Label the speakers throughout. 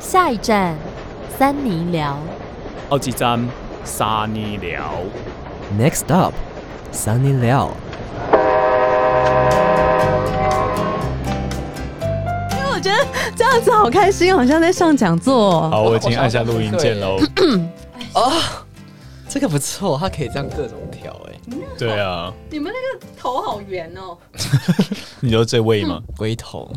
Speaker 1: 下一站，三尼寮。
Speaker 2: 好几站沙尼寮。
Speaker 3: Next up, Sunny Liao。
Speaker 1: 因哎为我觉得这样子好开心，好像在上讲座、哦。
Speaker 2: 好，我已经按下录音键喽。
Speaker 3: 这个不错，它可以这样各种调哎、
Speaker 2: 对啊，
Speaker 4: 你们那个头好圆哦，
Speaker 2: 你说这位吗？
Speaker 3: 龟头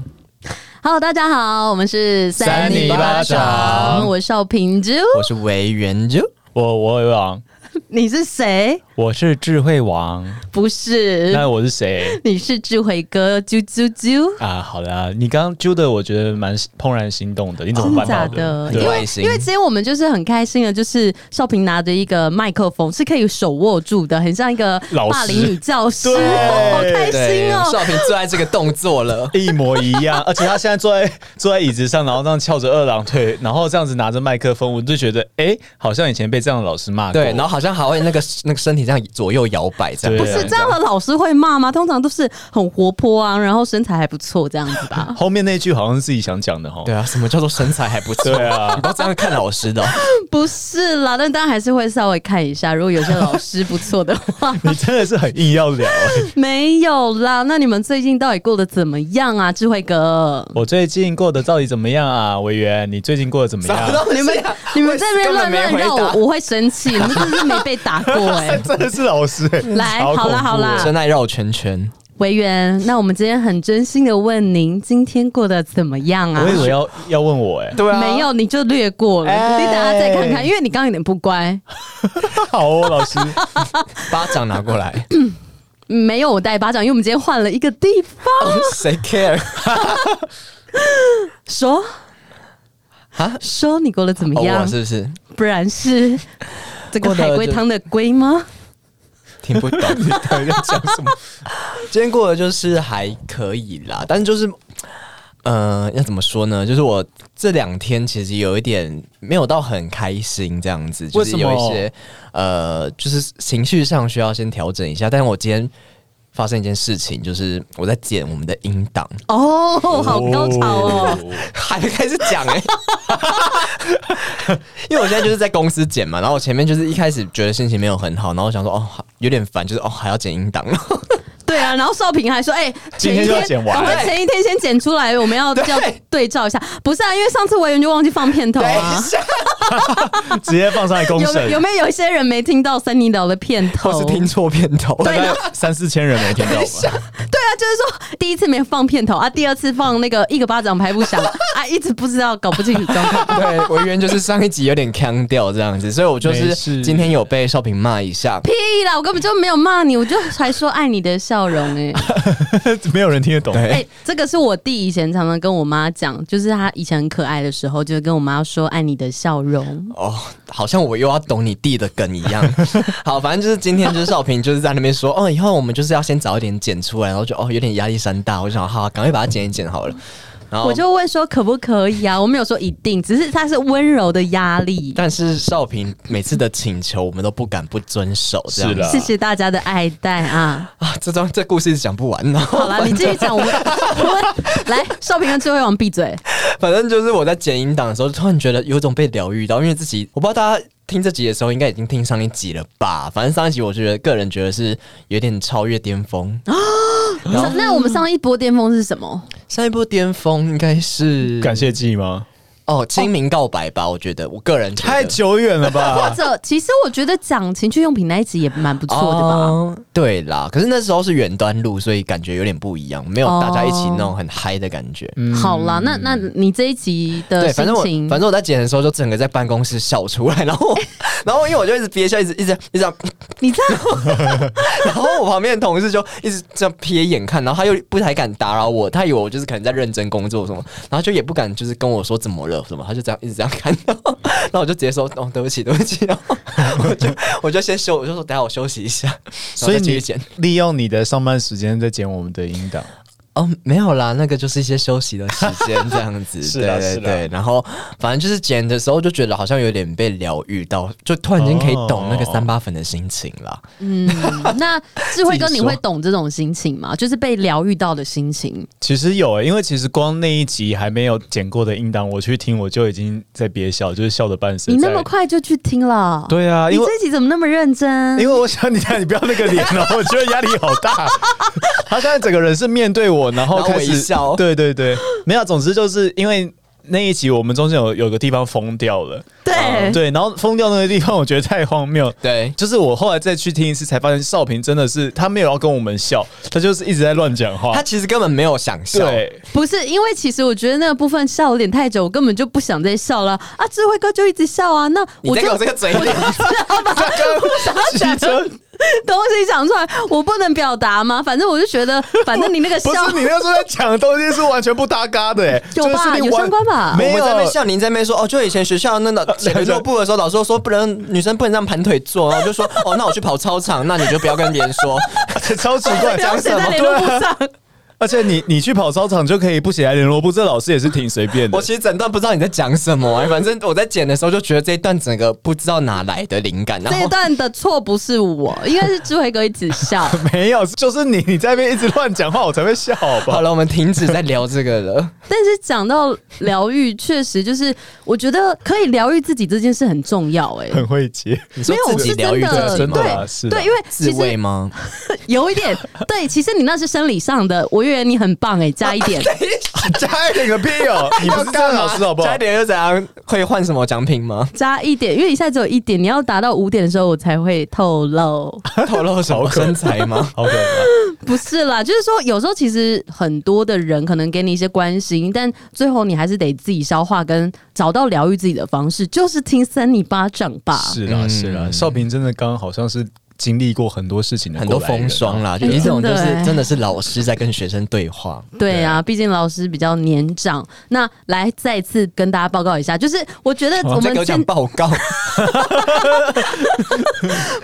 Speaker 1: Hello，大家好，我们是
Speaker 2: 三尼巴掌
Speaker 1: 我是邵平之。
Speaker 3: 我是维园就
Speaker 2: 我我有王，
Speaker 1: 你是谁？
Speaker 2: 我是智慧王。
Speaker 1: 不是，
Speaker 2: 那我是谁？
Speaker 1: 你是智慧哥，啾啾啾。
Speaker 2: 啊，好啦，你刚刚揪的，我觉得蛮怦然心动的。你怎
Speaker 1: 真
Speaker 2: 么
Speaker 1: 的
Speaker 2: 办
Speaker 1: 假
Speaker 2: 到
Speaker 1: 的？因
Speaker 2: 对
Speaker 3: 很
Speaker 2: 啊，
Speaker 1: 为
Speaker 3: 耐心
Speaker 1: 因为之前我们就是很开心的，就是少平拿着一个麦克风是可以手握住的，很像一个
Speaker 2: 老师
Speaker 1: 霸凌女教师，
Speaker 2: 对。
Speaker 1: 好开心哦、
Speaker 3: 少平最爱这个动作了
Speaker 2: 一模一样，而且他现在坐在坐在椅子上，然后这样翘着二郎腿，然后这样子拿着麦克风，我就觉得，哎、好像以前被这样的老师骂过。
Speaker 3: 对，然后好像还会那个那个身体这样左右摇摆这样。
Speaker 2: 对。
Speaker 1: 不是这样的老师会骂吗？通常都是很活泼啊，然后身材还不错这样子吧
Speaker 2: 后面那句好像是自己想讲的哈。
Speaker 3: 对啊，什么叫做身材还不错？
Speaker 2: 对啊
Speaker 3: 你不要这样看老 师的哦、
Speaker 1: 不是啦，但当然还是会稍微看一下，如果有些老师不错的话，
Speaker 2: 你真的是很硬要聊、欸。
Speaker 1: 没有啦。那你们最近到底过得怎么样啊，智慧哥？
Speaker 2: 我最近过得到底怎么样啊，委员？你最近过得怎么 样？
Speaker 3: 你们
Speaker 1: 啊你们这边乱乱绕
Speaker 3: 答。
Speaker 1: 我，我会生气。你们真的是没被打过哎、
Speaker 2: 真的是老师、欸，
Speaker 1: 来
Speaker 2: 超恐怖
Speaker 1: 好啦好啦
Speaker 3: 真爱绕圈圈，
Speaker 1: 维园，那我们今天很真心的问您，今天过得怎么样啊？
Speaker 2: 我以为要要问我哎、
Speaker 3: 对
Speaker 1: 没有，你就略过了。
Speaker 2: 哎
Speaker 1: 你等下再看看，因为你刚刚有点不乖。
Speaker 2: 好哦，老师，
Speaker 3: 巴掌拿 过来，
Speaker 1: 嗯没有我带巴掌，因为我们今天换了一个地方。
Speaker 3: 哦谁 care
Speaker 1: 说
Speaker 3: 啊？
Speaker 1: 说你过得怎么
Speaker 3: 哦，
Speaker 1: 样？
Speaker 3: 我是不是
Speaker 1: 不然是这个
Speaker 3: 过得
Speaker 1: 海龟
Speaker 3: 就
Speaker 1: 汤的龟吗？
Speaker 3: 听不懂？
Speaker 2: 到底在讲什 么？
Speaker 3: 今天过得就是还可以啦，但是就是，呃，要怎么说呢？就是我这两天其实有一点没有到很开心这样子，就
Speaker 2: 为
Speaker 3: 是
Speaker 2: 什么
Speaker 3: 有一些呃，就是情绪上需要先调整一下。但我今天发生一件事情，就是我在剪我们的音档，
Speaker 1: 哦，好高潮哦！
Speaker 3: 还没开始讲 哎、因为我现在就是在公司剪嘛，然后我前面就是一开始觉得心情没有很好，然后我想说哦有点烦，就是哦还要剪音档，
Speaker 1: 对啊，然后少平还说：“哎、
Speaker 2: 今
Speaker 1: 前
Speaker 2: 天
Speaker 1: 一
Speaker 2: 就要
Speaker 1: 天
Speaker 2: 剪完
Speaker 1: 赶快前一天先剪出来，我们要
Speaker 3: 对
Speaker 1: 要对照一下。”不是啊，因为上次委员就忘记放片头
Speaker 3: 等
Speaker 1: 啊
Speaker 3: 一。下，
Speaker 2: 直接放上来公
Speaker 1: 有没
Speaker 2: 审，
Speaker 1: 有有没有一些人没听到三尼岛的片头？
Speaker 3: 我是听错片头，
Speaker 2: 大 概三四千人没听到吧？
Speaker 1: 对啊，就是说第一次没放片头啊，第二次放那个一个巴掌拍不 响啊，一直不知道搞不清楚状 况。
Speaker 3: 对，我原就是上一集有点腔调这样子，所以我就
Speaker 2: 没
Speaker 3: 是
Speaker 2: 事
Speaker 3: 今天有被少平骂一下。
Speaker 1: 屁啦，我根本就没有骂你，我就还说爱你的笑容哎、
Speaker 2: 没有人听得懂。
Speaker 1: 哎、
Speaker 3: 对，
Speaker 1: 这个是我弟以前常常跟我妈讲，就是他以前很可爱的时候，就会跟我妈说爱你的笑容。
Speaker 3: 哦，好像我又要懂你弟的梗一 样。好，反正就是今天就是少平就是在那边说，哦，以后我们就是要先早一点剪出来，然后就哦有点压力山大，我就想好，赶快把它剪一剪好了。然后
Speaker 1: 我就问说可不可以啊？我没有说一定，只是他是温柔的压力。
Speaker 3: 但是少平每次的请求，我们都不敢不遵守，这样
Speaker 2: 是啦
Speaker 1: 谢谢大家的爱戴啊！
Speaker 3: 啊，这段这故事讲不完哦呢。
Speaker 1: 好 啦，你继续讲，我们我们来少平跟智慧王闭嘴。
Speaker 3: 反正就是我在剪音档的时候，突然觉得有一种被疗愈到，因为自己我不知道大家听这集的时候，应该已经听上一集了吧？反正上一集我觉得个人觉得是有点超越巅峰，
Speaker 1: 啊
Speaker 3: 然后啊
Speaker 1: 那我们上一波巅峰是什么？
Speaker 3: 上一波巅峰应该是
Speaker 2: 感谢季吗？
Speaker 3: 哦清明告白吧，我觉得我个人觉得
Speaker 2: 太久远了
Speaker 1: 或
Speaker 2: 吧？
Speaker 1: 者，其实我觉得讲情趣用品那一集也蛮不错的吧。
Speaker 3: 哦对啦，可是那时候是远端录，所以感觉有点不一样，没有大家一起那种很嗨的感觉。
Speaker 1: 好啦，那那你这一集的
Speaker 3: 嗯对，
Speaker 1: 嗯心
Speaker 3: 反正我
Speaker 1: 情，
Speaker 3: 反正我在剪的时候，就整个在办公室笑出来，然后然后因为我就一直憋笑，一直一直一直这样，
Speaker 1: 你这样
Speaker 3: 然后我旁边的同事就一直这样瞥眼看，然后他又不太敢打扰我，他以为我就是可能在认真工作什么，然后就也不敢就是跟我说怎么了什么，他就这样一直这样看，然后然后我就直接说哦对不起对不起，然后我就 我就先休，我就说等一下我休息一下，然后
Speaker 2: 所以
Speaker 3: 再
Speaker 2: 你
Speaker 3: 继续剪。
Speaker 2: 利用你的上班时间在剪我们的音档，
Speaker 3: 哦，没有啦，那个就是一些休息的时间这样 子，
Speaker 2: 是啦啊
Speaker 3: 对
Speaker 2: 是
Speaker 3: 对
Speaker 2: 啦
Speaker 3: 对。然后反正就是剪的时候就觉得好像有点被疗愈到，就突然间可以懂那个
Speaker 2: 哦
Speaker 3: 三八粉的心情啦。
Speaker 1: 嗯， 那智慧哥，
Speaker 2: 自己
Speaker 1: 你
Speaker 2: 说
Speaker 1: 会懂这种心情吗？就是被疗愈到的心情。
Speaker 2: 其实有诶、因为其实光那一集还没有剪过的音档，我去听我就已经在憋笑，就是笑的半死。
Speaker 1: 你那
Speaker 2: 在
Speaker 1: 么快就去听了？、
Speaker 2: 对啊，
Speaker 1: 你
Speaker 2: 因为
Speaker 1: 这一集怎么那么认真？
Speaker 2: 因为我想你看你不要那个脸哦，我觉得压力好大。他现在整个人是面对我，然后
Speaker 3: 然后
Speaker 2: 开始
Speaker 3: 微笑
Speaker 2: 对对对，没有。总之就是因为那一集我们中间有有个地方疯掉了，嗯
Speaker 1: 对
Speaker 2: 对，然后疯掉那个地方我觉得太荒谬。
Speaker 3: 对，
Speaker 2: 就是我后来再去听一次，才发现少平真的是他没有要跟我们笑，他就是一直在乱讲话
Speaker 3: 他。其实根本没有想笑，
Speaker 2: 对，
Speaker 1: 不是因为其实我觉得那个部分笑有点太久，我根本就不想再笑了啊！智慧哥就一直笑啊，那
Speaker 3: 你
Speaker 1: 我
Speaker 3: 在
Speaker 1: 就
Speaker 3: 给我这个嘴脸，
Speaker 2: 骑车
Speaker 1: 东西讲出来，我不能表达吗？反正我就觉 得，反正你那个
Speaker 2: 不
Speaker 1: 笑，
Speaker 2: 是你那时候在讲的东西是完全不搭嘎的、欸，
Speaker 1: 有吧
Speaker 2: 就是另外
Speaker 1: 有相关吧
Speaker 2: 没
Speaker 3: 我们在那边
Speaker 2: 有。
Speaker 3: 笑，您在那边说哦，就以前学校那老 写
Speaker 2: 对
Speaker 3: 联络部的时候，老师都说不能女生不能让盘腿坐， 然后我就说哦，那我去跑操场，那你就不要跟别 人说，
Speaker 2: 超奇怪，
Speaker 1: 不要写 在联
Speaker 2: 对
Speaker 1: 络簿
Speaker 2: 啊，
Speaker 1: 上。
Speaker 2: 而且你你去跑操场就可以不写在联络部，这老师也是挺随便的。
Speaker 3: 我其实整段不知道你在讲什么、反正我在剪的时候就觉得这一段整个不知道哪来的灵感，然
Speaker 1: 这一
Speaker 3: 后
Speaker 1: 段的错不是我，应该是智慧哥一直笑。
Speaker 2: 没有，就是你你在那边一直乱讲话，我才会笑，好不
Speaker 3: 好
Speaker 2: 好？
Speaker 3: 了，我们停止在聊这个了。
Speaker 1: 但是讲到疗愈，确实就是我觉得可以疗愈自己这件事很重要、哎。
Speaker 2: 很会 接，
Speaker 3: 你 说
Speaker 1: 没有，
Speaker 3: 自己
Speaker 1: 是
Speaker 3: 疗
Speaker 1: 真
Speaker 3: 愈
Speaker 1: 的，
Speaker 3: 自己
Speaker 2: 真的
Speaker 3: 吗？
Speaker 2: 啦
Speaker 1: 对
Speaker 2: 是啦
Speaker 1: 对，因为
Speaker 3: 自
Speaker 1: 其
Speaker 3: 慰
Speaker 1: 实
Speaker 3: 吗？
Speaker 1: 有一点，对，其实你那是生理上的，我以为你很棒哎、加一 点，
Speaker 2: 加一点个屁哦！ 你不是这样老师好不好
Speaker 3: 加？点又怎样？会换什么奖品吗？
Speaker 1: 加一点，因为你现在只有一点，你要达到五点的时候我才会透露。
Speaker 3: 透 露什么身材吗？
Speaker 2: 好可怕！
Speaker 1: 不是啦，就是说有时候其实很多的人可能给你一些关心，但最后你还是得自己消化，跟找到疗愈自己的方式，就是听三你巴掌吧。
Speaker 2: 是啦
Speaker 3: 嗯
Speaker 2: 是啦，少平真的刚刚好像是经历过很多事情的
Speaker 3: 很
Speaker 2: 过
Speaker 3: 多
Speaker 2: 来人啊，
Speaker 3: 风霜啦，就
Speaker 1: 哎
Speaker 3: 一种就
Speaker 1: 真的
Speaker 3: 是
Speaker 1: 哎
Speaker 3: 真的是老师在跟学生对话。
Speaker 1: 对啊，毕竟老师比较年长。那来再次跟大家报告一下，就是我觉得我
Speaker 3: 再给
Speaker 1: 们
Speaker 3: 我讲
Speaker 1: 先
Speaker 3: 报告，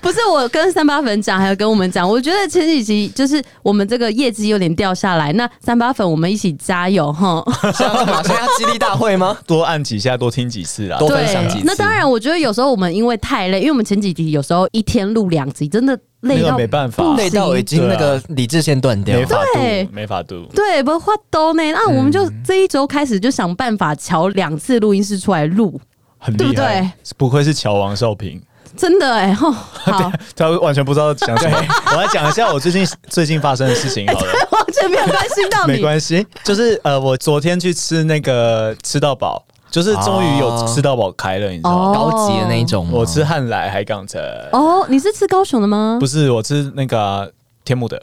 Speaker 1: 不是我跟三八粉讲，还有跟我们讲，我觉得前几集就是我们这个业绩有点掉下来，那三八粉我们一起加油哈。
Speaker 3: 现在要干嘛？现在要激励大会吗？
Speaker 2: 多按几下，多听几次啦。
Speaker 3: 多
Speaker 1: 对，
Speaker 3: 分享几次
Speaker 1: 那当然，我觉得有时候我们因为太累，因为我们前几集有时候一天录两集，真的累
Speaker 2: 那
Speaker 1: 到
Speaker 2: 个没办法
Speaker 1: 不行
Speaker 3: 累到已经那个理智线断掉
Speaker 2: 没
Speaker 3: 了。
Speaker 2: 法
Speaker 1: 对
Speaker 2: 度，没法度。
Speaker 1: 对，不话都呢。那我们就
Speaker 3: 嗯
Speaker 1: 这一周开始就想办法瞧两次录音室出来录，
Speaker 2: 很
Speaker 1: 对不
Speaker 2: 厉害，不愧是乔王少平，
Speaker 1: 真的哎、 吼，好，
Speaker 2: 他完全不知道讲什么。 我来讲一下我最近 最近发生的事情好了。
Speaker 1: 完全没有关心到
Speaker 2: 没
Speaker 1: 你。
Speaker 2: 关系，就是呃，我昨天去吃那个吃到饱，就是终于有吃到饱开了，你知道吗？
Speaker 1: 哦
Speaker 3: 高级的那一种吗，
Speaker 2: 我吃汉来海港城，
Speaker 1: 哦，你是吃高雄的吗
Speaker 2: 不？是我吃那个啊天母的，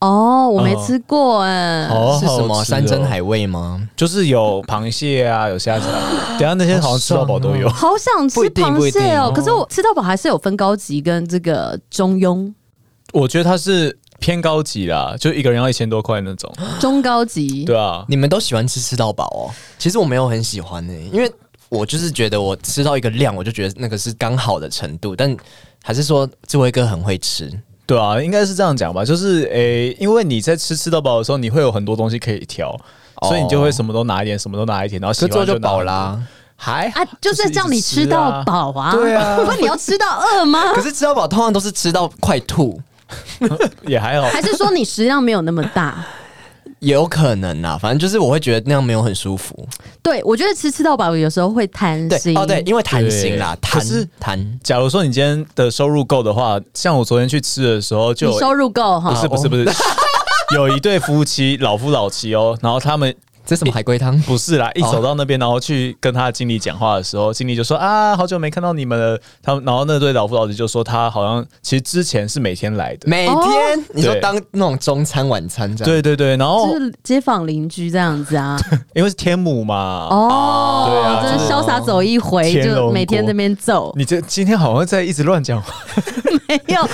Speaker 1: 哦，我没吃过哎、
Speaker 2: 好好
Speaker 3: 是什么
Speaker 2: 吃哦
Speaker 3: 山珍海味吗？
Speaker 2: 就是有螃蟹啊，有虾子啊，等一下那些好像吃到饱都有。
Speaker 1: 好想吃
Speaker 3: 不一定不
Speaker 1: 螃
Speaker 3: 一定
Speaker 1: 蟹哦，
Speaker 3: 哦
Speaker 1: 可是我吃到饱还是有分高级跟这个中庸、
Speaker 2: 我觉得它是偏高级啦，就一个人要一千多块那种，
Speaker 1: 中高级。
Speaker 2: 对啊。
Speaker 3: 你们都喜欢吃吃到饱哦？其实我没有很喜欢呢、因为我就是觉得我吃到一个量，我就觉得那个是刚好的程度。但还是说智慧哥很会吃，
Speaker 2: 对啊，应该是这样讲吧，就是诶、因为你在吃吃到饱的时候，你会有很多东西可以挑，
Speaker 3: 哦
Speaker 2: 所以你就会什么都拿一点，什么都拿一点，然后喜
Speaker 3: 可
Speaker 2: 欢
Speaker 3: 最后就
Speaker 2: 拿
Speaker 3: 饱。啦。
Speaker 2: 还
Speaker 1: 啊，就是
Speaker 2: 一直
Speaker 1: 叫你吃到
Speaker 2: 啊
Speaker 1: 饱啊！
Speaker 2: 对啊
Speaker 1: 不过你要吃到饿吗？
Speaker 3: 可是吃到饱通常都是吃到快吐，
Speaker 2: 也还好，
Speaker 1: 还是说你食量没有那么大？
Speaker 3: 也有可能啦。反正就是我会觉得那样没有很舒服。
Speaker 1: 对，我觉得吃吃到饱有时候会贪
Speaker 3: 对
Speaker 1: 心。
Speaker 3: 哦，对，因为贪心啦，
Speaker 2: 对可
Speaker 3: 贪
Speaker 2: 是
Speaker 3: 贪
Speaker 2: 假如说你今天的收入够的话，像我昨天去吃的时候就
Speaker 1: 你
Speaker 2: 有，
Speaker 1: 收入哦够
Speaker 2: 不
Speaker 1: 哈。
Speaker 2: 是不是不是， 有一对夫妻老夫老妻哦，然后他们
Speaker 3: 这什么海龟汤？
Speaker 2: 不是
Speaker 1: 哦
Speaker 2: 啦，一走到那边，然后去跟他的经理讲话的时候，经理就说啊，好久没看到你们了。他们然后那对老夫老妻就说他好像其实之前是每天来的，
Speaker 3: 每天、
Speaker 1: 哦
Speaker 3: 你说
Speaker 2: 对
Speaker 3: 当那种中餐晚餐这样，
Speaker 2: 对对对，然后
Speaker 1: 就是街坊邻居这样子啊，
Speaker 2: 因为是天母嘛，
Speaker 1: 哦，
Speaker 2: 对啊
Speaker 1: 真的潇洒走一回，
Speaker 2: 天龙
Speaker 1: 就
Speaker 2: 国
Speaker 1: 每天这边走，
Speaker 2: 你这今天好像在一直乱讲
Speaker 1: 哦
Speaker 2: 话，
Speaker 1: 没有，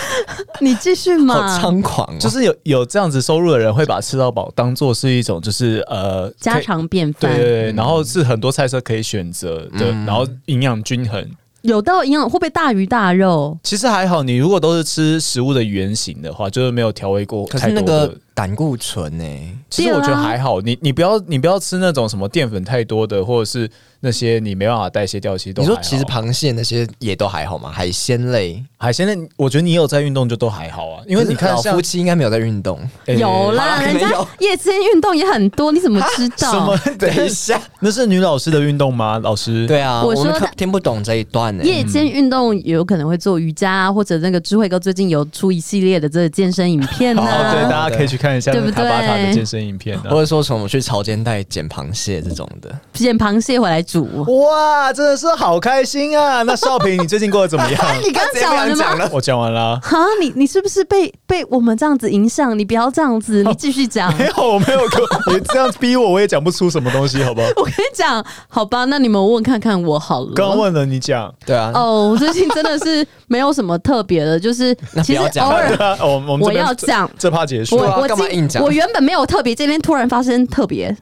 Speaker 1: 你继续
Speaker 3: 好
Speaker 1: 嘛，
Speaker 3: 猖狂、哦，
Speaker 2: 就是有有这样子收入的人会把吃到饱当做是一种就是呃
Speaker 1: 家
Speaker 2: 可以
Speaker 1: 常便
Speaker 2: 对对
Speaker 1: 饭，
Speaker 2: 对，嗯然后是很多菜色可以选择的，然后营养均衡。
Speaker 1: 有到营养会不会大鱼大肉？
Speaker 2: 其实还好，你如果都是吃食物的原型的话，就是没有调味过
Speaker 3: 可
Speaker 2: 太
Speaker 3: 是
Speaker 2: 多
Speaker 3: 那
Speaker 2: 的。
Speaker 3: 个胆固醇呢、
Speaker 2: 其实我觉得还好，你你不要你不要吃那种什么淀粉太多的，或者是那些你没办法代谢掉，其实都
Speaker 3: 你说
Speaker 2: 还好
Speaker 3: 其实螃蟹那些也都还好嘛，海鲜类，
Speaker 2: 海鲜类，我觉得你有在运动就都还好啊，因为你看
Speaker 3: 老
Speaker 2: 像哎
Speaker 3: 夫妻应该没有在 运动。
Speaker 2: 诶
Speaker 1: 有啦，
Speaker 3: 好啦
Speaker 1: 人家
Speaker 3: 可能有
Speaker 1: 夜间运动也很多，你怎么知
Speaker 2: 什
Speaker 1: 道
Speaker 2: 么？？
Speaker 3: 等一下，
Speaker 2: 那是女老师的运动吗？老师，
Speaker 3: 对啊，
Speaker 1: 我
Speaker 3: 我
Speaker 1: 说
Speaker 3: 们
Speaker 1: 他
Speaker 3: 看听不懂这一段呢、
Speaker 1: 夜间运动有可能会做瑜伽、啊，或者那个智慧哥最近有出一系列的这个健身影片呢、
Speaker 2: 哦，
Speaker 1: 啊。
Speaker 2: 对，大家可以去看一下那个塔巴塔的健身影片啊。
Speaker 3: 或者说什么去潮间带捡螃蟹这种的，
Speaker 1: 捡螃蟹回来煮。
Speaker 2: 哇，真的是好开心啊！那少平，你最近过得怎么样？
Speaker 1: 你刚讲完了吗？
Speaker 3: 了，
Speaker 2: 我讲完了。
Speaker 1: 哈，你你是不是被被我们这样子影响？你不要这样 子，你继续讲。
Speaker 2: 没有，我没有过，你这样逼我，我也讲不出什么东西，好不好？
Speaker 1: 我跟你讲，好吧，那你们问看看我好了。
Speaker 2: 刚问了你讲，
Speaker 3: 对啊，
Speaker 1: 哦，我最近真的是没有什么特别的， 就是
Speaker 3: 那不
Speaker 1: 其实
Speaker 3: 要讲
Speaker 1: 偶尔
Speaker 2: 对啊，我 们我们
Speaker 1: 我
Speaker 2: 这边
Speaker 1: 要讲
Speaker 2: 这怕结束
Speaker 1: 我
Speaker 3: 对啊
Speaker 1: 我
Speaker 3: 干嘛硬
Speaker 1: 今
Speaker 3: 讲
Speaker 1: 我原本没有特别，这边突然发生特别，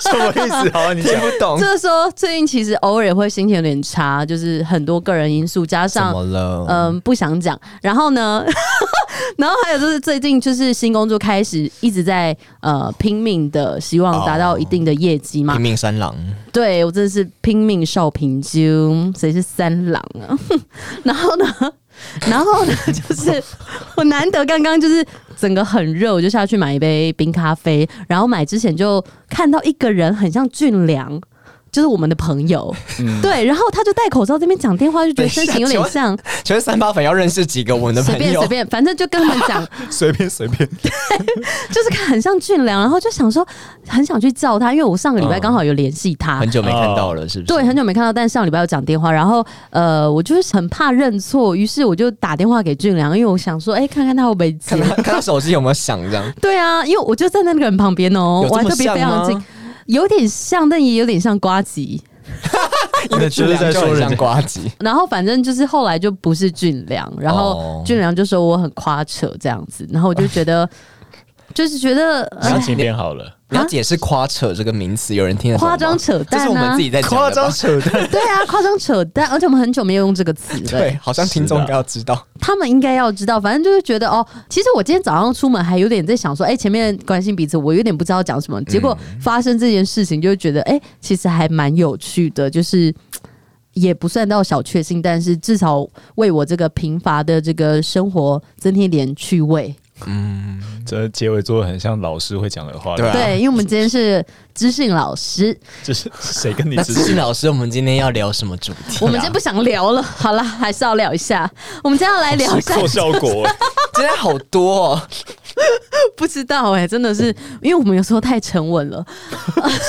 Speaker 2: 什么意思？好啊，你
Speaker 3: 听
Speaker 2: 讲。
Speaker 3: 不懂
Speaker 1: 就是说最近其实偶尔也会心情有点差，就是很多个人因素加
Speaker 3: 怎
Speaker 1: 上
Speaker 3: 么了？
Speaker 1: 嗯，不想讲。然后呢， 然后还有就是最近就是新工作开始，一直在呃拼命的希望达
Speaker 3: 哦
Speaker 1: 到一定的业绩嘛。
Speaker 3: 拼命三郎，
Speaker 1: 对我真的是拼命少平均，谁是三郎啊？ 然后呢， 然后呢， 就是我难得刚刚就是整个很热，我就下去买一杯冰咖啡，然后买之前就看到一个人很像俊良。就是我们的朋友，对，然后他就戴口罩这边讲电话，就觉得身形有点
Speaker 3: 嗯等一下
Speaker 1: 像，
Speaker 3: 请问三八粉要认识几个我们的
Speaker 1: 随
Speaker 3: 朋
Speaker 1: 便
Speaker 3: 友
Speaker 1: 随？便，反正就跟他们 讲，
Speaker 2: 随便随便，
Speaker 1: 就是看很像俊良，然后就想说很想去叫他，因为我上个礼拜刚好有联系他。
Speaker 3: 嗯很久没看到了，是不是？
Speaker 1: 对，很久没看到，但上礼拜有讲电话，然后呃，我就是很怕认错，于是我就打电话给俊良，因为我想说，哎、看看他会不会接
Speaker 3: 看。他看他手机有没有响这样？
Speaker 1: 对啊，因为我就站在那个人旁边哦、我
Speaker 3: 有这
Speaker 1: 还
Speaker 3: 么
Speaker 1: 特别
Speaker 3: 像
Speaker 1: 非常近
Speaker 3: 吗，？
Speaker 1: 有点像，但也有点像瓜吉。
Speaker 3: 因为
Speaker 2: 就是在说人
Speaker 3: 很
Speaker 2: 家
Speaker 3: 像瓜吉，
Speaker 1: 然后反正就是后来就不是俊良，然后
Speaker 3: 哦
Speaker 1: 俊良就说我很夸扯这样子，然后我就觉 得，就是觉得、呃
Speaker 2: 心情变好了。
Speaker 3: 你要解释“夸扯”这个名词，有人听得懂吗
Speaker 1: 啊夸张扯
Speaker 3: 这
Speaker 1: 淡啊，
Speaker 3: 是我们自己在讲的吧
Speaker 2: 夸张扯淡，
Speaker 1: 对啊，夸张扯淡，而且我们很久没有用这个词了。
Speaker 3: 对，好像听众应该要知道。
Speaker 1: 他们应该要知道，反正就是觉得哦，其实我今天早上出门还有点在想说，哎、前面关心彼此，我有点不知道讲什么。结果嗯发生这件事情，就觉得哎、其实还蛮有趣的，就是嘖也不算到小确幸，但是至少为我这个贫乏的这个生活增添一点趣味。
Speaker 2: 这结尾做的很像老师会讲的话。
Speaker 3: 对啊
Speaker 1: 对，因为我们今天是知性老师，
Speaker 2: 就是谁 跟你
Speaker 3: 那
Speaker 2: 知
Speaker 3: 知
Speaker 2: 识
Speaker 3: 识老师，我们今天要聊什么主题啊？
Speaker 1: 我们今天不想聊了，好了，还是要聊一下。我们今天要来聊一 下
Speaker 2: 做效果？啊
Speaker 3: 今天好多 哦，
Speaker 1: 不知道哎、真的是，因为我们有时候太沉稳了。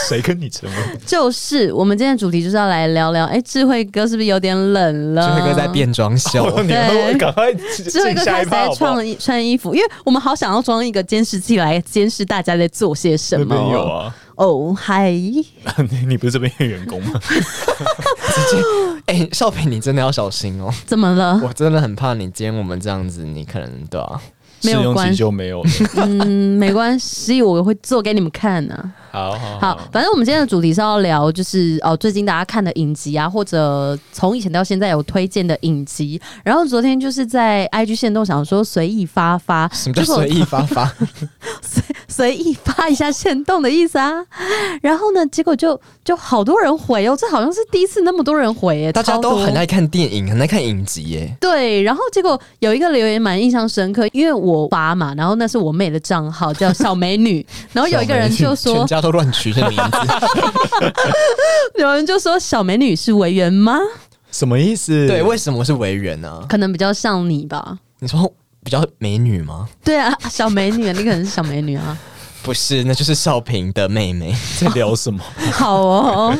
Speaker 2: 谁跟你沉默？
Speaker 1: 就是我们今天的主题就是要来聊聊，哎、智慧哥是不是有点冷了？
Speaker 3: 智慧哥在。变装 秀，
Speaker 2: 哦 你们赶快进
Speaker 1: 智慧
Speaker 2: 进
Speaker 1: 哥
Speaker 2: 下
Speaker 1: 开
Speaker 2: 一
Speaker 1: 始在
Speaker 2: 趴好不好
Speaker 1: 穿？衣穿衣服，因为我们好想要装一个监视器来监视大家在做些什
Speaker 2: 那
Speaker 1: 么。
Speaker 2: 边有啊，
Speaker 1: 哦，嗨，
Speaker 2: 你你不是这边的员工吗？
Speaker 3: 哎，少平，你真的要小心 哦！
Speaker 1: 怎么了？
Speaker 3: 我真的很怕你今天我们这样子，你可能对啊，
Speaker 1: 没
Speaker 2: 试
Speaker 1: 有
Speaker 2: 用
Speaker 1: 关
Speaker 2: 期就没有了。
Speaker 1: 嗯，没关系，我会做给你们看呢、
Speaker 2: 好好
Speaker 1: 好，反正我们今天的主题是要聊，就是哦，最近大家看的影集啊，或者从以前到现在有推荐的影集。然后昨天就是在 IG 线动想说随意发发，
Speaker 3: 什么叫
Speaker 1: 结果
Speaker 3: 随意发 发？
Speaker 1: 随意发一下线动的意思啊。 然后呢，结果就就好多人回哦，这好像是第一次那么多人回耶，
Speaker 3: 大家
Speaker 1: 超
Speaker 3: 都
Speaker 1: 多
Speaker 3: 很爱看电影，很爱看影集耶。
Speaker 1: 对，然后结果有一个留言蛮印象深刻，因为我发嘛，然后那是我妹的账号叫小美 女，然哦后有一个人就说
Speaker 3: 全，家都乱取这名字，
Speaker 1: 有人就说小美女是维园吗？
Speaker 2: 什么意思？
Speaker 3: 对，为什么是为人呢？
Speaker 1: 可能比较像你吧。
Speaker 3: 你说比较美女吗？
Speaker 1: 对啊，小美女，你可能是小美女 啊。
Speaker 3: 不是，那就是少平的妹妹。
Speaker 2: 在聊什么？
Speaker 1: 好哦，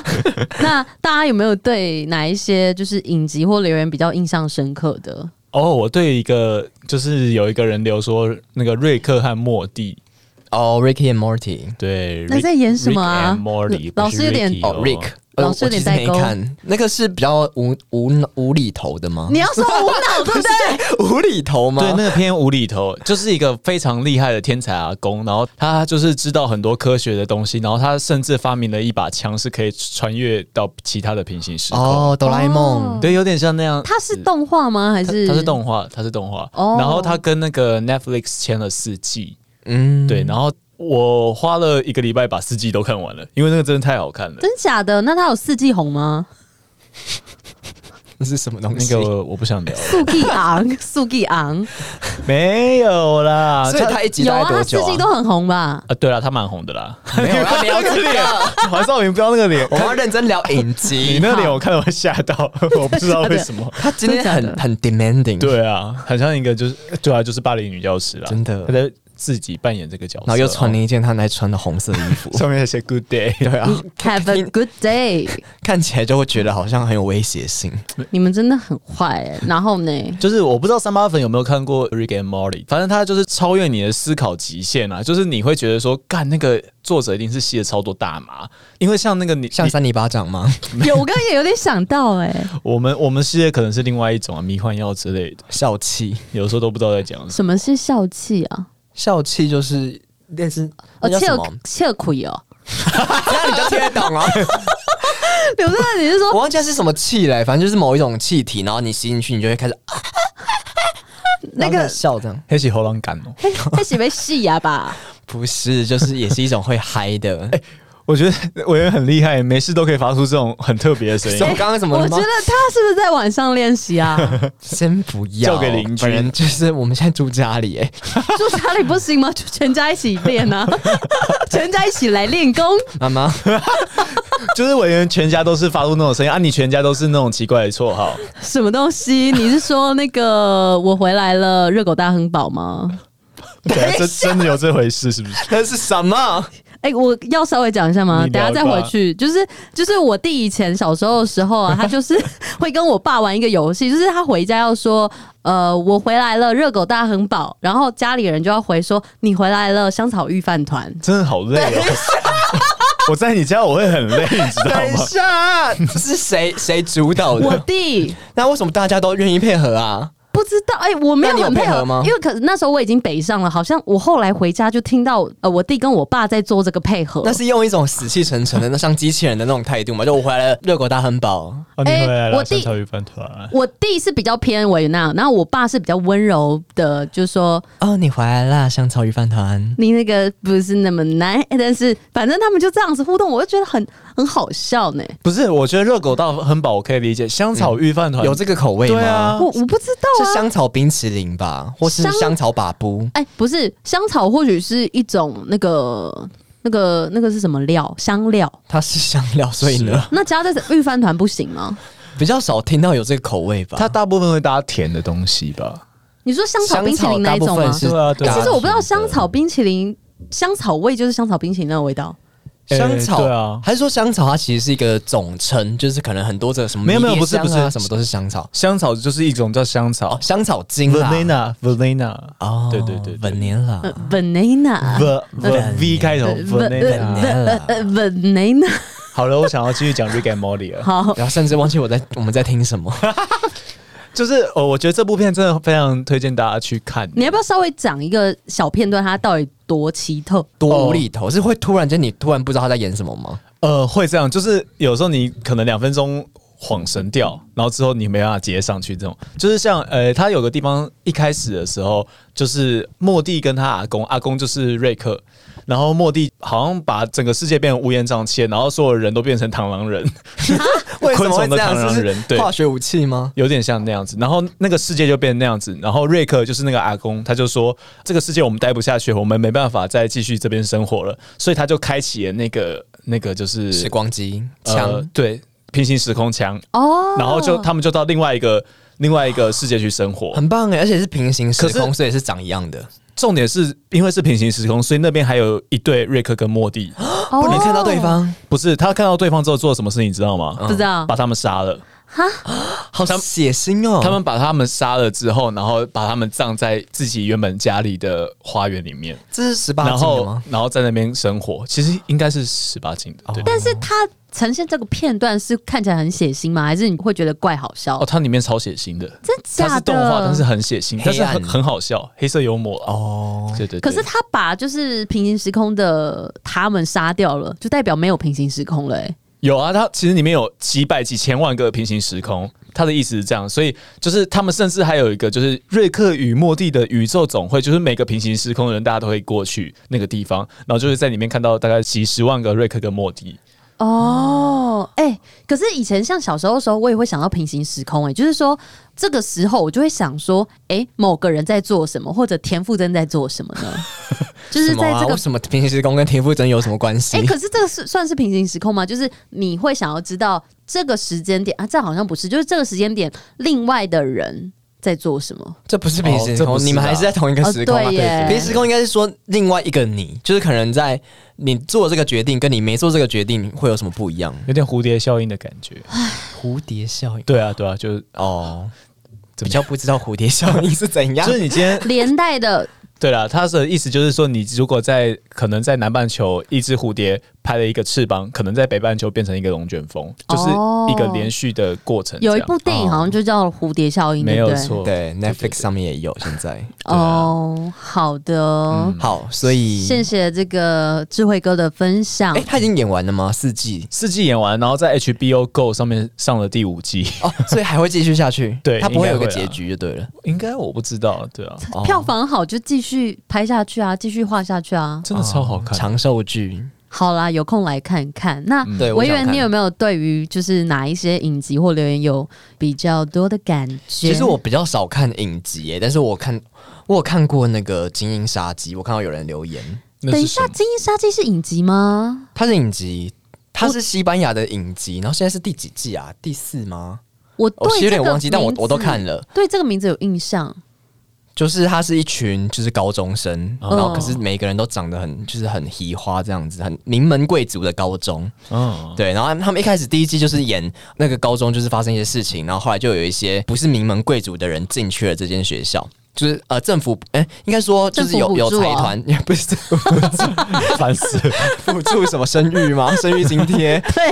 Speaker 1: 那大家有没有对哪一些就是影集或留言比较印象深刻的？
Speaker 2: 哦，我对一个就是有一个人留说那个瑞克和莫蒂，
Speaker 3: 哦、r i c k y and Morty。
Speaker 2: 对，
Speaker 1: 那在演什么啊
Speaker 2: Rick and Morty，
Speaker 1: 老
Speaker 2: 不是
Speaker 1: 师有点
Speaker 2: Ricky
Speaker 3: 哦、r i c k 呃
Speaker 1: 老师有
Speaker 3: 我
Speaker 1: 点
Speaker 3: 其实
Speaker 1: 代
Speaker 3: 没
Speaker 1: 沟。
Speaker 3: 看那个是比较无无无厘头的吗
Speaker 1: 你？要说无脑对不对？
Speaker 3: 无厘头吗？
Speaker 2: 对，那个偏无厘头，就是一个非常厉害的天才阿公，然后他就是知道很多科学的东西，然后他甚至发明了一把枪，是可以穿越到其他的平行时空。
Speaker 3: 哦，哆啦 A 梦
Speaker 1: 哦，
Speaker 2: 对，有点像那样。
Speaker 1: 它是动画吗？还是
Speaker 2: 它是动画，它是动画。
Speaker 1: 哦
Speaker 2: 然后他跟那个 Netflix 签了四季，
Speaker 3: 嗯，
Speaker 2: 对，然后我花了一个礼拜把四季都看完了，因为那个真的太好看了。
Speaker 1: 真假的？那它有四季红吗？
Speaker 3: 那是什么东
Speaker 2: 那
Speaker 3: 西？
Speaker 2: 个我我不想聊了，
Speaker 1: 速季昂，速季昂，
Speaker 2: 没有啦。
Speaker 3: 所以
Speaker 2: 它
Speaker 3: 它一集
Speaker 1: 有
Speaker 3: 哎大概
Speaker 1: 啊，它
Speaker 3: 多
Speaker 1: 四
Speaker 3: 久
Speaker 1: 季都很红 吧？
Speaker 2: 啊，对了，他蛮红的啦。哦
Speaker 3: 没有要聊这个，
Speaker 2: 黄少明不要那个脸，
Speaker 3: 我们要认真聊影
Speaker 2: 你
Speaker 3: 集。
Speaker 2: 那脸我看到会吓 到，我不知道为什么。
Speaker 3: 他今
Speaker 1: 真的
Speaker 3: 天
Speaker 1: 假
Speaker 3: 很
Speaker 1: 的
Speaker 3: 很 demanding，，
Speaker 2: 对啊，很像一个就是对啊，就是巴黎女教师啦，
Speaker 3: 真的
Speaker 2: 她在自己扮演这个角色，，
Speaker 3: 然后又穿了一件他来穿的红色的衣服
Speaker 2: 上面还写 Good Day，
Speaker 3: 对啊，
Speaker 1: Have a good day！
Speaker 3: 看起来就会觉得好像很有威胁性。
Speaker 1: 你们真的很坏、欸。然后呢？
Speaker 2: 就是我不知道三八粉有没有看过 Rick and Morty，反正他就是超越你的思考极限啊，就是你会觉得说，干那个作者一定是吸了超多大麻，因为像那个你
Speaker 3: 像
Speaker 2: 你
Speaker 3: 三里巴掌吗？
Speaker 1: 有，我刚刚也有点想到、哎，
Speaker 2: 我们我们系列可能是另外一种啊，迷幻药之类的，
Speaker 3: 笑气，
Speaker 2: 有时候都不知道在讲什
Speaker 1: 什么是笑气啊？
Speaker 3: 笑气就是类似那
Speaker 1: 哦，
Speaker 3: 叫
Speaker 1: 切
Speaker 3: 什
Speaker 1: 尔
Speaker 3: 么？
Speaker 1: 切尔奎哦。
Speaker 3: 那你就听得懂啊！
Speaker 1: 刘正，你是
Speaker 3: 我
Speaker 1: 说
Speaker 3: 忘记它是什么气嘞，反正就是某一种气体，然后你吸进去，你就会开始啊
Speaker 1: 那
Speaker 3: 然后开
Speaker 1: 个
Speaker 3: 始笑这样。
Speaker 2: 么黑起喉咙感哦。
Speaker 1: 在洗被戏呀吧？
Speaker 3: 不是，就是也是一种会嗨 的。
Speaker 2: 我觉得委员很厉害，没事都可以发出这种很特别的声 音
Speaker 3: 什。么刚刚怎么
Speaker 1: 我
Speaker 3: 了
Speaker 1: 觉
Speaker 3: 吗
Speaker 1: 得？他是不是在晚上练习啊？
Speaker 3: 先不要，
Speaker 2: 交给邻居
Speaker 3: 本人就是我们现在住家里，哎，
Speaker 1: 住家里不行吗？就全家一起练啊， 全家一起来练功。
Speaker 3: 妈妈，
Speaker 2: 就是委员全家都是发出那种声音啊，你全家都是那种奇怪的绰号，
Speaker 1: 什么东西？你是说那个我回来了热狗大亨堡吗？
Speaker 2: 对 啊，这真的有这回事是不是？
Speaker 3: 那是什么？
Speaker 1: 哎、我要稍微讲一下吗？
Speaker 2: 你
Speaker 1: 等
Speaker 2: 聊
Speaker 1: 下再回去，就是就是我弟以前小时候的时候啊，他就是会跟我爸玩一个游戏，就是他回家要说，呃，我回来了，热狗大亨堡，然后家里人就要回说，你回来了，香草御饭 团。
Speaker 2: 真的好累 哦。我在你家我会很累，你 知道
Speaker 1: 哎
Speaker 3: 等一
Speaker 2: 吗？
Speaker 3: 下，这 是谁谁主导
Speaker 1: 我
Speaker 3: 的？
Speaker 1: 弟
Speaker 3: 那为什么大家都愿意配合啊？
Speaker 1: 不知道，哎、我没有
Speaker 3: 那你有
Speaker 1: 很配
Speaker 3: 配合吗
Speaker 1: 因为可那时候我已经北上了，好像我后来回家就听到，呃，我弟跟我爸在做这个配合。
Speaker 3: 那是用一种死气沉沉的，那像机器人的那种态度嘛？就我回来了，热狗大汉堡，
Speaker 2: 哦，你回来
Speaker 1: 哎我
Speaker 2: 了，
Speaker 1: 弟
Speaker 2: 香草鱼饭团。啊
Speaker 1: 我弟是比较偏维也纳，然后我爸是比较温柔的，就说
Speaker 3: 哦，你回来啦，香草鱼饭团。
Speaker 1: 你那个不是那么难，但是反正他们就这样子互动，我就觉得很很好笑呢。
Speaker 2: 不是，我觉得热狗到很饱，我可以理解。香草鱼饭团
Speaker 3: 有这个口味吗？
Speaker 2: 对啊
Speaker 1: 我我不知道
Speaker 3: 哦是
Speaker 1: 啊，
Speaker 3: 香草冰淇淋吧，或是
Speaker 1: 香
Speaker 3: 香草把布？
Speaker 1: 哎、不是香草，或许是一种那个那个那个是什么料？香料。
Speaker 3: 它是香料，所以
Speaker 2: 是
Speaker 3: 呢
Speaker 2: 啊
Speaker 1: 那加在御饭团不行吗？
Speaker 3: 比较少听到有这个口味吧。
Speaker 2: 它大部分会搭甜的东西吧？
Speaker 1: 你说香草
Speaker 3: 香
Speaker 1: 冰淇
Speaker 3: 草
Speaker 1: 淋那
Speaker 3: 大
Speaker 1: 一
Speaker 3: 部
Speaker 1: 种
Speaker 3: 分
Speaker 1: 吗？
Speaker 3: 是
Speaker 2: 对啊对
Speaker 1: 哎、
Speaker 2: 啊
Speaker 1: 其实我不知道
Speaker 3: 搭
Speaker 1: 香草冰淇淋香草味就是香草冰淇淋那个味道。
Speaker 2: 哎
Speaker 3: 香草、
Speaker 2: 对啊
Speaker 3: 还是说香草它其实是一个总称，就是可能很多的什么
Speaker 2: 没有没有
Speaker 3: 迷迭香啊
Speaker 2: 不是不是
Speaker 3: 什么都是香草
Speaker 2: 香草就是一种叫香草
Speaker 3: 哦，香草精啦
Speaker 2: vanilla vanilla
Speaker 3: 哦，
Speaker 2: 对对对对
Speaker 3: 本年啦，
Speaker 1: 呃 banana。
Speaker 2: v v
Speaker 3: Vanilla
Speaker 2: v 开头 vanilla。
Speaker 1: 呃 banana，
Speaker 2: 好了，我想要继续讲 Rick and Morty 了。
Speaker 1: 好，
Speaker 3: 然后甚至忘记我在我们在听什么。
Speaker 2: 哦就是呃，我觉得这部片真的非常推荐大家去看。
Speaker 1: 你要不要稍微讲一个小片段，它到底多奇特？
Speaker 3: 多无厘头，是会突然间你突然不知道他在演什么吗？
Speaker 2: 呃，会这样，就是有时候你可能两分钟恍神掉，然后之后你没办法接上去，这种就是像呃，他有个地方一开始的时候，就是莫蒂跟他阿公，阿公就是瑞克，然后莫蒂好像把整个世界变得乌烟瘴气，然后所有人都变成螳螂人，
Speaker 3: 为什
Speaker 2: 昆
Speaker 3: 么会
Speaker 2: 虫的
Speaker 3: 这样？
Speaker 2: 螳螂
Speaker 3: 是不
Speaker 2: 人
Speaker 3: 是
Speaker 2: 对
Speaker 3: 化学武器吗？
Speaker 2: 有点像那样子，然后那个世界就变成那样子，然后瑞克就是那个阿公，他就说这个世界我们待不下去，我们没办法再继续这边生活了，所以他就开启了那个那个就是
Speaker 3: 时光机
Speaker 2: 呃
Speaker 3: 枪、
Speaker 2: 对平行时空枪，
Speaker 1: 哦，
Speaker 2: 然后就他们就到另外一个另外一个世界去生活。
Speaker 3: 很棒哎，而且是平行时
Speaker 2: 可
Speaker 3: 空，所以是长一样的，
Speaker 2: 重点是因为是平行时空，所以那边还有一对瑞克跟莫蒂。
Speaker 1: 哦
Speaker 3: 不能看到对，方。
Speaker 2: 不是他看到对方之后做了什么事，你知道吗？
Speaker 1: 不知道
Speaker 2: 把他们杀了。
Speaker 3: 好
Speaker 2: 他们
Speaker 3: 血腥哦！
Speaker 2: 他们把他们杀了之后，然后把他们葬在自己原本家里的花园里面，
Speaker 3: 这是十八
Speaker 2: 然
Speaker 3: 禁的
Speaker 2: 后
Speaker 3: 吗？哦
Speaker 2: 然后在那边生活。其实应该是十八禁的，对。
Speaker 1: 但是它呈现这个片段是看起来很血腥吗？还是你会觉得怪好笑
Speaker 2: 哦，？它里面超血腥的，
Speaker 1: 真
Speaker 2: 它
Speaker 1: 假
Speaker 2: 是动画，但是
Speaker 1: 的？
Speaker 2: 很血腥，但是
Speaker 3: 黑暗
Speaker 2: 很很好笑，黑色幽默哦。
Speaker 3: 哦，
Speaker 2: 对对对，
Speaker 1: 可是他把就是平行时空的他们杀掉了，就代表没有平行时空了、欸。
Speaker 2: 有啊，它其实里面有几百几千万个平行时空，它的意思是这样，所以就是他们甚至还有一个就是瑞克与莫蒂的宇宙总会，就是每个平行时空的人大家都会过去那个地方，然后就是在里面看到大概几十万个瑞克跟莫蒂。
Speaker 1: 哦，哎、可是以前像小时候的时候，我也会想到平行时空、哎，就是说这个时候我就会想说，哎、某个人在做什么，或者田馥甄在做什么呢？就是
Speaker 3: 什么
Speaker 1: 在
Speaker 3: 啊
Speaker 1: 这个
Speaker 3: 为什么平行时空跟田馥甄有什么关系？
Speaker 1: 哎、可是这个是算是平行时空吗？就是你会想要知道这个时间点啊，这好像不是，就是这个时间点另外的人在做什 么？
Speaker 3: 这不是平行时
Speaker 2: 哦这不
Speaker 3: 空，
Speaker 2: 是啊
Speaker 3: 你们还是在同一个时空
Speaker 1: 哦
Speaker 3: 啊？
Speaker 1: 对耶
Speaker 3: 平行时空应该是说另外一个你，就是可能在你做这个决定跟你没做这个决定会有什么不一样？
Speaker 2: 有点蝴蝶效应的感觉，
Speaker 3: 蝴蝶效应
Speaker 2: 对啊，对啊，就是
Speaker 3: 哦，
Speaker 2: 怎
Speaker 3: 比
Speaker 2: 么讲？
Speaker 3: 较不知道蝴蝶效应是怎样
Speaker 2: 就。是你今天
Speaker 1: 连带的
Speaker 2: 对啦，他的意思就是说，你如果在可能在南半球，一只蝴蝶拍了一个翅膀，可能在北半球变成一个龙卷风，就是一个连续的过程这样。
Speaker 1: 哦有一部电
Speaker 3: 哦
Speaker 1: 影好像就叫《蝴蝶效应》，
Speaker 2: 没
Speaker 1: 对
Speaker 2: 有
Speaker 1: 不对？
Speaker 2: 错，
Speaker 3: 对，Netflix 上面也有现在。
Speaker 2: 对啊
Speaker 1: 哦，好的，
Speaker 3: 好，所以
Speaker 1: 谢谢这个智慧哥的分享
Speaker 3: 哎，。他已经演完了吗？四季
Speaker 2: 四季演完，然后在 HBO Go 上面上了第五季，
Speaker 3: 哦，所以还会继续下去
Speaker 2: 。对
Speaker 3: 他不会有个
Speaker 2: 应该会
Speaker 3: 结
Speaker 2: 啊
Speaker 3: 局就对了。
Speaker 2: 应该我不知道，对啊，
Speaker 3: 哦
Speaker 1: 哎票房好就继续拍下去啊，继续画下去啊。
Speaker 2: 真的超好看。
Speaker 3: 长寿剧。
Speaker 1: 好啦，有空来看看。那
Speaker 2: 嗯
Speaker 3: 嗯对，我
Speaker 1: 维
Speaker 3: 想
Speaker 1: 园，
Speaker 3: 看
Speaker 1: 你有没有对于就是哪一些影集或留言有比较多的感觉？
Speaker 3: 其实我比较少看影集耶，但是我看我有看过那个《精英杀机》，我看到有人留言，
Speaker 2: 那
Speaker 1: 等一
Speaker 2: 是什
Speaker 1: 下，
Speaker 2: 么
Speaker 1: 《金沙记》是影集吗？
Speaker 3: 它是影集，它是西班牙的影集，然后现在是第几季啊？第四吗？
Speaker 1: 我
Speaker 3: 我
Speaker 1: 对
Speaker 3: 其实
Speaker 1: 这
Speaker 3: 有点
Speaker 1: 个
Speaker 3: 忘记，但我
Speaker 1: 名字
Speaker 3: 我都看了。
Speaker 1: 对这个名字有印象。
Speaker 3: 就是他是一群就是高中生，
Speaker 1: 嗯
Speaker 3: 然后可是每个人都长得很就是很奇花这样子，很名门贵族的高中。
Speaker 2: 嗯，
Speaker 3: 对，然后他们一开始第一季就是演那个高中就是发生一些事情，然后后来就有一些不是名门贵族的人进去了这间学校。就是呃，政府哎、应该说就是有、
Speaker 1: 政府
Speaker 3: 有
Speaker 1: 补助
Speaker 3: 财
Speaker 1: 啊
Speaker 3: 团， 也不是政府
Speaker 2: 烦死了，
Speaker 3: 补助什么生育吗？生育津贴
Speaker 1: 对，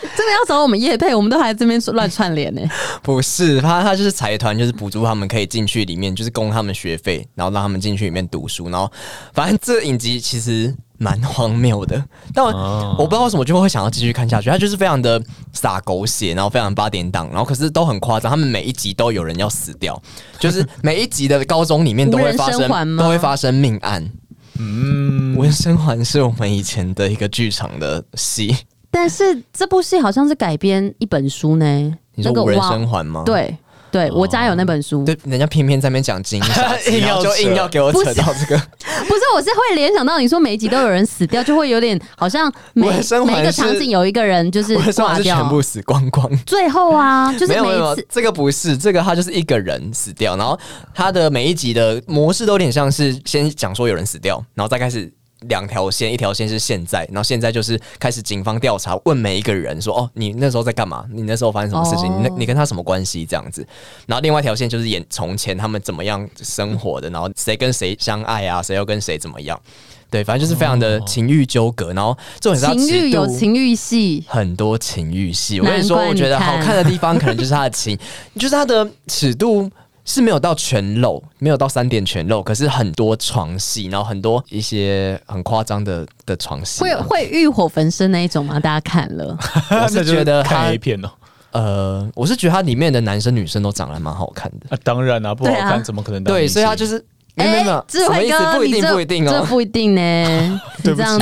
Speaker 1: 这个要找我们叶配，我们都还这边乱串联呢、
Speaker 3: 不是，他他就是财团，就是补助他们可以进去里面，就是供他们学费，然后让他们进去里面读书，然后反正这影集其实蛮荒谬的，但我,、
Speaker 2: 哦
Speaker 3: 我不知道为什么就会想要继续看下去，他就是非常的撒狗血，然后非常八点档，然后可是都很夸张，他们每一集都有人要死掉，就是每一集的高中里面都会发
Speaker 1: 无人生还
Speaker 3: 生
Speaker 1: 吗
Speaker 3: 都会发生命案。
Speaker 2: 嗯，
Speaker 3: 无人生还是我们以前的一个剧场的戏，
Speaker 1: 但是这部戏好像是改编一本书呢，
Speaker 3: 你说
Speaker 1: 那个
Speaker 3: 无人
Speaker 1: 哇
Speaker 3: 生还吗？。哦
Speaker 1: 对对，我家有那本书。
Speaker 3: 对，人家偏偏在那边讲金 沙
Speaker 2: 硬
Speaker 3: 然后
Speaker 2: 要
Speaker 3: 就硬
Speaker 2: 扯
Speaker 3: 要给我扯到这个，
Speaker 1: 不是，我是会联想到你说每一集都有人死掉，就会有点好像每
Speaker 3: 我的生还
Speaker 1: 每一个
Speaker 3: 是
Speaker 1: 场景有一个人就是
Speaker 3: 我的上
Speaker 1: 挂
Speaker 3: 海是全
Speaker 1: 掉
Speaker 3: 部。死光光。
Speaker 1: 最后啊，就是
Speaker 3: 没有
Speaker 1: 每
Speaker 3: 没有没
Speaker 1: 一
Speaker 3: 有
Speaker 1: 次，
Speaker 3: 这个不是，这个他就是一个人死掉，然后他的每一集的模式都有点像是先讲说有人死掉，然后再开始两条线，一条线是现在，然后现在就是开始警方调查，问每一个人说哦，你那时候在干嘛？你那时候发生什么事情？
Speaker 1: 哦
Speaker 3: 你那你跟他什么关系？这样子，然后另外一条线就是演从前他们怎么样生活的，然后谁跟谁相爱啊，谁又跟谁怎么样？对，反正就是非常的情欲纠葛，然后这种是它
Speaker 1: 哦情欲
Speaker 3: 尺
Speaker 1: 有
Speaker 3: 度
Speaker 1: 情欲戏，
Speaker 3: 很多情欲戏。我跟你说，
Speaker 1: 难怪
Speaker 3: 我觉得
Speaker 1: 你看
Speaker 3: 好看的地方可能就是它的情， 就是它的尺度。是没有到全露，没有到三点全露，可是很多床戏，然后很多一些很夸张的的床戏
Speaker 1: 会
Speaker 3: 啊、
Speaker 1: 会欲火焚身那一种吗？大家看了，
Speaker 3: 我是觉得
Speaker 2: 看
Speaker 3: 它
Speaker 2: A 片哦，
Speaker 3: 呃，我是觉得它里面的男生女生都长得还蛮好看的，
Speaker 2: 啊，当然啊，不好
Speaker 1: 对啊
Speaker 2: 看怎么可能当明
Speaker 3: 对，
Speaker 2: 星？
Speaker 3: 所以他就是没有没有没有
Speaker 1: 哎，智
Speaker 3: 什么
Speaker 1: 慧
Speaker 3: 意思
Speaker 1: 哥，
Speaker 3: 不一
Speaker 1: 你
Speaker 3: 定
Speaker 1: 这
Speaker 3: 不一定
Speaker 1: 这
Speaker 3: 哦，
Speaker 1: 不一定呢，你
Speaker 2: 对不起
Speaker 1: 这样
Speaker 2: 我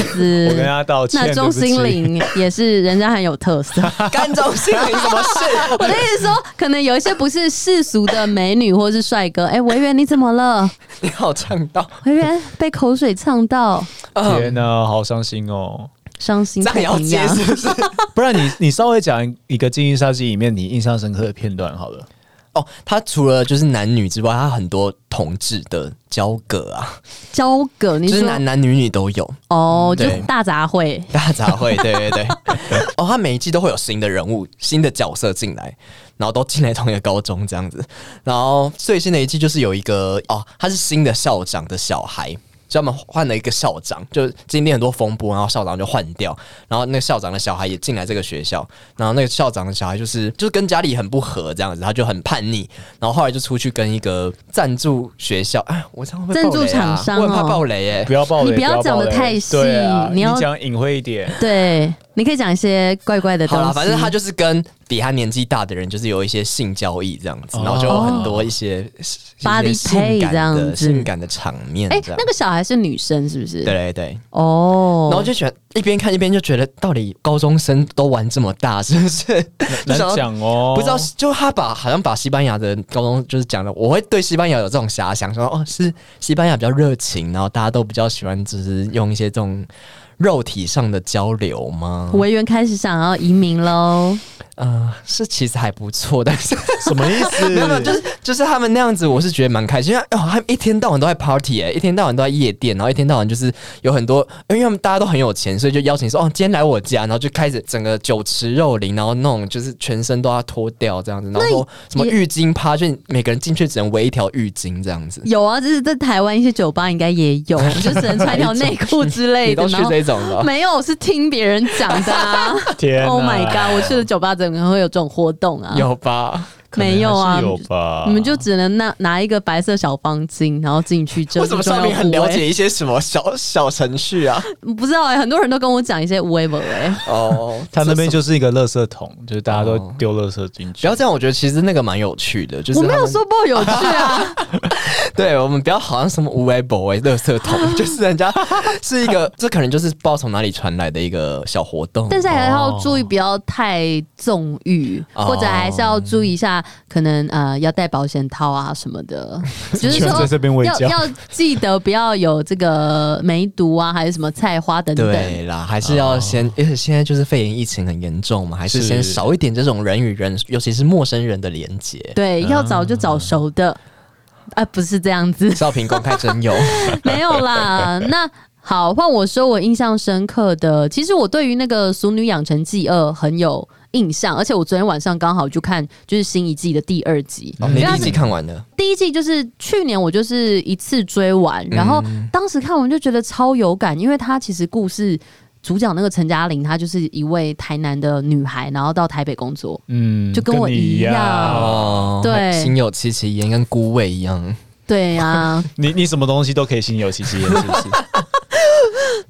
Speaker 2: 跟
Speaker 1: 子。
Speaker 2: 他道歉。
Speaker 1: 那钟心
Speaker 2: 对不起
Speaker 1: 凌也是人家很有特 色。
Speaker 3: 干中心灵什么事？
Speaker 1: 我的意思说，可能有一些不是世俗的美女或是帅哥。哎、维园你怎么 了？
Speaker 3: 你好呛 到，
Speaker 1: 维园被口水呛到，
Speaker 3: 呃
Speaker 2: 天哪，好伤心哦！
Speaker 1: 伤心
Speaker 3: 这样
Speaker 1: 太
Speaker 3: 也要
Speaker 1: 平
Speaker 3: 接
Speaker 1: 洋。
Speaker 3: 是不是？
Speaker 2: 不然你你稍微讲一个《金银杀机》里面你印象深刻的片段好了。
Speaker 3: 哦，他除了就是男女之外，他很多同志的交葛啊，
Speaker 1: 交葛，你
Speaker 3: 就
Speaker 1: 说、
Speaker 3: 是男男女女都有
Speaker 1: 哦，就
Speaker 3: 对
Speaker 1: 是大杂烩。
Speaker 3: 大杂烩，对对对。哦，他每一季都会有新的人物、新的角色进来，然后都进来同一个高中这样子。然后最新的一季就是有一个哦，他是新的校长的小孩。就他们换了一个校长，就经历很多风波，然后校长就换掉，然后那个校长的小孩也进来这个学校，然后那个校长的小孩就是就是跟家里很不合这样子，他就很叛逆，然后后来就出去跟一个赞助学校，哎，我这样会不会
Speaker 1: 赞助
Speaker 3: 爆雷啊
Speaker 1: 厂商
Speaker 3: 我很怕
Speaker 1: 哦
Speaker 3: 爆雷哎、
Speaker 2: 不要暴雷，
Speaker 1: 你不要
Speaker 2: 暴
Speaker 1: 讲得
Speaker 2: 雷
Speaker 1: 太细
Speaker 2: 对啊
Speaker 1: 你
Speaker 2: 你
Speaker 1: 要
Speaker 2: 讲隐晦一点。
Speaker 1: 对，你可以讲一些怪怪的东
Speaker 3: 好
Speaker 1: 西。
Speaker 3: 啦，反正他就是跟比他年纪大的人，就是有一些性交易这样子，
Speaker 2: 哦
Speaker 3: 然后就有很多一些
Speaker 1: 巴黎
Speaker 3: 一些性
Speaker 1: 配
Speaker 3: 感
Speaker 1: 哦这样
Speaker 3: 的
Speaker 1: 子
Speaker 3: 性感的场面
Speaker 1: 哎、
Speaker 3: 这样。
Speaker 1: 那个小孩是女生是不是？
Speaker 3: 对对对，
Speaker 1: 哦，
Speaker 3: 然后就觉得一边看一边就觉得，到底高中生都玩这么大，是 不是？
Speaker 2: 难
Speaker 3: 想要
Speaker 2: 讲哦，
Speaker 3: 不知道，就他把好像把西班牙的高中就是讲的，我会对西班牙有这种遐想，说哦，是西班牙比较热情，然后大家都比较喜欢，就是用一些这种肉体上的交流吗？
Speaker 1: 维园开始想要移民喽。
Speaker 3: 呃，是其实还不错， 但是
Speaker 2: 什么意思？
Speaker 3: 没有，没有，就是就是他们那样子，我是觉得蛮开心，因为哦，他们一天到晚都在 party 哎、一天到晚都在夜店，然后一天到晚就是有很多，因为他们大家都很有钱，所以就邀请说哦，今天来我家，然后就开始整个酒池肉林，然后那种就是全身都要脱掉这样子，然后什么浴巾趴，就每个人进去只能围一条浴巾这样子。
Speaker 1: 有啊，就是在台湾一些酒吧应该也 有，你就只能穿一条内裤之类
Speaker 3: 你
Speaker 1: 的。
Speaker 3: 都去
Speaker 1: 然后
Speaker 3: 这种的哦、
Speaker 1: 没有，我是听别人讲的、 啊。
Speaker 2: 天
Speaker 1: Oh
Speaker 2: 哪
Speaker 1: my god！我去的酒吧怎么会有这种活动啊？
Speaker 3: 有吧？
Speaker 2: 可能还是
Speaker 1: 没有啊？
Speaker 2: 有吧？
Speaker 1: 你们就只能拿拿一个白色小方巾，然后进去就
Speaker 3: 为什么上面很了解一些什么小小程序啊？
Speaker 1: 不知道哎、很多人都跟我讲一些 w a v e 哎，
Speaker 3: 哦，
Speaker 2: 他那边就是一个垃圾桶，就是大家都丢垃圾进
Speaker 3: 不
Speaker 2: 去
Speaker 3: 要。这样，我觉得其实那个蛮有趣的，就是
Speaker 1: 我没
Speaker 3: 他
Speaker 1: 有
Speaker 3: 们
Speaker 1: 说不有趣啊，
Speaker 3: 对我们不要好像什么无为博为垃圾 桶，就是人家是一个，这可能就是不知道从哪里传来的一个小活动。
Speaker 1: 但是还要注意不要太纵欲，
Speaker 3: 哦
Speaker 1: 或者还是要注意一下，可能呃要带保险套啊什么 的，就是
Speaker 2: 全在这边
Speaker 1: 说
Speaker 2: 喂
Speaker 1: 要
Speaker 2: 教
Speaker 1: 要记得不要有这个梅毒啊，还是什么菜花等等。
Speaker 3: 对啦，还是要先，而且现在就是肺炎疫情很严重嘛，还是
Speaker 2: 是
Speaker 3: 先少一点这种人与人，尤其是陌生人的连接。
Speaker 1: 对，要找就找熟的，
Speaker 3: 嗯
Speaker 1: 啊，不是这样子，
Speaker 3: 少平公开真有，
Speaker 1: 没有啦。那好，换我说，我印象深刻的，其实我对于那个《俗女养成记二》很有印象，而且我昨天晚上刚好就看就是新一季的第二集，
Speaker 3: 哦你第一集看完了，
Speaker 1: 第一季就是去年我就是一次追完，然后当时看完就觉得超有感，因为它其实故事。主角那个陈嘉玲，她就是一位台南的女孩，然后到台北工作，
Speaker 2: 嗯，
Speaker 1: 就跟我
Speaker 2: 你
Speaker 1: 一
Speaker 2: 一
Speaker 1: 样
Speaker 3: 哦，
Speaker 1: 对
Speaker 3: 心有戚戚焉，跟孤味一样。
Speaker 1: 对啊呀、
Speaker 2: 你你什么东西都可以心有戚戚焉，是不 是？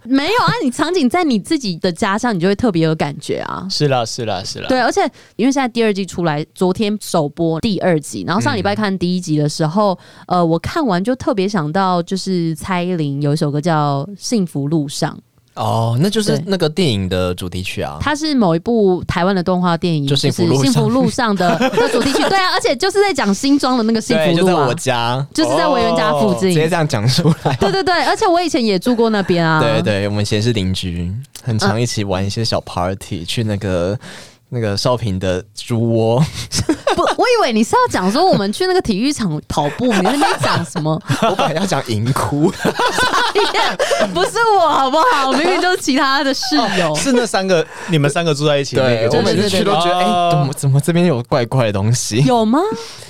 Speaker 1: 没有啊，你场景在你自己的家乡，你就会特别有感觉啊。
Speaker 2: 是啦，是啦，是啦。
Speaker 1: 对，而且因为现在第二季出来，昨天首播第二集，然后上礼拜看第一集的时候，呃，我看完就特别想到，就是蔡依林有一首歌叫《幸福路上》，
Speaker 3: 哦，那就是
Speaker 1: 对
Speaker 3: 那个电影的主题曲啊。
Speaker 1: 它是某一部台湾的动画电影，
Speaker 3: 就幸
Speaker 1: 是
Speaker 3: 福路上
Speaker 1: 幸福路上 的的主题曲。对啊，而且就是在讲新庄的那个幸
Speaker 3: 对，
Speaker 1: 福
Speaker 3: 就在
Speaker 1: 路啊
Speaker 3: 我，家，
Speaker 1: 就是在维园家附
Speaker 3: 直
Speaker 1: 近。
Speaker 3: 接这样讲出来。
Speaker 1: 对对 对，而且我以前也住过那边啊。
Speaker 3: 对对，我们以前是邻居，很常一起玩一些小 party，、去那个那个少平的 猪窝。
Speaker 1: 不，我以为你是要讲说我们去那个体育场跑步，你在那边讲什么？
Speaker 3: 我本来要讲银窟，
Speaker 1: 不是我好不好？明明就是其他的室
Speaker 3: 哦
Speaker 1: 友。
Speaker 2: 是那三个，你们三个住在一起那
Speaker 3: 对
Speaker 2: 个，
Speaker 1: 对
Speaker 3: 我每次
Speaker 1: 对
Speaker 3: 去都觉得，哎、
Speaker 2: 哦
Speaker 3: 怎么怎么这边有怪怪的东西，
Speaker 1: 有吗？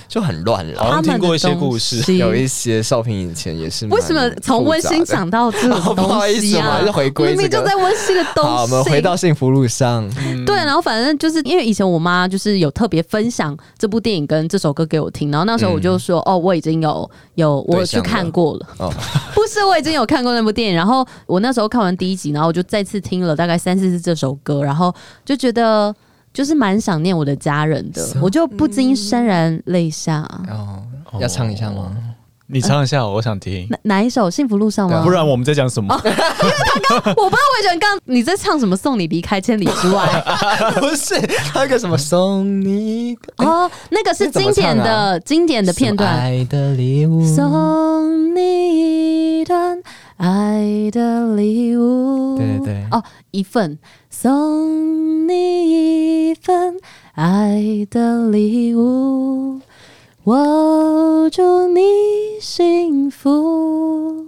Speaker 3: 就很乱
Speaker 2: 好
Speaker 3: 了。
Speaker 1: 他们
Speaker 2: 像听过
Speaker 1: 的
Speaker 2: 一些故
Speaker 1: 东
Speaker 2: 事
Speaker 1: 西
Speaker 3: 有一些少平以前也是蛮
Speaker 1: 为什么从温馨
Speaker 3: 复杂
Speaker 1: 讲
Speaker 3: 的
Speaker 1: 到这种
Speaker 3: 哦 不好
Speaker 1: 东
Speaker 3: 意思
Speaker 1: 西啊？
Speaker 3: 我们还是回归
Speaker 1: 明明
Speaker 3: 这
Speaker 1: 就
Speaker 3: 个
Speaker 1: 在温馨的东西。
Speaker 3: 好，我们回到幸福路上。
Speaker 1: 对，然后反正就是因为以前我妈就是有特别分享这部电影跟这首歌给我听，然后那时候我就说、哦，我已经有有我有去
Speaker 3: 嗯对象了
Speaker 1: 看过了，
Speaker 3: 哦，
Speaker 1: 不是我已经有看过那部电影，然后我那时候看完第一集，然后我就再次听了大概三四次这首歌，然后就觉得就是蛮想念我的家人的，我就不禁潸然泪下。
Speaker 3: 哦，要唱一下 吗？
Speaker 2: 你唱一下，我想听。
Speaker 1: 哪哪一首《幸福路上》吗？
Speaker 3: 嗯
Speaker 2: 不然我们在讲什
Speaker 3: 哦
Speaker 2: 么？
Speaker 1: 我不知道魏璇刚你在唱什么《送你离开千里之外
Speaker 3: 不是，还有个什么送你一个》
Speaker 1: 哦，那个是经典
Speaker 3: 那怎么啊
Speaker 1: 的、经典的片
Speaker 3: 什么
Speaker 1: 段。
Speaker 3: 爱的礼物。
Speaker 1: 送你一段爱的礼物，
Speaker 3: 对对对
Speaker 1: 哦，一份送你一份爱的礼物，我祝你幸福。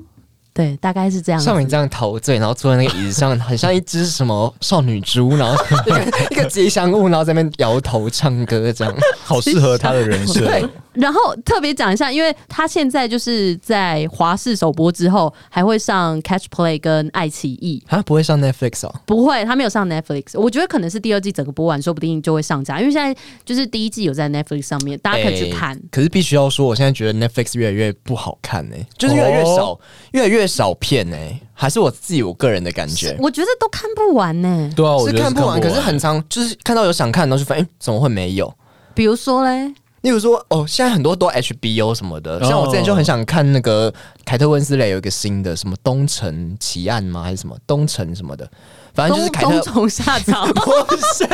Speaker 1: 对，大概是这样子。
Speaker 3: 像你这样陶醉，然后坐在那个椅子上，很像一只什么少女猪，然后一个 一个吉祥物，然后在那边摇头唱歌这样。
Speaker 2: 好适合他的人设。
Speaker 3: 对
Speaker 1: 然后特别讲一下，因为他现在就是在华视首播之后，还会上 Catch Play 跟爱奇艺。
Speaker 3: 啊，不会上 Netflix 哦。
Speaker 1: 不会，他没有上 Netflix。我觉得可能是第二季整个播完，说不定就会上架，因为现在就是第一季有在 Netflix 上面，啊大家可以去看。
Speaker 3: 欸可是必须要说，我现在觉得 Netflix 越来越不好看呢、就是越来越少，越来越少片呢、还是我自己我个人的感觉。哦
Speaker 1: 我觉得都看不完呢、
Speaker 2: 对啊，我
Speaker 3: 是
Speaker 2: 觉得
Speaker 3: 看不完，可是很长，就是看到有想看，然后就发现、欸怎么会没有？
Speaker 1: 比如说嘞，
Speaker 3: 例如说，哦，现在很多都 HBO 什么的，
Speaker 2: 哦
Speaker 3: 像我之前就很想看那个凯特温斯雷有一个新的什么《东城奇案》吗？还是什么《东城》什么的，反啊正就是
Speaker 1: 冬
Speaker 3: 凯
Speaker 1: 冬
Speaker 3: 特。
Speaker 1: 虫夏草
Speaker 3: 不是，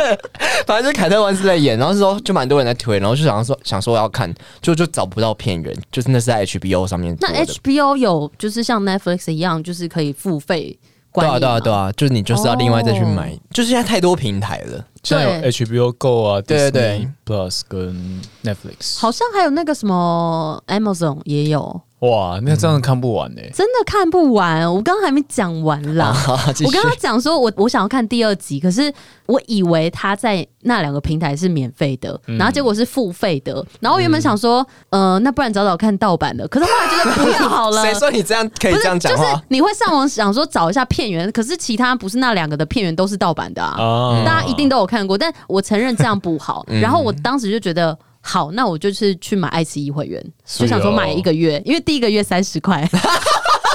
Speaker 3: 反正就是凯特温斯雷演，然后是说就蛮多人在推，然后就想说想说要看，就就找不到片源，就是那是在 HBO 上面播
Speaker 1: 那
Speaker 3: 的。
Speaker 1: HBO 有就是像 Netflix 一样，就是可以付费
Speaker 3: 对
Speaker 1: 观
Speaker 3: 啊
Speaker 1: 影
Speaker 3: 对啊
Speaker 1: 吗
Speaker 3: 对啊，就是你就是要另外再去买，
Speaker 1: 哦
Speaker 3: 就是现在太多平台了。
Speaker 2: 现在有 HBO Go 啊，
Speaker 3: 对对
Speaker 2: Disney Plus 跟 Netflix，
Speaker 1: 好像还有那个什么 Amazon 也有，
Speaker 2: 哇，那真的看不完呢。
Speaker 1: 真的看不完。我刚刚还没讲完啦。
Speaker 3: 啊， 继
Speaker 1: 我
Speaker 3: 续
Speaker 1: 跟他讲说我，我想要看第二集，可是我以为他在那两个平台是免费的，
Speaker 3: 嗯
Speaker 1: 然后结果是付费的。然后原本想说，呃，那不然找找看盗版的，可是后来觉得不要好了。
Speaker 3: 谁说你这样可以
Speaker 1: 不
Speaker 3: 这
Speaker 1: 是，
Speaker 3: 样讲
Speaker 1: 就是
Speaker 3: 话？
Speaker 1: 你会上网想说找一下片源，可是其他不是那两个的片源都是盗版的
Speaker 3: 哦
Speaker 1: 啊，
Speaker 2: 啊
Speaker 1: 大家一定都有看过。但我承认这样不好，
Speaker 3: 嗯
Speaker 1: 然后我当时就觉得。好，那我就是去买爱奇艺会员，
Speaker 2: 是哦
Speaker 1: 就想说买一个月，因为第一个月三十块，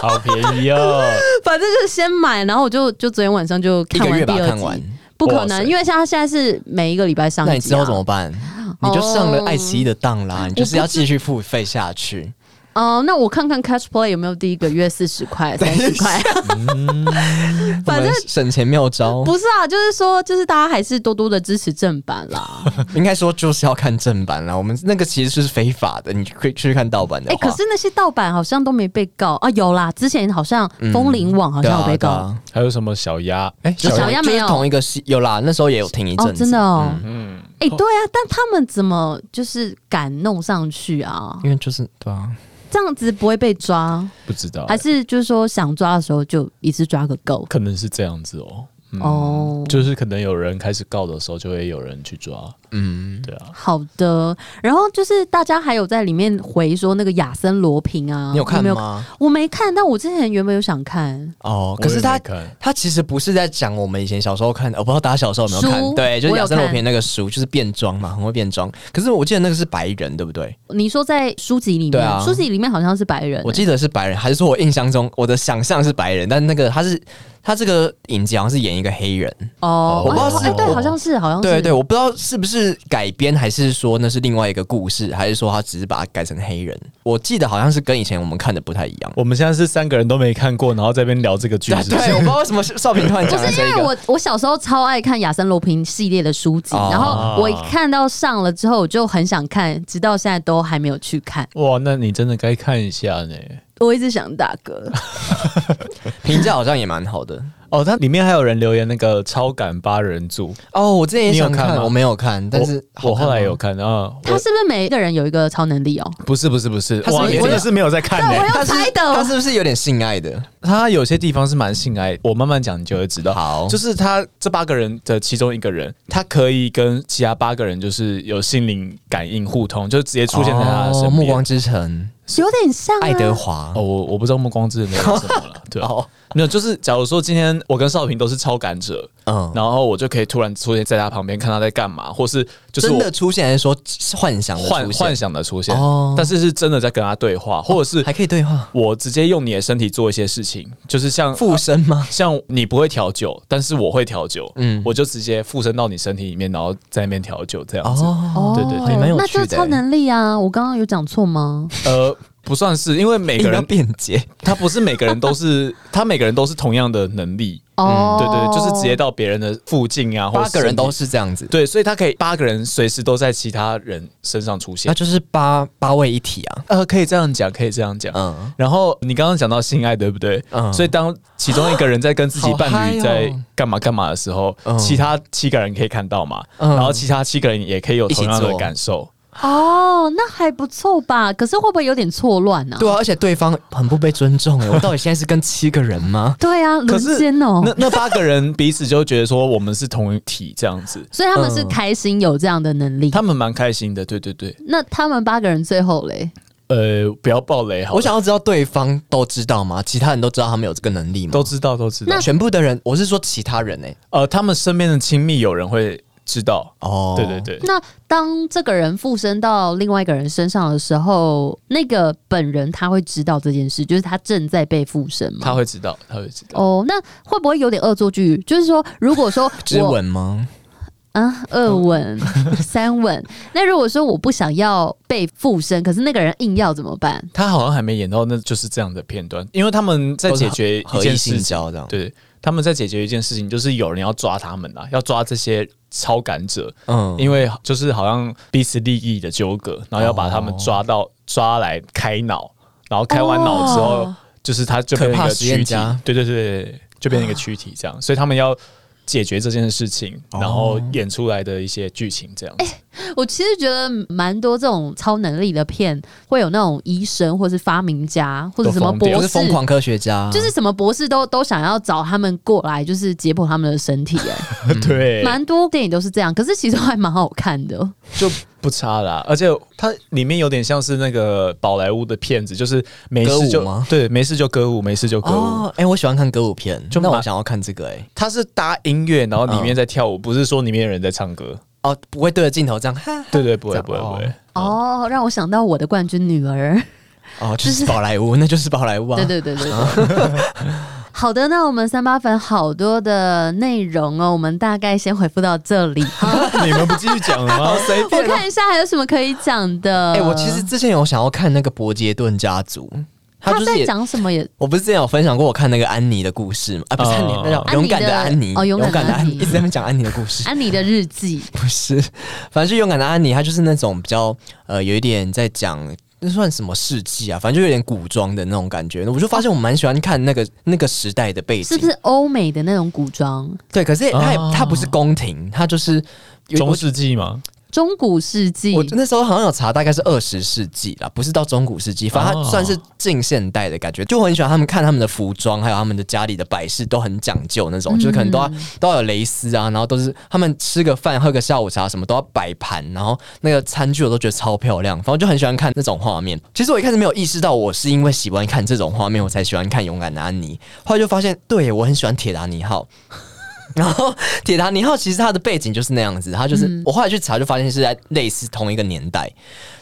Speaker 2: 好便宜 哦。
Speaker 1: 反正就是先买，然后我就就昨天晚上就
Speaker 3: 一
Speaker 1: 看
Speaker 3: 个
Speaker 1: 完
Speaker 3: 月
Speaker 1: 第
Speaker 3: 把它
Speaker 1: 二
Speaker 3: 看
Speaker 1: 集，
Speaker 3: 完，
Speaker 1: 不可
Speaker 2: 哇
Speaker 1: 能，
Speaker 2: 塞
Speaker 1: 因为像他现在是每一个礼拜上、啊，
Speaker 3: 那你之后怎么办？
Speaker 1: 哦
Speaker 3: 你就上了爱奇艺的当啦，你就是要继续付费下去。
Speaker 1: 哦、那我看看 Catch Play 有没有第一个月四十块、三十块，反正
Speaker 3: 我们省钱妙招，
Speaker 1: 不是啊，就是说，就是大家还是多多的支持正版 啦。
Speaker 3: 应该说就是要看正版啦。我们那个其实是非法的，你可以去看盗版的
Speaker 1: 哎、
Speaker 3: 话。
Speaker 1: 可是那些盗版好像都没被告啊，有啦，之前好像风铃网好
Speaker 3: 对
Speaker 1: 像有
Speaker 3: 啊
Speaker 1: 被
Speaker 3: 对
Speaker 1: 告，
Speaker 3: 啊，
Speaker 2: 还有什么小鸭？
Speaker 3: 哎，
Speaker 1: 小
Speaker 3: 小
Speaker 1: 鸭
Speaker 3: 就是
Speaker 1: 没有
Speaker 3: 同一个系有啦，那时候也有停一阵
Speaker 1: 哦，
Speaker 3: 子，
Speaker 1: 真的哦，哎、
Speaker 2: 嗯，
Speaker 1: 对啊，但他们怎么就是敢弄上去啊？
Speaker 3: 因为就是对啊，
Speaker 1: 这样子不会被抓，
Speaker 3: 哦
Speaker 2: 不知道，
Speaker 1: 还是就是说想抓的时候就一次抓个够？
Speaker 2: 可能是这样子哦。嗯
Speaker 1: 哦
Speaker 2: 就是可能有人开始告的时候，就会有人去抓。
Speaker 3: 嗯，
Speaker 2: 对啊，
Speaker 1: 好的，然后就是大家还有在里面回说那个亚森罗平啊，
Speaker 3: 你有看
Speaker 1: 没有？
Speaker 3: 吗？
Speaker 1: 我没看，但我之前原本有想看，
Speaker 3: 哦，
Speaker 2: 我
Speaker 3: 可是
Speaker 2: 也
Speaker 3: 他
Speaker 2: 没看
Speaker 3: 他其实不是在讲我们以前小时候看，我不知道大家小时候有没有看，
Speaker 1: 书
Speaker 3: 对，就
Speaker 1: 我
Speaker 3: 是
Speaker 1: 有
Speaker 3: 亚森罗
Speaker 1: 看
Speaker 3: 平那个书，就是变装嘛，很会变装。可是我记得那个是白人，对不对？
Speaker 1: 你说在书籍里
Speaker 3: 对
Speaker 1: 面，
Speaker 3: 啊
Speaker 1: 书籍里面好像是白人、欸
Speaker 3: 我记得是白人，还是说我印象中我的想象是白人，但那个他是他这个影集好像是演一个黑人，
Speaker 1: 哦，
Speaker 2: 我不知道
Speaker 1: 哎
Speaker 2: 是
Speaker 1: 哎对，好像是，好像是，
Speaker 3: 对对，我不知道是不是改编，还是说那是另外一个故事，还是说他只是把它改成黑人？我记得好像是跟以前我们看的不太一样。
Speaker 2: 我们现在是三个人都没看过，然后在那边聊这个 剧，
Speaker 3: 对
Speaker 2: 是不
Speaker 3: 对，
Speaker 2: 是
Speaker 3: 我不知道为什么少平突然
Speaker 1: 不
Speaker 3: 讲了
Speaker 1: 是因
Speaker 3: 这
Speaker 1: 为
Speaker 3: 个，
Speaker 1: 我我小时候超爱看亚森罗平系列的书籍，
Speaker 3: 哦
Speaker 1: 然后我一看到上了之后，我就很想看，直到现在都还没有去看。
Speaker 2: 哇，那你真的该看一下呢。
Speaker 1: 我一直想打嗝，
Speaker 3: 评价好像也蛮好的。
Speaker 2: 哦，它里面还有人留言那个超感八人组，
Speaker 3: 哦，我之前也
Speaker 2: 你有
Speaker 3: 想
Speaker 2: 看吗
Speaker 3: 我没有看，但是
Speaker 2: 我我
Speaker 3: 好看
Speaker 2: 后来
Speaker 3: 吗
Speaker 2: 有看啊，
Speaker 1: 他是不是每一个人有一个超能力哦？
Speaker 2: 不是不是不是，
Speaker 3: 它是
Speaker 2: 哇，
Speaker 3: 有
Speaker 2: 你真的是没有在看
Speaker 1: 对，我用
Speaker 2: 呢。
Speaker 3: 他是
Speaker 1: 猜的，
Speaker 3: 他是不是有点性爱的？
Speaker 2: 他有些地方是蛮性爱，我慢慢讲你就会知道。
Speaker 3: 好
Speaker 2: 就，是他这八个人的其中一个人，他可以跟其他八个人就是有心灵感应互通，就直接出现在他的身
Speaker 3: 哦
Speaker 2: 边。
Speaker 3: 暮光之城》
Speaker 1: 有点像、啊、
Speaker 3: 爱德 华
Speaker 2: 哦，。我我不知道目光之人 那个是什么了，对啊，
Speaker 1: 哦
Speaker 2: 没有，就是假如说今天我跟少平都是超感者，
Speaker 3: 嗯，
Speaker 2: 然后我就可以突然出现在他旁边，看他在干嘛，或是就是
Speaker 3: 真
Speaker 2: 我
Speaker 3: 的出现还是说幻想的
Speaker 2: 幻
Speaker 3: 出现
Speaker 2: 幻？想的出现，
Speaker 3: 哦
Speaker 2: 但是是真的在跟他对话，或者是
Speaker 3: 还可以对话
Speaker 2: 我直接用你的身体做一些事情，就是像
Speaker 3: 附身吗？
Speaker 2: 像你不会调酒，但是我会调酒，
Speaker 3: 嗯
Speaker 2: 嗯，我就直接附身到你身体里面，然后在那边调酒这样子。
Speaker 3: 哦，
Speaker 1: 哦，
Speaker 2: 对对
Speaker 3: 对蛮有
Speaker 1: 那
Speaker 3: 趣的
Speaker 1: 就是超能力啊！我刚刚有讲错吗？
Speaker 2: 呃，不算是，因为每
Speaker 3: 应
Speaker 2: 个
Speaker 3: 该
Speaker 2: 人
Speaker 3: 辩解。
Speaker 2: 他不是每个人都是他每个人都是同样的能力，
Speaker 1: 哦，
Speaker 2: 嗯对对，对就是直接到别人的附近啊，或者
Speaker 3: 八个人都
Speaker 2: 身体
Speaker 3: 是这样子，
Speaker 2: 对，所以他可以八个人随时都在其他人身上出
Speaker 3: 那
Speaker 2: 现。
Speaker 3: 就是八八位一体啊。
Speaker 2: 呃，可以这样讲，可以这样讲。
Speaker 3: 嗯，
Speaker 2: 然后你刚刚讲到性爱，对不对？
Speaker 3: 嗯
Speaker 2: 所以当其中一个人在跟自己
Speaker 3: 好嗨
Speaker 2: 伴侣
Speaker 3: 哦
Speaker 2: 在干嘛干嘛的时候，
Speaker 3: 嗯
Speaker 2: 其他七个人可以看到嘛，
Speaker 3: 嗯
Speaker 2: 然后其他七个人也可以有同样
Speaker 3: 一起
Speaker 2: 的
Speaker 3: 做
Speaker 2: 感受。
Speaker 1: 哦，那还不错吧？可是会不会有点错乱呢、啊？？
Speaker 3: 对啊，而且对方很不被尊重 哎，我到底现在是跟七个人吗
Speaker 1: 对啊，
Speaker 2: 可
Speaker 1: 轮
Speaker 2: 是
Speaker 1: 奸哦。
Speaker 2: 那那八个人彼此就觉得说我们是同一体这样子，
Speaker 1: 所以他们是开心有这样的能力。
Speaker 2: 他们蛮开心的。对对对，
Speaker 1: 那他们八个人最后嘞，
Speaker 2: 呃，不要暴雷好了，
Speaker 3: 我想要知道对方都知道吗？其他人都知道他们有这个能力吗？
Speaker 2: 都知道都知道
Speaker 1: 那。
Speaker 3: 全部的人，我是说其他人哎、
Speaker 2: 呃，他们身边的亲密友人会知道。
Speaker 3: 哦
Speaker 2: 对对，对，
Speaker 1: 那当这个人附身到另外一个人身上的时候，那个本人他会知道这件事，就是他正在被附身吗？
Speaker 2: 他会知道，他会知道。
Speaker 1: 哦，那会不会有点恶作剧？就是说，如果 说
Speaker 3: 知
Speaker 1: 我
Speaker 3: 吻吗？
Speaker 1: 啊，二吻、三 吻，那如果说我不想要被附身，可是那个人硬要怎么办？
Speaker 2: 他好像还没演到，那就是这样的片段，因为他们在解决一
Speaker 3: 合意
Speaker 2: 件
Speaker 3: 性
Speaker 2: 事情，
Speaker 3: 交这样，
Speaker 2: 对，他们在解决一件事情，就是有人要抓他们啊啦，要抓这些超感者，
Speaker 3: 嗯
Speaker 2: 因为就是好像彼此利益的纠葛，然后要把他
Speaker 3: 哦
Speaker 2: 们抓到、抓来开脑，然后开完脑之后，
Speaker 1: 哦
Speaker 2: 就是他就变成一
Speaker 3: 可怕
Speaker 2: 个
Speaker 3: 实验
Speaker 2: 躯体
Speaker 3: 家，啊
Speaker 2: 对对对，就变成一个躯体这样，所以他们要。解决这件事情，
Speaker 3: 哦
Speaker 2: 然后演出来的一些剧情这
Speaker 3: 哎
Speaker 2: 样子，
Speaker 1: 我其实觉得蛮多这种超能力的片会有那种医生，或是发明家，或者什么
Speaker 2: 都疯
Speaker 1: 博
Speaker 2: 掉
Speaker 3: 我
Speaker 1: 士，
Speaker 3: 是疯狂啊科学家，
Speaker 1: 就是什么博士都都想要找他们过来，就是解剖他们的身体、哎，
Speaker 2: 对，哦
Speaker 1: 蛮多电影都是这样，可是其实还蛮好看的。
Speaker 2: 就不差啦。而且它里面有点像是那个宝莱坞的骗子，就是没事
Speaker 3: 歌舞
Speaker 2: 就
Speaker 3: 吗
Speaker 2: 对，没事就歌舞，没事就歌舞。
Speaker 3: 哦，哎、我喜欢看歌舞片，
Speaker 2: 就
Speaker 3: 那我
Speaker 2: 蛮
Speaker 3: 想要看这个哎、
Speaker 2: 它是搭音乐，然后里面在跳舞，不是说里面有人在唱歌。
Speaker 3: 哦，不会对着镜头这样，哈哈
Speaker 2: 对对，不
Speaker 3: 这
Speaker 2: 会
Speaker 3: 样
Speaker 2: 不会不会。
Speaker 1: 哦，让我想到我的冠军女儿。
Speaker 3: 哦，就是宝莱坞，那就是宝莱坞啊，
Speaker 1: 对对对对对。 好的，那我们三八粉好多的内容哦，我们大概先回复到这 里。
Speaker 2: 你们不继续讲 了吗？谁
Speaker 1: 我看一呃下还有什么可以讲的。
Speaker 3: 哎、我其实之前有想要看那个伯杰顿家族，
Speaker 1: 他
Speaker 3: 就是
Speaker 1: 在
Speaker 3: 也，
Speaker 1: 讲什么也
Speaker 3: 我不是之前有分享过我看那个安妮的故事吗？啊，不是
Speaker 2: 哦
Speaker 3: 安妮，那叫
Speaker 1: 安妮的
Speaker 3: 勇敢的安妮，
Speaker 1: 哦勇敢的
Speaker 3: 的
Speaker 1: 安妮啊
Speaker 3: 妮，一直在那边讲安妮的故事，
Speaker 1: 安妮的日记，
Speaker 3: 不是，反正就勇敢的安妮，她就是那种比较呃，有一点在讲。那算什么事迹啊？反正就有点古装的那种感觉。我就发现我蛮喜欢看那个那个时代的背景，
Speaker 1: 是不是欧美的那种古装，
Speaker 3: 对，可是它也、
Speaker 2: 哦
Speaker 3: 它不是宫廷，它就是有
Speaker 2: 中世纪吗？
Speaker 1: 中古世纪？
Speaker 3: 我那时候好像有查，大概是二十世纪啦，不是到中古世纪，反正
Speaker 2: 哦
Speaker 3: 它算是近现代的感觉。就我很喜欢他们看他们的服装，还有他们的家里的摆饰都很讲究那种，就是可能都要都要有蕾丝啊，然后都是他们吃个饭、喝个下午茶什么都要摆盘，然后那个餐具我都觉得超漂亮，反正我就很喜欢看那种画面。其实我一开始没有意识到，我是因为喜欢看这种画面，我才喜欢看《勇敢的安妮》，后来就发现，对我很喜欢《铁达尼号》。然后铁达尼号其实它的背景就是那样子，它就是、
Speaker 1: 嗯
Speaker 3: 我后来去查就发现是在类似同一个年代，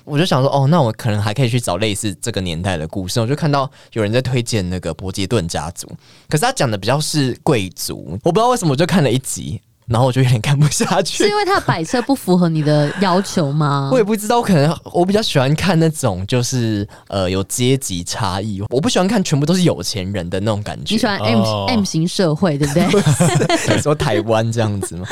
Speaker 3: 我就想说哦，那我可能还可以去找类似这个年代的故事。我就看到有人在推荐那个伯杰顿家族，可是他讲的比较是贵族，我不知道为什么我就看了一集，然后我就有点看不下
Speaker 1: 是哦
Speaker 3: 去
Speaker 1: 因。为它的摆设不符合你的要求吗？
Speaker 3: 我也不知道，可能我比较喜欢看那种就是呃有阶级差异，我不喜欢看全部都是有钱人的那种感觉。
Speaker 1: 你喜 欢 M、
Speaker 2: 哦
Speaker 1: M 型社会，对不对？
Speaker 3: 说台湾这样 子吗？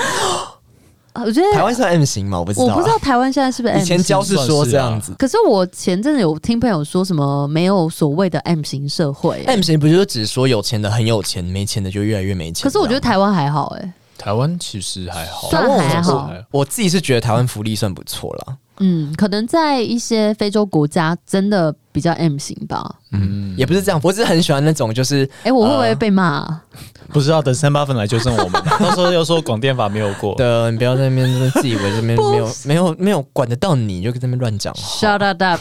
Speaker 1: 啊我觉
Speaker 3: 台
Speaker 1: 得
Speaker 3: 湾算 M 型吗？我不知道、
Speaker 1: 我
Speaker 3: 啊，
Speaker 1: 不知道台湾现在是不是 M
Speaker 3: 以前
Speaker 1: 型
Speaker 3: 教是说这样子。
Speaker 1: 可是我前阵子有听朋友说什么没有所谓的 M 型社会、欸
Speaker 3: M 型不就是只说有钱的很有钱，没钱的就越来越没钱？
Speaker 1: 可是我觉得
Speaker 3: 这样
Speaker 1: 台湾还好哎、
Speaker 2: 台湾其实还好，
Speaker 1: 算还好
Speaker 2: 台湾
Speaker 3: 我自己是觉得台湾福利算不错啦。
Speaker 1: 嗯，可能在一些非洲国家真的比较 M 型吧。
Speaker 3: 嗯，也不是这样，我只是很喜欢那种就是
Speaker 1: 哎、我会不会被骂、啊？
Speaker 2: 不知道等三八粉来纠正我们， 到时候又说广电法没有过。
Speaker 3: 的，你不要在那边自以为这边没有没有没有管得到你，就在那边乱讲话。
Speaker 1: Shut up up！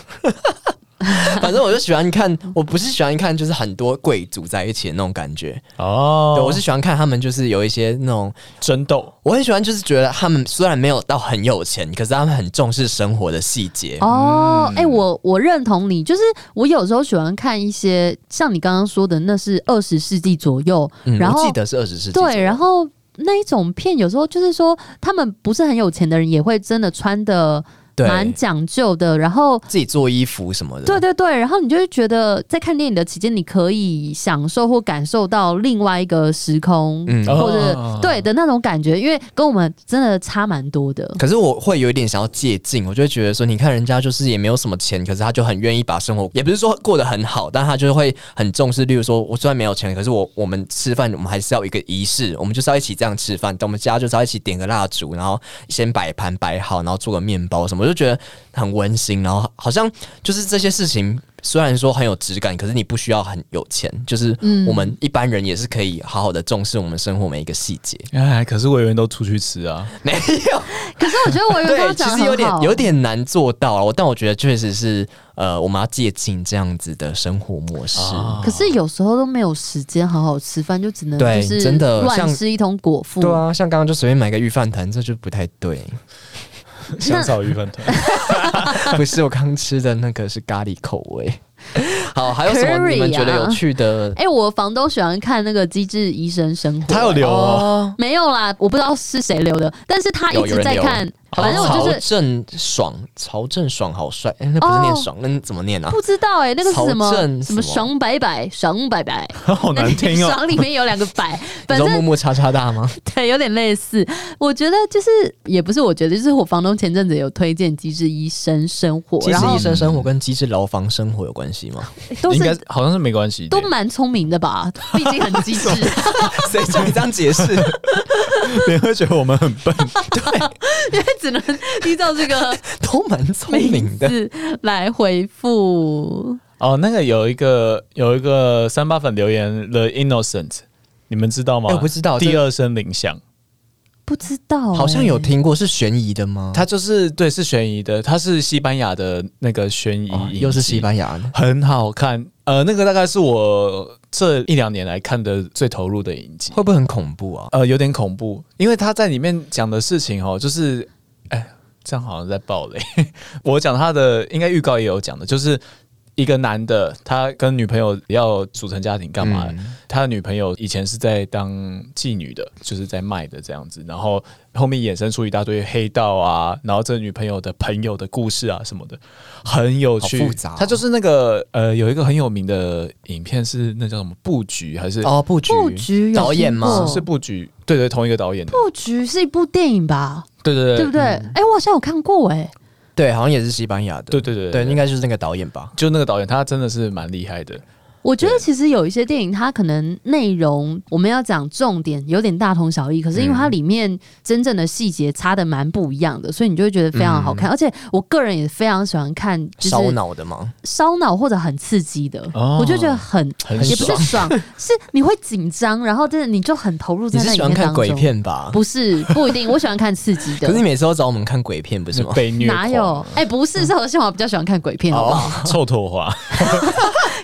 Speaker 3: 反正我就喜欢看，我不是喜欢看就是很多贵族在一起的那种感觉，
Speaker 2: 哦，
Speaker 3: 对我是喜欢看他们就是有一些那种
Speaker 2: 争斗，
Speaker 3: 我很喜欢，就是觉得他们虽然没有到很有钱，可是他们很重视生活的细节。
Speaker 1: 哦，哎、我我认同你，就是我有时候喜欢看一些像你刚刚说的，那是二十世纪左右，
Speaker 3: 嗯，
Speaker 1: 然
Speaker 3: 我
Speaker 1: 后
Speaker 3: 记得是二十世纪左右。
Speaker 1: 对，然后那一种片有时候就是说，他们不是很有钱的人也会真的穿的
Speaker 3: 对
Speaker 1: 蛮讲究的，然后
Speaker 3: 自己做衣服什么的。
Speaker 1: 对对对，然后你就会觉得在看电影的期间，你可以享受或感受到另外一个时空，
Speaker 3: 嗯
Speaker 1: 或者、
Speaker 2: 哦
Speaker 1: 对的那种感觉，因为跟我们真的差蛮多的。
Speaker 3: 可是我会有一点想要借镜，我就会觉得说，你看人家就是也没有什么钱，可是他就很愿意把生活，也不是说过得很好，但他就会很重视。例如说，我虽然没有钱，可是我我们吃饭，我们还是要有一个仪式，我们就是要一起这样吃饭，但我们家就是要一起点个蜡烛，然后先摆盘摆好，然后做个面包什么，我就觉得很温馨。然后好像就是这些事情虽然说很有质感，可是你不需要很有钱，就是我们一般人也是可以好好的重视我们生活每一个细节。
Speaker 2: 哎，可是委员都出去吃啊，
Speaker 3: 没有，
Speaker 1: 可是我觉得我有
Speaker 3: 对，
Speaker 1: 点
Speaker 3: 其
Speaker 1: 讲
Speaker 3: 实有
Speaker 1: 得
Speaker 3: 点
Speaker 1: 很好
Speaker 3: 有点难做到啊我但我觉得确实是呃，我们要借近这样子的生活模式。
Speaker 2: 啊
Speaker 1: 可是有时候都没有时间好好吃饭，就只能
Speaker 3: 对
Speaker 1: 就是
Speaker 3: 真的像
Speaker 1: 乱吃一桶果腹。
Speaker 3: 对啊，像刚刚就随便买个御饭团，这就不太 对。
Speaker 2: 香草鱼饭团。
Speaker 3: 不是，我刚吃的那个是咖喱口 味。好，还有什么
Speaker 1: Curry
Speaker 3: 你们觉得有趣的？
Speaker 1: 哎、我房东喜欢看那个《机智医生生活》，
Speaker 2: 他有留哦，
Speaker 3: 哦，
Speaker 1: 没有啦？我不知道是谁留的，但是他
Speaker 3: 有
Speaker 1: 一
Speaker 3: 有
Speaker 1: 直
Speaker 3: 人
Speaker 1: 在
Speaker 3: 留哦
Speaker 1: 看，
Speaker 3: 好
Speaker 1: 反正我就
Speaker 3: 曹
Speaker 1: 是哦
Speaker 3: 正爽，曹正爽好帅，哎、那不是念爽，那怎么念啊？
Speaker 1: 不知道哎、那个是什么
Speaker 3: 曹正
Speaker 1: 什么
Speaker 3: 什么
Speaker 1: 爽百百爽百 百，
Speaker 2: 好难听哦。
Speaker 1: 爽里面有两个 百，
Speaker 3: 你
Speaker 1: 反
Speaker 3: 知道
Speaker 1: 正
Speaker 3: 木木叉叉大吗？
Speaker 1: 对，有点类似。我觉得就是，也不是我觉得，就是我房东前阵子有推荐《机智医生生活》，
Speaker 3: 机
Speaker 1: 然
Speaker 3: 智
Speaker 1: 后
Speaker 3: 医生生活跟机智牢房生活有关系 吗？
Speaker 1: 都
Speaker 2: 应该
Speaker 1: 是
Speaker 2: 是好像是没关系的，
Speaker 1: 都蛮聪明的吧，毕竟很 机智。
Speaker 3: 谁叫你这样解释？
Speaker 2: 你会觉得我们很笨。
Speaker 1: 因为只能依照这个
Speaker 3: 都蛮聪明的。
Speaker 1: 字来回复。
Speaker 2: 哦，那个有一个有一个三八粉留言 The Innocent，你们知道吗？
Speaker 3: 哎我不知道这
Speaker 2: 第二声铃响，
Speaker 1: 不知道欸、
Speaker 3: 好像有听过，是悬疑的吗？
Speaker 2: 它就是对是悬疑的，它是西班牙的那个悬疑
Speaker 3: 哦
Speaker 2: 影集、
Speaker 3: 又是西班牙的，
Speaker 2: 很好看。呃，那个大概是我这一两年来看的最投入的影集，
Speaker 3: 会不会很恐怖啊？
Speaker 2: 呃，有点恐怖，因为他在里面讲的事情哦，就是，哎，这样好像在暴雷。 我讲他的应该预告也有讲的，就是一个男的，他跟女朋友要组成家庭干
Speaker 3: 嗯
Speaker 2: 嘛的？他的女朋友以前是在当妓女的，就是在卖的这样子，然后后面衍生出一大堆黑道啊，然后这女朋友的朋友的故事啊什么的，很有趣。
Speaker 3: 好复杂哦
Speaker 2: 他就是那个呃，有一个很有名的影片是那叫什么布局还是？
Speaker 3: 哦，布局，
Speaker 1: 布局有
Speaker 3: 导演吗
Speaker 1: 听过
Speaker 2: 是布局，对对，同一个导演的，
Speaker 1: 布局是一部电影吧，
Speaker 2: 对对
Speaker 1: 对不对？
Speaker 3: 嗯
Speaker 1: 哎、我好像有看过哎、
Speaker 3: 对，好像也是西班牙的，
Speaker 2: 对对对
Speaker 3: 对，应
Speaker 2: 该
Speaker 3: 该就是那个导演吧。
Speaker 2: 就那个导演，他真的是蛮厉害的。
Speaker 1: 我觉得其实有一些电影，它可能内容我们要讲重点有点大同小异，可是因为
Speaker 3: 嗯
Speaker 1: 它里面真正的细节差的蛮不一样的，所以你就会觉得非常好看。而且我个人也非常喜欢看，就
Speaker 3: 嗯烧
Speaker 1: 是
Speaker 3: 脑的吗？
Speaker 1: 烧脑或者很刺激的，
Speaker 2: 哦
Speaker 1: 我就觉得很
Speaker 2: 很
Speaker 1: 也不是爽， 是你会紧张，然后真的你就很投入
Speaker 3: 你
Speaker 1: 在
Speaker 3: 是
Speaker 1: 那
Speaker 3: 喜
Speaker 1: 里
Speaker 3: 欢
Speaker 1: 面
Speaker 3: 看
Speaker 1: 当
Speaker 3: 鬼
Speaker 1: 中。
Speaker 3: 片吧？
Speaker 1: 不是不一定，我喜欢看刺激
Speaker 3: 可是你
Speaker 1: 的。
Speaker 3: 每次都找我们看鬼片，不是吗？
Speaker 2: 被虐狂
Speaker 1: 哪有？哎、不是，是何信华比较喜欢看鬼片，好
Speaker 3: 哦
Speaker 1: 不好？
Speaker 2: 臭头 花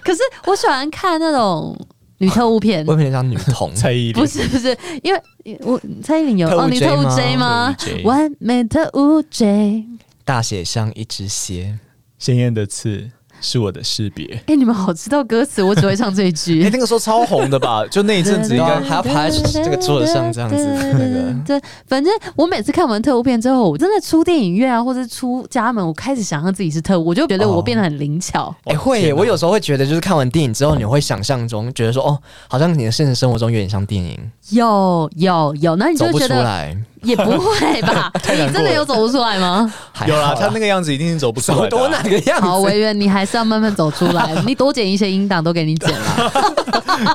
Speaker 1: 可是我喜欢看那种女特务 片，
Speaker 3: 我有点像女 童，
Speaker 2: 蔡依林
Speaker 1: 不是不是，因为我蔡依林有
Speaker 3: 特务
Speaker 1: 哦，女
Speaker 3: J
Speaker 1: 特务
Speaker 3: 吗
Speaker 1: J 吗
Speaker 2: 特务？J
Speaker 1: 完美特务 J，
Speaker 3: 大写像一只蝎。
Speaker 2: 鲜艳的刺是我的识别。
Speaker 1: 哎、你们好知道歌词，我只会唱这一句。
Speaker 2: 哎，那个时候超红的吧？就那一阵子应该
Speaker 3: 对啊还要趴在这个桌子上这样子那个
Speaker 1: 对，反正我每次看完特务片之后，我真的出电影院啊，或者出家门，我开始想象自己是特务，我就觉得我变得很灵巧。
Speaker 3: 哎、会耶，我有时候会觉得，就是看完电影之后，你会想象中觉得说，哦，好像你的现实生活中有点像电影，
Speaker 1: 有有有，那你就
Speaker 3: 走
Speaker 1: 会
Speaker 3: 不
Speaker 1: 觉
Speaker 3: 出
Speaker 1: 得
Speaker 3: 来。
Speaker 1: 也不会吧？ 你
Speaker 3: 难过了
Speaker 1: 真的有走不出来吗？
Speaker 3: 还
Speaker 2: 有
Speaker 3: 好
Speaker 2: 啦，他那个样子一定是走不出
Speaker 3: 走
Speaker 2: 来的
Speaker 3: 多
Speaker 2: 啊。
Speaker 3: 哪个样
Speaker 1: 好，
Speaker 3: 子？
Speaker 1: 维园，你还是要慢慢走出来。你多剪一些音档都给你剪了，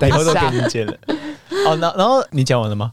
Speaker 2: 以后都给你见了。哦，那然后你讲完了吗？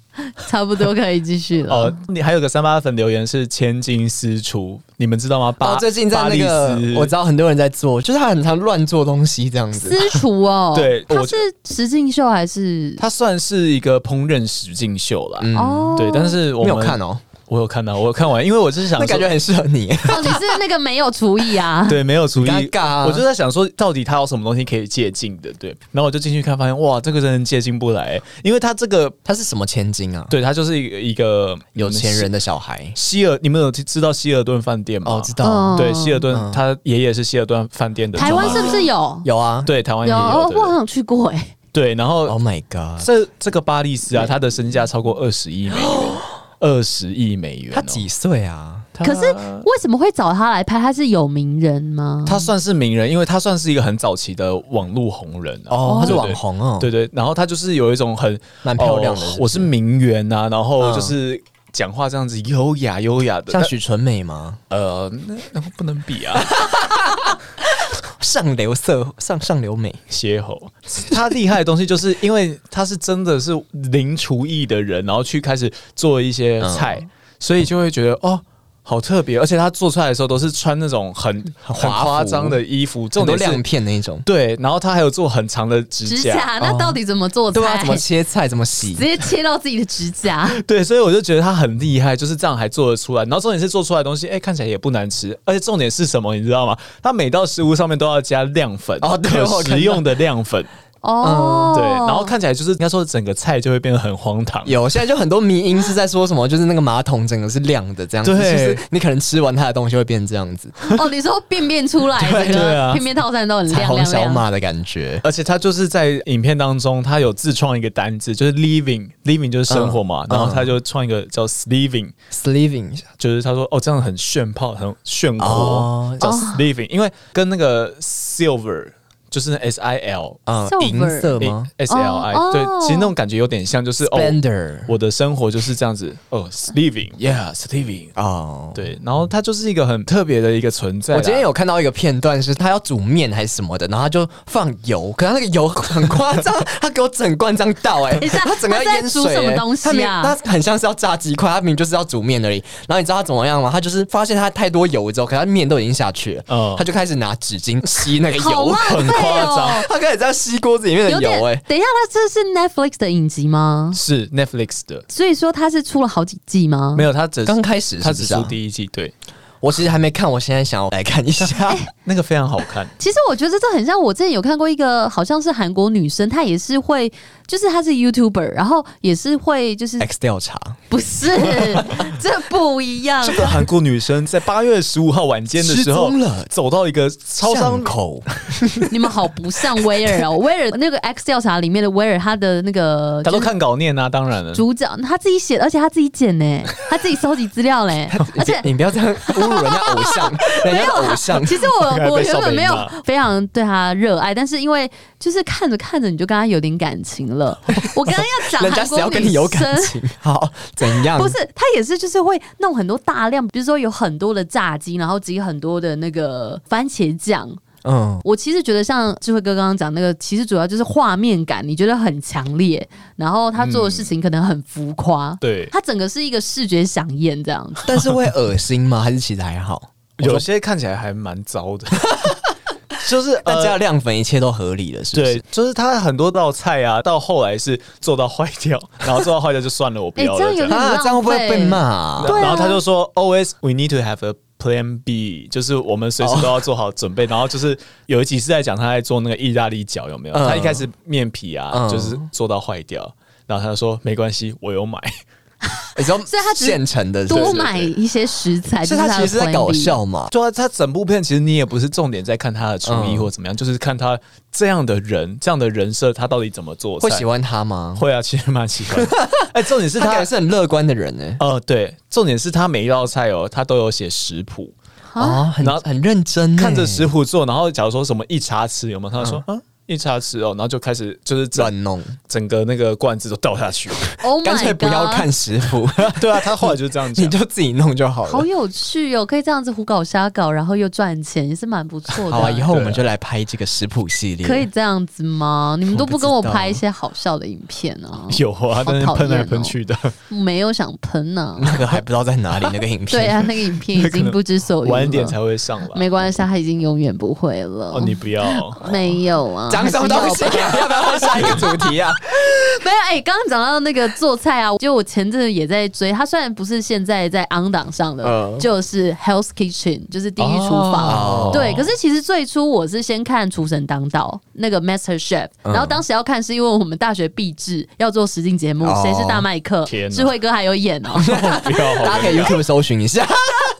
Speaker 1: 差不多可以继续
Speaker 3: 啊
Speaker 1: 了。
Speaker 2: 哦，你还有个三八粉留言是千金私厨，你们知道吗？巴
Speaker 3: 哦，最近在那个
Speaker 2: 巴黎，斯
Speaker 3: 我知道很多人在做，就是他很常乱做东西这样子。
Speaker 1: 私厨哦，
Speaker 2: 对
Speaker 1: 他
Speaker 2: 我
Speaker 1: 是实境秀还是？
Speaker 2: 它算是一个烹饪实境秀啦。
Speaker 3: 嗯，
Speaker 1: 哦，
Speaker 2: 对，但是我
Speaker 3: 没
Speaker 2: 们
Speaker 3: 有看，哦，
Speaker 2: 我有看到，我有看完，啊因为我就是想
Speaker 3: 那
Speaker 2: 说？
Speaker 3: 感觉很适合你，
Speaker 1: 哦，你是那个没有厨艺啊
Speaker 2: 对没有厨艺，
Speaker 3: 尴尬啊。
Speaker 2: 我就在想说，到底他有什么东西可以借鉴的？对，然后我就进去看，发现哇，这个真的借鉴不来，因为他这个，
Speaker 3: 他是什么千金啊？
Speaker 2: 对他就是一个一个
Speaker 3: 有钱人的小孩。
Speaker 2: 希尔，你们有知道希尔顿饭店吗？
Speaker 3: 哦，知道，
Speaker 1: 嗯
Speaker 2: 对，希尔顿、
Speaker 3: 嗯
Speaker 2: 他爷爷是希尔顿饭店的
Speaker 1: 台湾是不是有？
Speaker 3: 有啊。
Speaker 2: 对，台湾也
Speaker 1: 有，
Speaker 2: 有
Speaker 1: 哦
Speaker 2: 对
Speaker 1: 我好想去过哎。
Speaker 2: 对，然后、
Speaker 3: Oh my god，
Speaker 2: 这这个巴利斯啊，他的身价超过二十亿美元，
Speaker 1: 哦
Speaker 2: 二十亿美元、哦，
Speaker 3: 他
Speaker 1: 嗯
Speaker 3: 几岁啊？
Speaker 2: 他？
Speaker 1: 可是为什么会找他来拍？他是有名人吗？
Speaker 2: 他算是名人，因为他算是一个很早期的网络红人啊
Speaker 3: 哦，他是
Speaker 2: 对
Speaker 3: 网红哦，
Speaker 2: 对对，然后他就是有一种很
Speaker 3: 蛮漂亮的
Speaker 2: 哦
Speaker 3: 是不是
Speaker 2: 我是名媛呐、然后
Speaker 3: 嗯
Speaker 2: 就是讲话这样子优雅优雅的，
Speaker 3: 像
Speaker 2: 但
Speaker 3: 许纯美吗？
Speaker 2: 呃，那那不能比啊，
Speaker 3: 上流色上上流美，
Speaker 2: 歇后。 他厉害的东西就是因为他是真的是
Speaker 3: 嗯
Speaker 2: 零厨艺的人，然后去开始做一些菜，所以就会觉得哦。好特别，而且他做出来的时候都是穿那种很很
Speaker 3: 华服
Speaker 2: 夸张的衣服，
Speaker 3: 很
Speaker 2: 重
Speaker 3: 多
Speaker 2: 点
Speaker 3: 亮
Speaker 2: 是
Speaker 3: 片那一种。
Speaker 2: 对，然后他还有做很长的指
Speaker 1: 指
Speaker 2: 甲，哦
Speaker 1: 甲那到底怎么做菜？
Speaker 3: 对啊，怎么切菜，怎么 洗
Speaker 1: 直，接切到自己的指 甲？
Speaker 2: 对，所以我就觉得他很厉害，就是这样还做得出来。然后重点是做出来的东西，哎、看起来也不难吃，而且重点是什么，你知道吗？他每道食物上面都要加亮粉，
Speaker 3: 哦对我
Speaker 2: 可
Speaker 3: 有看到
Speaker 2: 食用的亮粉，
Speaker 1: 哦，
Speaker 2: 对，然后看起来就是应该说整个菜就会变得很荒唐。
Speaker 3: 有，现在就很多迷音是在说什么，就是那个马桶整个是亮的这样子，
Speaker 2: 对
Speaker 3: 就是你可能吃完它的东西会变这样子，
Speaker 1: 哦，你说便便出来，
Speaker 2: 对
Speaker 1: 整
Speaker 2: 对
Speaker 1: 个
Speaker 2: 啊
Speaker 1: 便便套餐都很
Speaker 3: 彩
Speaker 1: 亮
Speaker 3: 虹
Speaker 1: 亮
Speaker 3: 小
Speaker 1: 亮。
Speaker 3: 马的感觉。
Speaker 2: 而且他就是在影片当中，他有自创一个单字，就是 living，living 就是生活嘛，
Speaker 3: 嗯
Speaker 2: 然后他就创一个叫 sleeving，
Speaker 3: Sleeving
Speaker 2: 就是他说哦这样很炫炮，很炫火，
Speaker 3: 哦
Speaker 2: 叫 sleeving，因为跟那个 silver 就是那 s i l
Speaker 3: 啊
Speaker 1: Silver
Speaker 3: 银色吗
Speaker 2: S L I，、
Speaker 1: 哦
Speaker 2: 对
Speaker 1: 哦，
Speaker 2: 其实那种感觉有点像，就是哦，
Speaker 3: ？Blender
Speaker 2: 我的生活就是这样子，哦，sleeping，yeah，sleeping，
Speaker 3: 哦，
Speaker 2: 对，然后它就是一个很特别的一个存在啦。
Speaker 3: 我今天有看到一个片段，是他要煮面还是什么的，然后他就放油，可他那个油很夸 张，他给我整罐这样倒、欸，
Speaker 1: 等一下
Speaker 3: 他整个要淹水、
Speaker 1: 他在煮什么
Speaker 3: 欸
Speaker 1: 东西啊
Speaker 3: 他明他很像是要炸鸡块，他明明就是要煮面而已。然后你知道他怎么样吗？他就是发现他太多油之后，可他面都已经下去了，
Speaker 2: 嗯
Speaker 3: 他就开始拿纸巾吸那个
Speaker 1: 好
Speaker 3: 油，
Speaker 1: 浪费哦，
Speaker 3: 他开始在吸锅子里面的
Speaker 1: 有
Speaker 3: 油、
Speaker 1: 点
Speaker 3: 欸，哎。。
Speaker 1: 等一下，它这是 Netflix 的影集吗？
Speaker 2: 是 Netflix 的，
Speaker 1: 所以说它是出了好几季吗？
Speaker 2: 没有，它只
Speaker 3: 刚开始是
Speaker 2: 它
Speaker 3: 不
Speaker 2: 只
Speaker 3: 是
Speaker 2: 出
Speaker 3: 啊？
Speaker 2: 第一季，对，
Speaker 3: 我其实还没看，我现在想要来看一 下。
Speaker 1: 哎
Speaker 2: 那个非常好看，
Speaker 1: 其实我觉得这很像我之前有看过一个，好像是韩国女生，她也是会，就是她是 YouTuber，然后也是会，就是
Speaker 3: X 调查，
Speaker 1: 不 是这不一样
Speaker 2: 这。个韩国女生在八月十五号晚间的时候
Speaker 3: 失踪了
Speaker 2: 走到一个超商
Speaker 3: 巷口，
Speaker 1: 你们好不像威尔哦，威尔那个 X 调查里面的威尔，他的那个
Speaker 2: 她都看稿念啊，当然了，
Speaker 1: 主角他自己写，而且他自己剪 呢，他自己收集资料嘞，而且啊
Speaker 3: 你不要这样侮辱人家偶 像，人家的偶像。
Speaker 1: 其实 我我
Speaker 2: 被
Speaker 1: 原
Speaker 2: 烧
Speaker 1: 本
Speaker 2: 饼
Speaker 1: 没有
Speaker 2: 吧
Speaker 1: 非常对他热爱，但是因为就是看着看着你就跟他有点感情了。我刚刚要讲
Speaker 3: 人家
Speaker 1: 韩
Speaker 3: 谁要
Speaker 1: 国
Speaker 3: 跟
Speaker 1: 女
Speaker 3: 你有感
Speaker 1: 生，
Speaker 3: 情？好，怎样？
Speaker 1: 不是他也是就是会弄很多大量，比如说有很多的炸鸡，然后挤很多的那个番茄酱。
Speaker 3: 嗯，
Speaker 1: 我其实觉得像智慧哥刚刚讲那个，其实主要就是画面感，你觉得很强烈，然后他做的事情可能很浮夸，
Speaker 2: 对
Speaker 1: 他整个是一个视觉飨宴这样子。
Speaker 3: 但是会恶心吗？还是其实还好？
Speaker 2: 有些看起来还蛮糟 的，就是呃
Speaker 3: 但加了亮粉，一切都合理了，是不
Speaker 2: 对
Speaker 3: 是？，
Speaker 2: 就是他很多道菜啊，到后来是做到坏 掉，然后做到坏掉就算了，我不
Speaker 1: 哎
Speaker 2: 要了。
Speaker 1: 这样有点
Speaker 3: 啊，
Speaker 1: 浪
Speaker 3: 这样会不会
Speaker 1: 费
Speaker 3: 被骂啊？
Speaker 1: 对啊
Speaker 2: 然后他就说，always we need to have a plan B，就是我们
Speaker 3: 哦
Speaker 2: 随时都要做好准备。然后就是有一集是在讲他在做那个意大利饺，有没有？
Speaker 3: 嗯
Speaker 2: 他一开始面皮啊，
Speaker 3: 嗯
Speaker 2: 就是做到坏掉。然后他就说没关系，我有买，
Speaker 3: 你知道，
Speaker 1: 所以他只是
Speaker 3: 现成的，
Speaker 1: 多
Speaker 3: 是
Speaker 1: 买一些食材，
Speaker 3: 不是，所
Speaker 1: 就是
Speaker 3: 以他其
Speaker 1: 的
Speaker 3: 实是在
Speaker 1: plan
Speaker 3: 搞
Speaker 1: B
Speaker 3: 笑嘛。
Speaker 2: 对啊，他整部片其实你也不是重点在看他的厨艺
Speaker 3: 嗯
Speaker 2: 或怎么样，就是看他这样的人，这样的人设他到底怎么做菜。
Speaker 3: 会喜欢他吗？
Speaker 2: 会啊，其实蛮喜欢的。哎、重点是
Speaker 3: 他感
Speaker 2: 他
Speaker 3: 觉是很乐观的人欸呢。
Speaker 2: 呃，对，重点是他每一道菜哦，他都有写食谱，
Speaker 1: 啊
Speaker 3: 哦，很
Speaker 2: 然后
Speaker 3: 很认真欸，
Speaker 2: 看着食谱做，然后假如说什么一茶匙有没有，他就说啊一茶匙哦，然后就开始就是整
Speaker 3: 乱弄，
Speaker 2: 整个那个罐子都倒下去。
Speaker 1: Oh my
Speaker 3: 干脆不要
Speaker 1: God
Speaker 3: 看食 谱，
Speaker 2: 对啊，他后来就这样
Speaker 3: 你
Speaker 2: 讲。
Speaker 3: 就自己弄就好
Speaker 1: 好
Speaker 3: 了。
Speaker 1: 有趣哦，可以这样子胡搞瞎搞，然后又赚钱，也是蛮不错的。
Speaker 3: 好啊，以后我们
Speaker 2: 对啊
Speaker 3: 就来拍这个食谱系列。
Speaker 1: 可以这样子吗？你们都
Speaker 3: 我不
Speaker 1: 不跟我
Speaker 3: 知道
Speaker 1: 拍一些好笑的影片啊？
Speaker 2: 有啊，但是喷来喷去的，
Speaker 1: 没有想喷 呢、
Speaker 3: 那个还不知道在哪里，那个影片。
Speaker 1: 对啊，那个影片已经不知所云了。
Speaker 2: 晚一点才会上吧。
Speaker 1: 没关系，他已经永远不会了。
Speaker 2: 哦，你不要，
Speaker 1: 没有 啊？
Speaker 3: 讲什么东西
Speaker 1: 还是有吧
Speaker 3: 啊？ 要不要换下一个主题 啊？
Speaker 1: 没有，哎、刚刚讲到那个做菜啊，就我前阵子也在追，它虽然不是现在在 on 档上的，
Speaker 3: 嗯
Speaker 1: 就是 Hell's Kitchen，就是地狱厨
Speaker 2: 哦
Speaker 1: 房。对，可是其实最初我是先看《厨神当道》那个 Master Chef，然
Speaker 2: 嗯
Speaker 1: 后当时要看是因为我们大学毕制要做实境节目，
Speaker 3: 哦
Speaker 1: 谁是大麦克
Speaker 2: 天？哪
Speaker 1: 智慧哥还有演哦。
Speaker 2: 不要，
Speaker 3: 大家可以 YouTube 搜寻一下。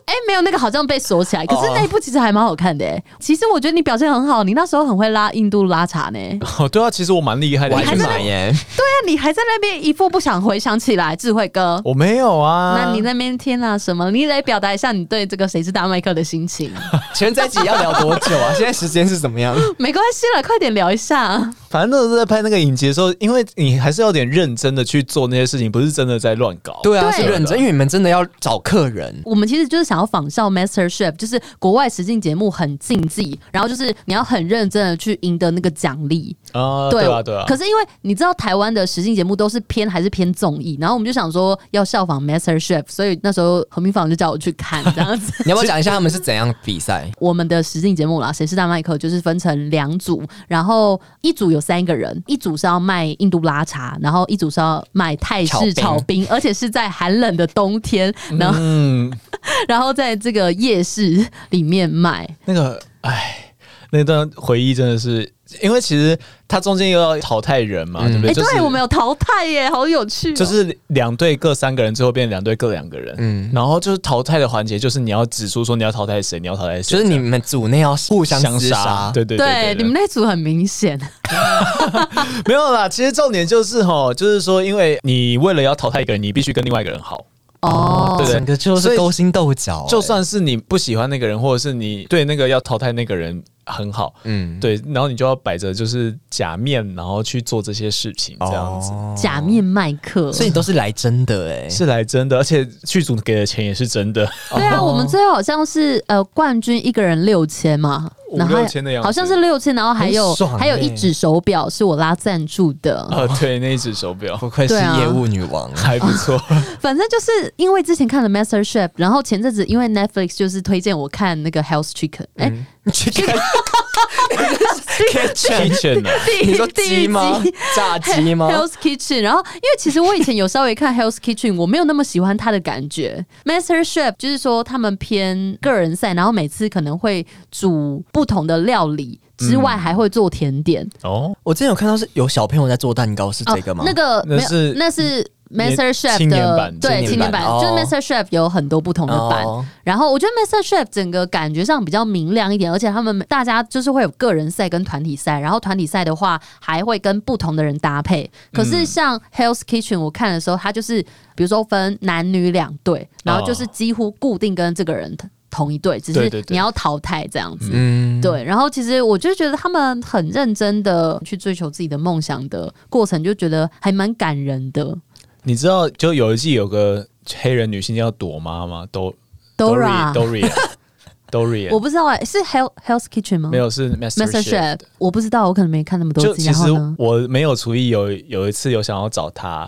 Speaker 1: 哎、没有那个好像被锁起来，可是那一部其实还蛮好看的、哎，其实我觉得你表现很好，你那时候很会拉印度拉茶呢。
Speaker 2: 哦， 对啊，其实我蛮厉害的，
Speaker 3: 我还去买耶，
Speaker 1: 但你还在那边一副不想回想起来，智慧哥。
Speaker 2: 我没有啊。
Speaker 1: 那你那边天啊什么？你来表达一下你对这个《谁是大麦克》的心情。
Speaker 3: 全在一起要聊多久 啊？现在时间是怎么样？
Speaker 1: 没关系了，快点聊一下。
Speaker 2: 反正那时候在拍那个影集的时候，因为你还是要有点认真的去做那些事情，不是真的在乱搞。
Speaker 3: 对啊，
Speaker 1: 对
Speaker 3: 是认真，因为你们真的要找客 人。
Speaker 1: 我们其实就是想要仿效 Master Chef，就是国外实境节目很竞技，然后就是你要很认真的去赢得那个奖励。
Speaker 2: 啊，
Speaker 1: 对
Speaker 2: 对啊，对啊。
Speaker 1: 可是因为你知道台湾的实境节目都是偏还是偏综艺，然后我们就想说要效仿 Master Chef，所以那时候何明芳就叫我去看这样 子。
Speaker 3: 你要不要讲一下他们是怎样比赛？
Speaker 1: 我们的实境节目啦，《谁是大麦克》就是分成两组，然后一组有三个人，一组是要卖印度拉茶，然后一组是要卖泰式炒
Speaker 3: 炒
Speaker 1: 冰，而且是在寒冷的冬天，然后、
Speaker 2: 嗯，
Speaker 1: 然后在这个夜市里面卖。
Speaker 2: 那个，哎，那段回忆真的是，因为其实它中间又要淘汰人嘛，
Speaker 3: 嗯
Speaker 2: 对不
Speaker 1: 哎、
Speaker 2: 对？就是
Speaker 1: 对我们有淘汰耶，好有趣哦、
Speaker 2: 就是两队各三个人，最后变两队各两个人。嗯
Speaker 3: 嗯，
Speaker 2: 然后就是淘汰的环节，就是你要指出说你要淘汰谁，你要淘汰谁，
Speaker 3: 就是你们组内要互相
Speaker 2: 相
Speaker 3: 厮杀，
Speaker 2: 对对
Speaker 1: 对
Speaker 2: 对
Speaker 1: 你们那组很明显，
Speaker 2: 没有啦。其实重点就是哈，就是说，因为你为了要淘汰一个人，你必须跟另外一个人好。
Speaker 1: 哦，
Speaker 2: 对
Speaker 3: 整个就
Speaker 2: 所以
Speaker 3: 是勾心斗角、啊
Speaker 2: 就算是你不喜欢那个人，或者是你对那个要淘汰那个人很好，
Speaker 3: 嗯，
Speaker 2: 对，然后你就要摆着就是假面，然后去做这些事情，这样子。
Speaker 3: 哦
Speaker 1: 假面麦克，
Speaker 3: 所以你都是来真的哎、
Speaker 2: 是来真的，而且剧组给的钱也是真 的，
Speaker 1: 对
Speaker 3: 哦
Speaker 1: 啊，我们最后好像是呃冠军一个人六千嘛，
Speaker 2: 五
Speaker 1: 然后还
Speaker 2: 6000的样子
Speaker 1: 好像是六千，然后还有
Speaker 3: 很爽欸啊
Speaker 1: 还有一只手表是我拉赞助的，
Speaker 2: 呃，对，那一只手表
Speaker 3: 不愧是
Speaker 1: 对啊
Speaker 3: 业务女王，
Speaker 2: 还不错，
Speaker 1: 反正就是因为之前看了 Master Chef，然后前阵子因为 Netflix 就是推荐我看那个 House Chicken，哎、
Speaker 3: 你 去 看
Speaker 2: 欠
Speaker 3: kitchen，
Speaker 2: 欠的。
Speaker 1: 第
Speaker 3: 你说
Speaker 1: 第一
Speaker 3: 鸡吗
Speaker 1: 集？
Speaker 3: 炸鸡吗？
Speaker 1: Hell's Kitchen，然后因为其实我以前有稍微看 Hell's Kitchen，我没有那么喜欢它的感觉。Master Chef 就是说他们偏个人赛，然后每次可能会煮不同的料理之外，还会做甜点。
Speaker 2: 哦，
Speaker 3: 我之前有看到是有小朋友在做蛋糕，是这个
Speaker 1: 哦
Speaker 3: 吗？
Speaker 1: 那个
Speaker 2: 那
Speaker 1: 没有
Speaker 2: 是
Speaker 1: 那是 Master
Speaker 2: 年
Speaker 1: Chef
Speaker 2: 青年
Speaker 1: 的
Speaker 2: 版
Speaker 1: 对
Speaker 3: 青
Speaker 1: 青
Speaker 3: 年
Speaker 1: 年
Speaker 3: 版
Speaker 1: 版，就是
Speaker 3: 哦
Speaker 1: Master Chef 有很多不同的版。
Speaker 3: 哦
Speaker 1: 然后我觉得 Master Chef 整个感觉上比较明亮一点，而且他们大家就是会有个人赛跟团体赛，然后团体赛的话还会跟不同的人搭配。可
Speaker 3: 嗯
Speaker 1: 是像 Hell's Kitchen 我看的时候，它就是比如说分男女两队，然后就是几乎固定跟这个人同一队，只
Speaker 2: 哦对
Speaker 1: 是
Speaker 2: 对对
Speaker 1: 你要淘汰这样子。
Speaker 3: 嗯，
Speaker 1: 对，然后其实我就觉得他们很认真的去追求自己的梦想的过程，就觉得还蛮感人的。
Speaker 2: 你知道就有一季有个黑人女性叫朵妈吗？Do
Speaker 1: Dora，
Speaker 2: Doria Doria，
Speaker 1: 我不知道哎、是 Hell Hell's Kitchen 吗？
Speaker 2: 没有是 Master
Speaker 1: Master
Speaker 2: Chef
Speaker 1: Chef，。我不知道，我可能没看那么多
Speaker 2: 就
Speaker 1: 集。
Speaker 2: 其
Speaker 1: 然
Speaker 2: 实
Speaker 1: 后呢？
Speaker 2: 我没有厨艺，有有一次有想要找她，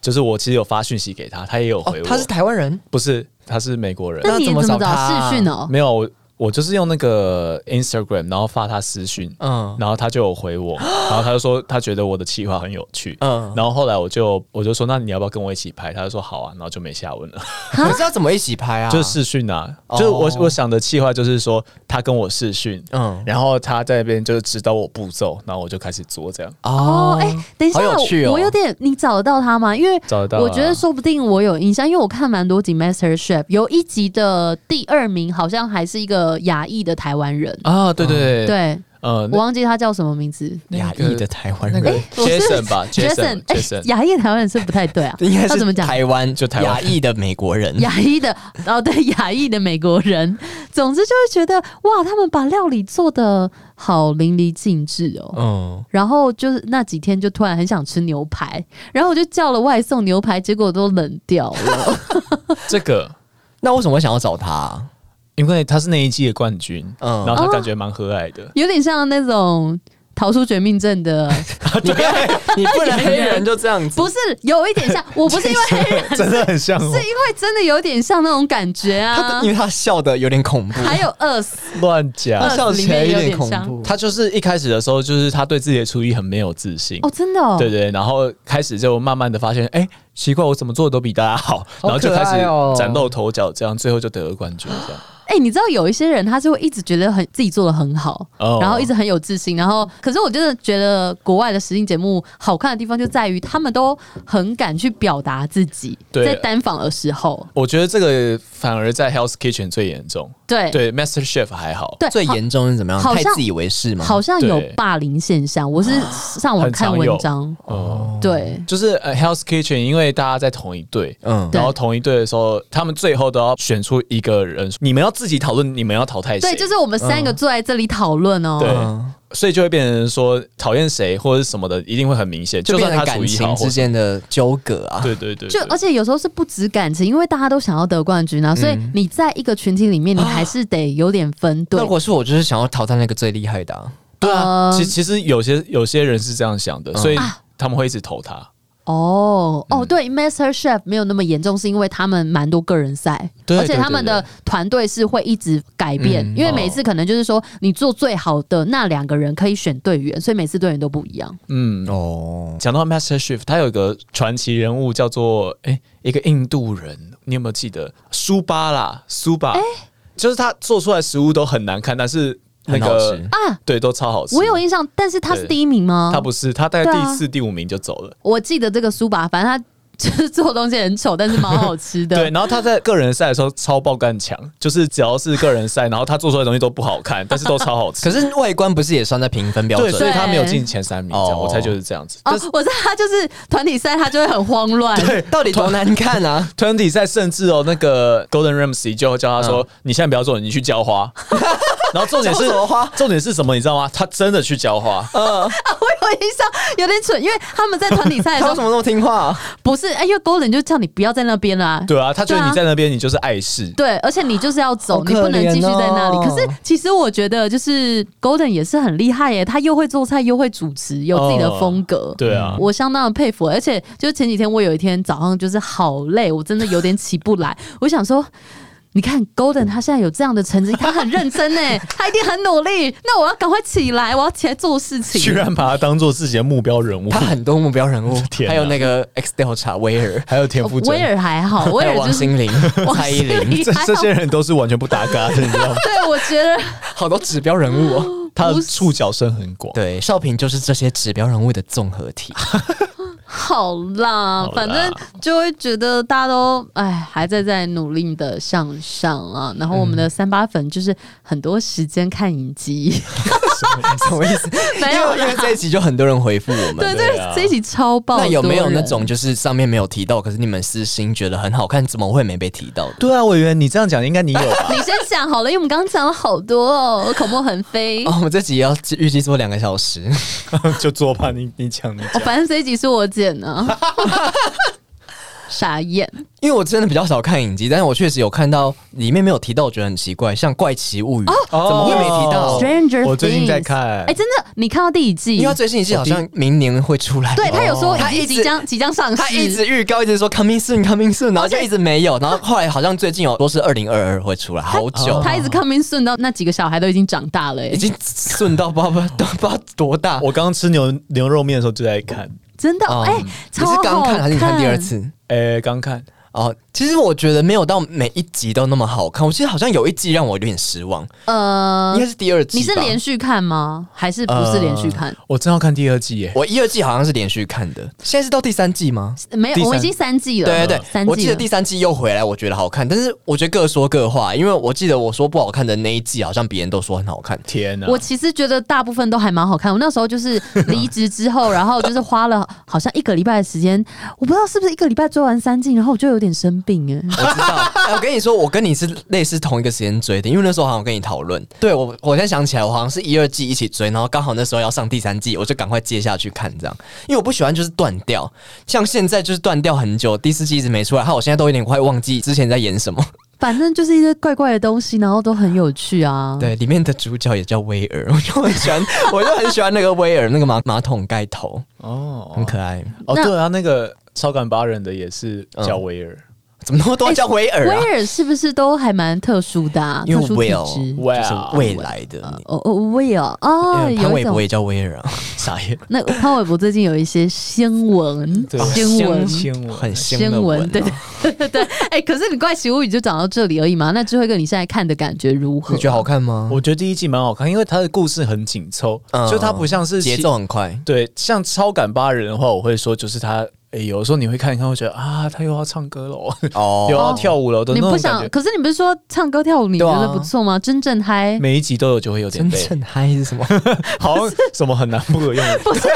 Speaker 2: 就是我其实有发讯息给她，她也有
Speaker 3: 哦
Speaker 2: 回，我。
Speaker 3: 他是台湾人，
Speaker 2: 不是，她是美国人。
Speaker 1: 那你
Speaker 3: 那
Speaker 1: 怎
Speaker 3: 怎么
Speaker 1: 么
Speaker 3: 找
Speaker 1: 找
Speaker 3: 他啊
Speaker 1: 视讯哦？
Speaker 2: 没有，我我就是用那个 Instagram，然后发她私讯，
Speaker 3: 嗯
Speaker 2: 然后她就有回我，然后她就说她觉得我的企划很有趣。
Speaker 3: 嗯，
Speaker 2: 然后后来我就我就说，那你要不要跟我一起拍？她就说好啊，然后就没下文了。
Speaker 3: 可是要怎么一起拍啊？
Speaker 2: 就是视讯啊，
Speaker 3: 哦
Speaker 2: 就是我我想的计划就是说，他跟我视讯，
Speaker 3: 嗯
Speaker 2: 然后他在那边就是指导我步骤，然后我就开始做这样。
Speaker 1: 哦，哎、等一下，
Speaker 3: 好有趣哦
Speaker 1: 我有点，你找得到他吗？因为
Speaker 2: 找得到啊
Speaker 1: 我觉得说不定我有印象，因为我看蛮多集 Master Chef，有一集的第二名好像还是一个亚裔的台湾人，
Speaker 2: 啊，对对，
Speaker 1: 对
Speaker 2: 呃，
Speaker 1: 我忘记他叫什么名字。
Speaker 2: 那
Speaker 3: 亚
Speaker 2: 那
Speaker 3: 裔
Speaker 2: 个
Speaker 3: 的台湾
Speaker 2: 那
Speaker 3: 人，
Speaker 2: 个
Speaker 1: 我是
Speaker 2: Jason 吧
Speaker 1: Jason，哎
Speaker 2: ，Jason，Jason，
Speaker 1: 亚裔台湾人是不太对啊
Speaker 3: ，应该
Speaker 1: 要
Speaker 3: 是
Speaker 1: 怎么讲？
Speaker 3: 台湾
Speaker 2: 就台湾
Speaker 3: 亚裔的美国人，
Speaker 1: 亚裔的哦，对， 亚裔的美国人，总之就会觉得哇，他们把料理做的好淋漓尽致哦。
Speaker 3: 嗯，
Speaker 1: 然后就是那几天就突然很想吃牛排，然后我就叫了外送牛排，结果都冷掉 了。
Speaker 2: 这个。
Speaker 3: 那为什么会想要找他啊？
Speaker 2: 因为他是那一季的冠军，
Speaker 3: 嗯
Speaker 2: 然后他感觉蛮和蔼的，
Speaker 1: 有点像那种逃出绝命镇 的，
Speaker 3: 你不要，你不能黑人就这样子，
Speaker 1: 不是有一点像，我不是因为 黑人，
Speaker 2: 真的很像哦
Speaker 1: 是因为真的有点像那种感觉
Speaker 3: 他
Speaker 1: 啊
Speaker 3: 的，因。为他笑的有点恐怖，啊
Speaker 1: 还有饿死，
Speaker 2: 乱讲
Speaker 1: 呃。
Speaker 3: 他笑起来有点恐
Speaker 1: 里面有
Speaker 3: 怖。
Speaker 2: 他就是一开始的时候，就是他对自己的厨艺很没有自信
Speaker 1: 哦，，真的哦，
Speaker 2: 对对，然后开始就慢慢的发现，哎、奇怪，我怎么做的都比大家好，
Speaker 3: 好
Speaker 2: 然后就开始
Speaker 3: 可爱哦
Speaker 2: 崭露头角，这样最后就得了冠军，这样。
Speaker 1: 哎、你知道有一些人他是会一直觉得很自己做的很好，
Speaker 2: 哦
Speaker 1: 然后一直很有自信，然后可是我真的觉得国外的实境节目好看的地方就在于他们都很敢去表达自己，
Speaker 2: 对
Speaker 1: 在单访的时候，
Speaker 2: 我觉得这个反而在 Hell's Kitchen 最严重，
Speaker 1: 对
Speaker 2: 对 Master Chef 还好，
Speaker 1: 对
Speaker 3: 最
Speaker 1: 好
Speaker 3: 严重是怎么样？
Speaker 1: 好
Speaker 3: 太
Speaker 1: 像
Speaker 3: 自以为是吗？
Speaker 1: 好像有
Speaker 2: 对啊
Speaker 1: 霸凌现象，我是上网
Speaker 2: 很常
Speaker 1: 看文
Speaker 2: 有
Speaker 1: 章，
Speaker 2: 哦，
Speaker 1: 对。
Speaker 2: 就是呃 Hell's Kitchen，因为大家在同一队。
Speaker 3: 嗯
Speaker 1: 对
Speaker 2: 然后同一队的时候，他们最后都要选出一个人，你们要自己讨论你们要淘汰谁，
Speaker 1: 对，就是我们三个坐在这里讨论哦。
Speaker 2: 对
Speaker 3: 嗯
Speaker 2: 所以就会变成说讨厌谁或者是什么的，一定会很明显，
Speaker 3: 就变
Speaker 2: 算
Speaker 3: 成
Speaker 2: 他厨艺
Speaker 3: 感
Speaker 2: 好
Speaker 3: 情
Speaker 2: 或
Speaker 3: 之
Speaker 2: 者，
Speaker 3: 间的纠葛啊。
Speaker 2: 对对对，
Speaker 1: 就
Speaker 2: 对
Speaker 1: 而且有时候是不止感情，因为大家都想要得冠军啊，所
Speaker 2: 嗯
Speaker 1: 以
Speaker 2: 啊
Speaker 1: 你在一个群体里面，你还是得有点分对。
Speaker 3: 那如果是我，就是想要淘汰那个最厉害的啊、
Speaker 2: 对啊，
Speaker 1: 呃
Speaker 2: 其其实有些有些人是这样想的，
Speaker 3: 嗯
Speaker 2: 所以他们会一直投他。
Speaker 1: 哦哦，
Speaker 2: 嗯
Speaker 1: 对，Master Chef 没有那么严重，是因为他们蛮多个人赛，
Speaker 2: 对
Speaker 1: 而且
Speaker 2: 对
Speaker 1: 他
Speaker 2: 对哦
Speaker 1: 们的团队是会一直改变，
Speaker 3: 嗯
Speaker 1: 因为每次可能就是说你做最好的那两个人可以选队员，所以每次队员都不一样。
Speaker 2: 嗯，
Speaker 3: 哦，
Speaker 2: 讲到 Master Chef，他有一个传奇人物叫做哎、一个印度人，你有没有记得苏巴啦？苏巴，就是他做出来食物都很难看，但是那
Speaker 3: 很好
Speaker 2: 个
Speaker 3: 吃
Speaker 1: 啊，
Speaker 2: 对都超好吃。
Speaker 1: 我有印象，但是他是
Speaker 2: 嗯对
Speaker 1: 第一名吗？
Speaker 2: 他不是，他大概
Speaker 1: 对
Speaker 2: 第
Speaker 1: 啊
Speaker 2: 四、第五名就走了。
Speaker 1: 我记得这个苏吧，反正他就是做东西很丑，但是蛮好吃的。
Speaker 2: 对，然后他在个人赛的时候超爆干强，就是只要是个人赛，然后他做出来的东西都不好看，但是都超好吃。
Speaker 3: 可是外观不是也算在评分标
Speaker 2: 对，
Speaker 3: 准？
Speaker 2: 所以他没有进前三名，这样
Speaker 3: 哦
Speaker 2: 我猜就是这样子。但是
Speaker 1: 哦，我知道他就是团体赛，他就会很慌乱。
Speaker 3: 对，到底多难看 啊？
Speaker 2: 团体赛甚至哦，那个 Golden Ramsey 就叫他说：“你现在不要做，你去浇花。”然后重点是
Speaker 3: 浇什么花
Speaker 2: 重点是什么？你知道吗？他真的去浇花。
Speaker 1: 我有印象，有点蠢，因为他们在团体赛的时
Speaker 3: 他为什
Speaker 1: 候
Speaker 3: 么那么听话啊？
Speaker 1: 不是，哎，因为 Golden 就叫你不要在那边啦、
Speaker 2: 对啊，他觉
Speaker 1: 对
Speaker 2: 得
Speaker 1: 啊
Speaker 2: 你在那边，你就是碍事。
Speaker 1: 对，而且你就是要走，
Speaker 3: 好
Speaker 1: 你
Speaker 3: 可怜哦
Speaker 1: 不能继续在那里。可是其实我觉得，就是 Golden 也是很厉害耶，他又会做菜，又会主持，有自己的风格。嗯
Speaker 2: 对啊，
Speaker 1: 我相当的佩服，而且就是前几天我有一天早上就是好累，我真的有点起不来。我想说，你看 Golden 他现在有这样的成绩，他很认真 哎，他一定很努力。那我要赶快起来，我要起来做事情。
Speaker 2: 居然把他当做自己的目标人物
Speaker 3: 他，很多目标人物，
Speaker 2: 天哪
Speaker 3: 还有那个 X Delta 威尔，
Speaker 2: 还有田馥甄
Speaker 1: 威，尔还好，威
Speaker 3: 还有
Speaker 1: 尔
Speaker 3: 王
Speaker 1: 就是
Speaker 3: 心凌、
Speaker 1: 王
Speaker 3: 蔡依
Speaker 1: 心
Speaker 3: 林，
Speaker 1: 凌
Speaker 2: 这
Speaker 1: 还好
Speaker 2: 这些人都是完全不搭嘎的，你知道吗？
Speaker 1: 对，我觉得
Speaker 3: 好多指标人物哦。
Speaker 2: 他的触角伸很广。
Speaker 3: 对，少平就是这些指标人物的综合体。
Speaker 1: 好啦，
Speaker 2: 好啦
Speaker 1: 反正就会觉得大家都哎还在在努力的向上啊。然后我
Speaker 3: 嗯
Speaker 1: 们的三八粉就是很多时间看影集，
Speaker 3: 什么意思？
Speaker 1: 没
Speaker 3: 因
Speaker 1: 有
Speaker 3: 为
Speaker 1: 啦
Speaker 3: 因为这一集就很多人回复我们。
Speaker 1: 对
Speaker 2: 对啊
Speaker 1: 这一集超爆多
Speaker 3: 那
Speaker 1: 人。
Speaker 3: 有没有那种就是上面没有提到，可是你们私心觉得很好看，怎么会没被提到的？
Speaker 2: 对啊，委员，你这样讲应该你有吧？
Speaker 1: 你先讲好了，因为我们刚刚讲了好多哦，口沫横飞。
Speaker 3: 哦，我们这集要预计做两个小时，
Speaker 2: 就做吧，你你讲你
Speaker 1: 哦，反正这一集是我剪的、 啊，傻眼。
Speaker 3: 因为我真的比较少看影集，但是我确实有看到里面没有提到，我觉得很奇怪，像《怪奇物语》
Speaker 1: 哦
Speaker 3: 怎么会没提到？
Speaker 1: Stranger
Speaker 2: 我最近在
Speaker 1: Things
Speaker 2: 看
Speaker 1: 哎、真的，你看到第几季？
Speaker 3: 因为最新一季好像明年会出来，哦
Speaker 1: 对他有说
Speaker 3: 他
Speaker 1: 已
Speaker 3: 一
Speaker 1: 经即
Speaker 3: 直
Speaker 1: 将哦即将上市，
Speaker 3: 他一直预告，一直说 coming soon coming soon，然后就一直没有，然后后来好像最近有说是二零二二会出来，好久，
Speaker 1: 他一直 coming soon 到那几个小孩都已经长大了、
Speaker 3: 已
Speaker 1: 哎，
Speaker 3: 经顺到不知道不知道不知道多大。
Speaker 2: 我刚刚吃牛牛肉面的时候就在看，
Speaker 1: 真的，
Speaker 3: 嗯
Speaker 1: 哎、
Speaker 3: 你
Speaker 1: 超好
Speaker 3: 是刚看还是你看第二？次？
Speaker 2: 诶，刚看，
Speaker 3: 哦，其实我觉得没有到每一集都那么好看，我记得好像有一集让我有点失望，
Speaker 1: 呃
Speaker 3: 应该，是第二季吧。
Speaker 1: 你是连续看吗？还是不是连续看？
Speaker 2: 呃我正要看第二季耶。
Speaker 3: 我一二季好像是连续看的，现在是到呃第三季吗？
Speaker 1: 没
Speaker 2: 第
Speaker 1: 有，
Speaker 2: 三
Speaker 1: 我已经三季了，
Speaker 3: 对对对，
Speaker 1: 三
Speaker 3: 我
Speaker 1: 季
Speaker 3: 记得
Speaker 1: 了。
Speaker 3: 第三季又回来，我觉得好看，但是我觉得各说各话，因为我记得我说不好看的那一季，好像别人都说很好看。
Speaker 2: 天哪！
Speaker 1: 我其实觉得大部分都还蛮好看。我那时候 就是离职之后，然后就是花了好像一个礼拜的时间，我不知道是不是一个礼拜追完三季，然后我就有点生病哎、
Speaker 3: 我 知道，哎我跟你说，我跟你是类似同一个时间追的，因为那时候好像跟你讨论。对我，我现在想起来，我好像是一二季一起追，然后刚好那时候要上第三季，我就赶快接下去看这样，因为我不喜欢就是断掉，像现在就是断掉很久，第四季一直没出来，害我现在都有点快忘记之前在演什么。
Speaker 1: 反正就是一些怪怪的东西，然后都很有趣啊。
Speaker 3: 对，里面的主角也叫威尔， 我就很喜欢，我就很喜欢那个威尔那个马马桶盖头，
Speaker 2: 哦
Speaker 3: 很可爱。
Speaker 2: 哦，
Speaker 1: 那嗯
Speaker 2: 对啊，那个超感八人的也是叫威尔
Speaker 3: 怎么那么多叫威尔
Speaker 1: 威
Speaker 3: 啊？
Speaker 1: 尔是不是都还蛮特殊的、啊？
Speaker 3: 因
Speaker 1: 特
Speaker 3: 为
Speaker 1: 殊体质
Speaker 3: Will
Speaker 2: 啊
Speaker 3: 就是未来的你。
Speaker 1: 哦哦，威尔哦，
Speaker 3: 因为潘
Speaker 1: 有一
Speaker 3: 玮柏
Speaker 1: 种
Speaker 3: 也叫威尔啊，
Speaker 2: 傻眼，
Speaker 1: 那潘玮柏最近有一些新闻，
Speaker 2: 对
Speaker 1: 新闻。
Speaker 2: 新闻
Speaker 3: 很新
Speaker 1: 新
Speaker 3: 的
Speaker 1: 闻对
Speaker 3: 啊
Speaker 1: 对对对对，哎、可是你怪奇物语就讲到这里而已嘛，那智慧哥你现在看的感觉如何？
Speaker 3: 你觉得好看吗？
Speaker 2: 我觉得第一季蛮好看，因为它的故事很紧凑，
Speaker 3: 嗯
Speaker 2: 就它不像是
Speaker 3: 节
Speaker 2: 其
Speaker 3: 奏很快。
Speaker 2: 对，像超感八人的话，我会说就是他。诶有时候你会看一看，会觉得啊，他又要唱歌喽，
Speaker 3: 哦
Speaker 2: 又要跳舞喽的
Speaker 1: 你
Speaker 2: 那种
Speaker 1: 不
Speaker 2: 感
Speaker 1: 想，
Speaker 2: 觉。
Speaker 1: 可是你不是说唱歌跳舞你
Speaker 3: 对
Speaker 1: 觉
Speaker 3: 啊
Speaker 1: 得不错吗？真正嗨，
Speaker 2: 每一集都有就会有点
Speaker 3: 真
Speaker 2: 累，
Speaker 3: 正嗨是什么？
Speaker 2: 好像什么很难不可用。不 是，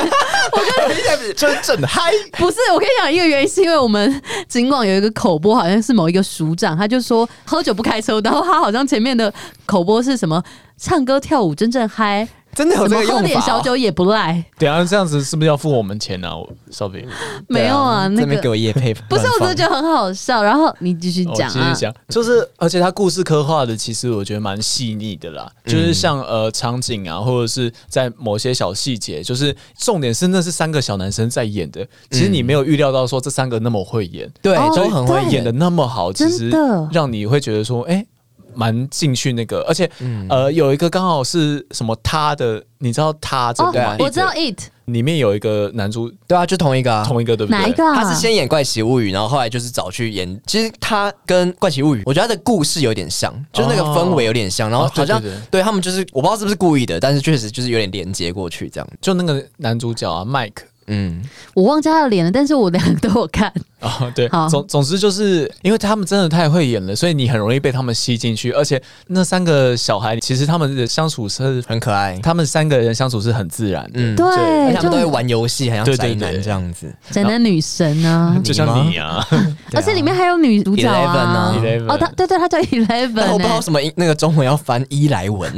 Speaker 2: 我觉得真正嗨，
Speaker 1: 不是，我跟你讲，一个原因是因为我们 尽管有一个口播，好像是某一个署长，他就说喝酒不开车，然后他好像前面的口播是什么唱歌跳舞真正嗨，
Speaker 3: 真的有
Speaker 1: 怎
Speaker 3: 这
Speaker 1: 么喝
Speaker 3: 个用
Speaker 1: 点
Speaker 3: 法
Speaker 1: 小
Speaker 3: 哦、
Speaker 1: 酒也不赖？
Speaker 2: 等一下这样子是不是要付我们钱啊？我稍微
Speaker 1: 没有啊，
Speaker 3: 对
Speaker 1: 那
Speaker 3: 这边给
Speaker 1: 个
Speaker 3: 我夜配，
Speaker 1: 不是，我真的觉得很好笑。然后你继续
Speaker 2: 我
Speaker 1: 讲
Speaker 2: 哦继
Speaker 1: 啊
Speaker 2: 续，讲，就是而且它故事刻画的，其实我觉得蛮细腻的啦，就是像呃场景啊，或者是在某些小细节，就是重点是那是三个小男生在演的，其实你没有预料到说这三个那么会演，
Speaker 3: 对，
Speaker 1: 哦
Speaker 3: 都很会
Speaker 1: 对
Speaker 2: 演的那么好，其
Speaker 1: 真
Speaker 2: 实
Speaker 1: 的
Speaker 2: 让你会觉得说，哎、蛮进去那个，而且、呃有一个刚好是什么他的，你知道他这
Speaker 1: 哦
Speaker 2: 个吗？
Speaker 1: 我知道 it
Speaker 2: 里面有一个男主
Speaker 3: 对啊，就同一个啊。
Speaker 2: 同一个对不对？
Speaker 1: 哪一个？啊？
Speaker 3: 他是先演《怪奇物语》，然后后来就是找去演。其实他跟《怪奇物语》，我觉得他的故事有点像，就是那个
Speaker 2: 哦
Speaker 3: 氛围有点像，然后
Speaker 2: 哦对
Speaker 3: 好像
Speaker 2: 对对
Speaker 3: 对他们就是我不知道是不是故意的，但是确实就是有点连接过去这样。
Speaker 2: 就那个男主角啊，Mike。
Speaker 3: 嗯，
Speaker 1: 我忘记他的脸了，但是我两个都有 看。
Speaker 2: 啊，对
Speaker 1: 好，
Speaker 2: 总总之就是因为他们真的太会演了，所以你很容易被他们吸进去。而且那三个小孩，其实他们的相处是，
Speaker 3: 很可爱。
Speaker 2: 他们三个人相处是很自然的，
Speaker 3: 嗯，
Speaker 1: 对
Speaker 3: 而且他
Speaker 1: 就
Speaker 3: 们都会玩游戏，很像
Speaker 2: 对
Speaker 3: 宅
Speaker 2: 对
Speaker 3: 男
Speaker 2: 对
Speaker 3: 这样子。
Speaker 1: 宅男女神啊，
Speaker 2: 就像你啊，
Speaker 1: 而且里面还有女主角
Speaker 3: Eleven
Speaker 1: 啊
Speaker 3: 啊。
Speaker 2: Eleven
Speaker 1: 哦，他对对，他叫
Speaker 3: 但我不
Speaker 1: Eleven，
Speaker 3: 知道
Speaker 1: 欸
Speaker 3: 什么英那个中文要翻伊莱文，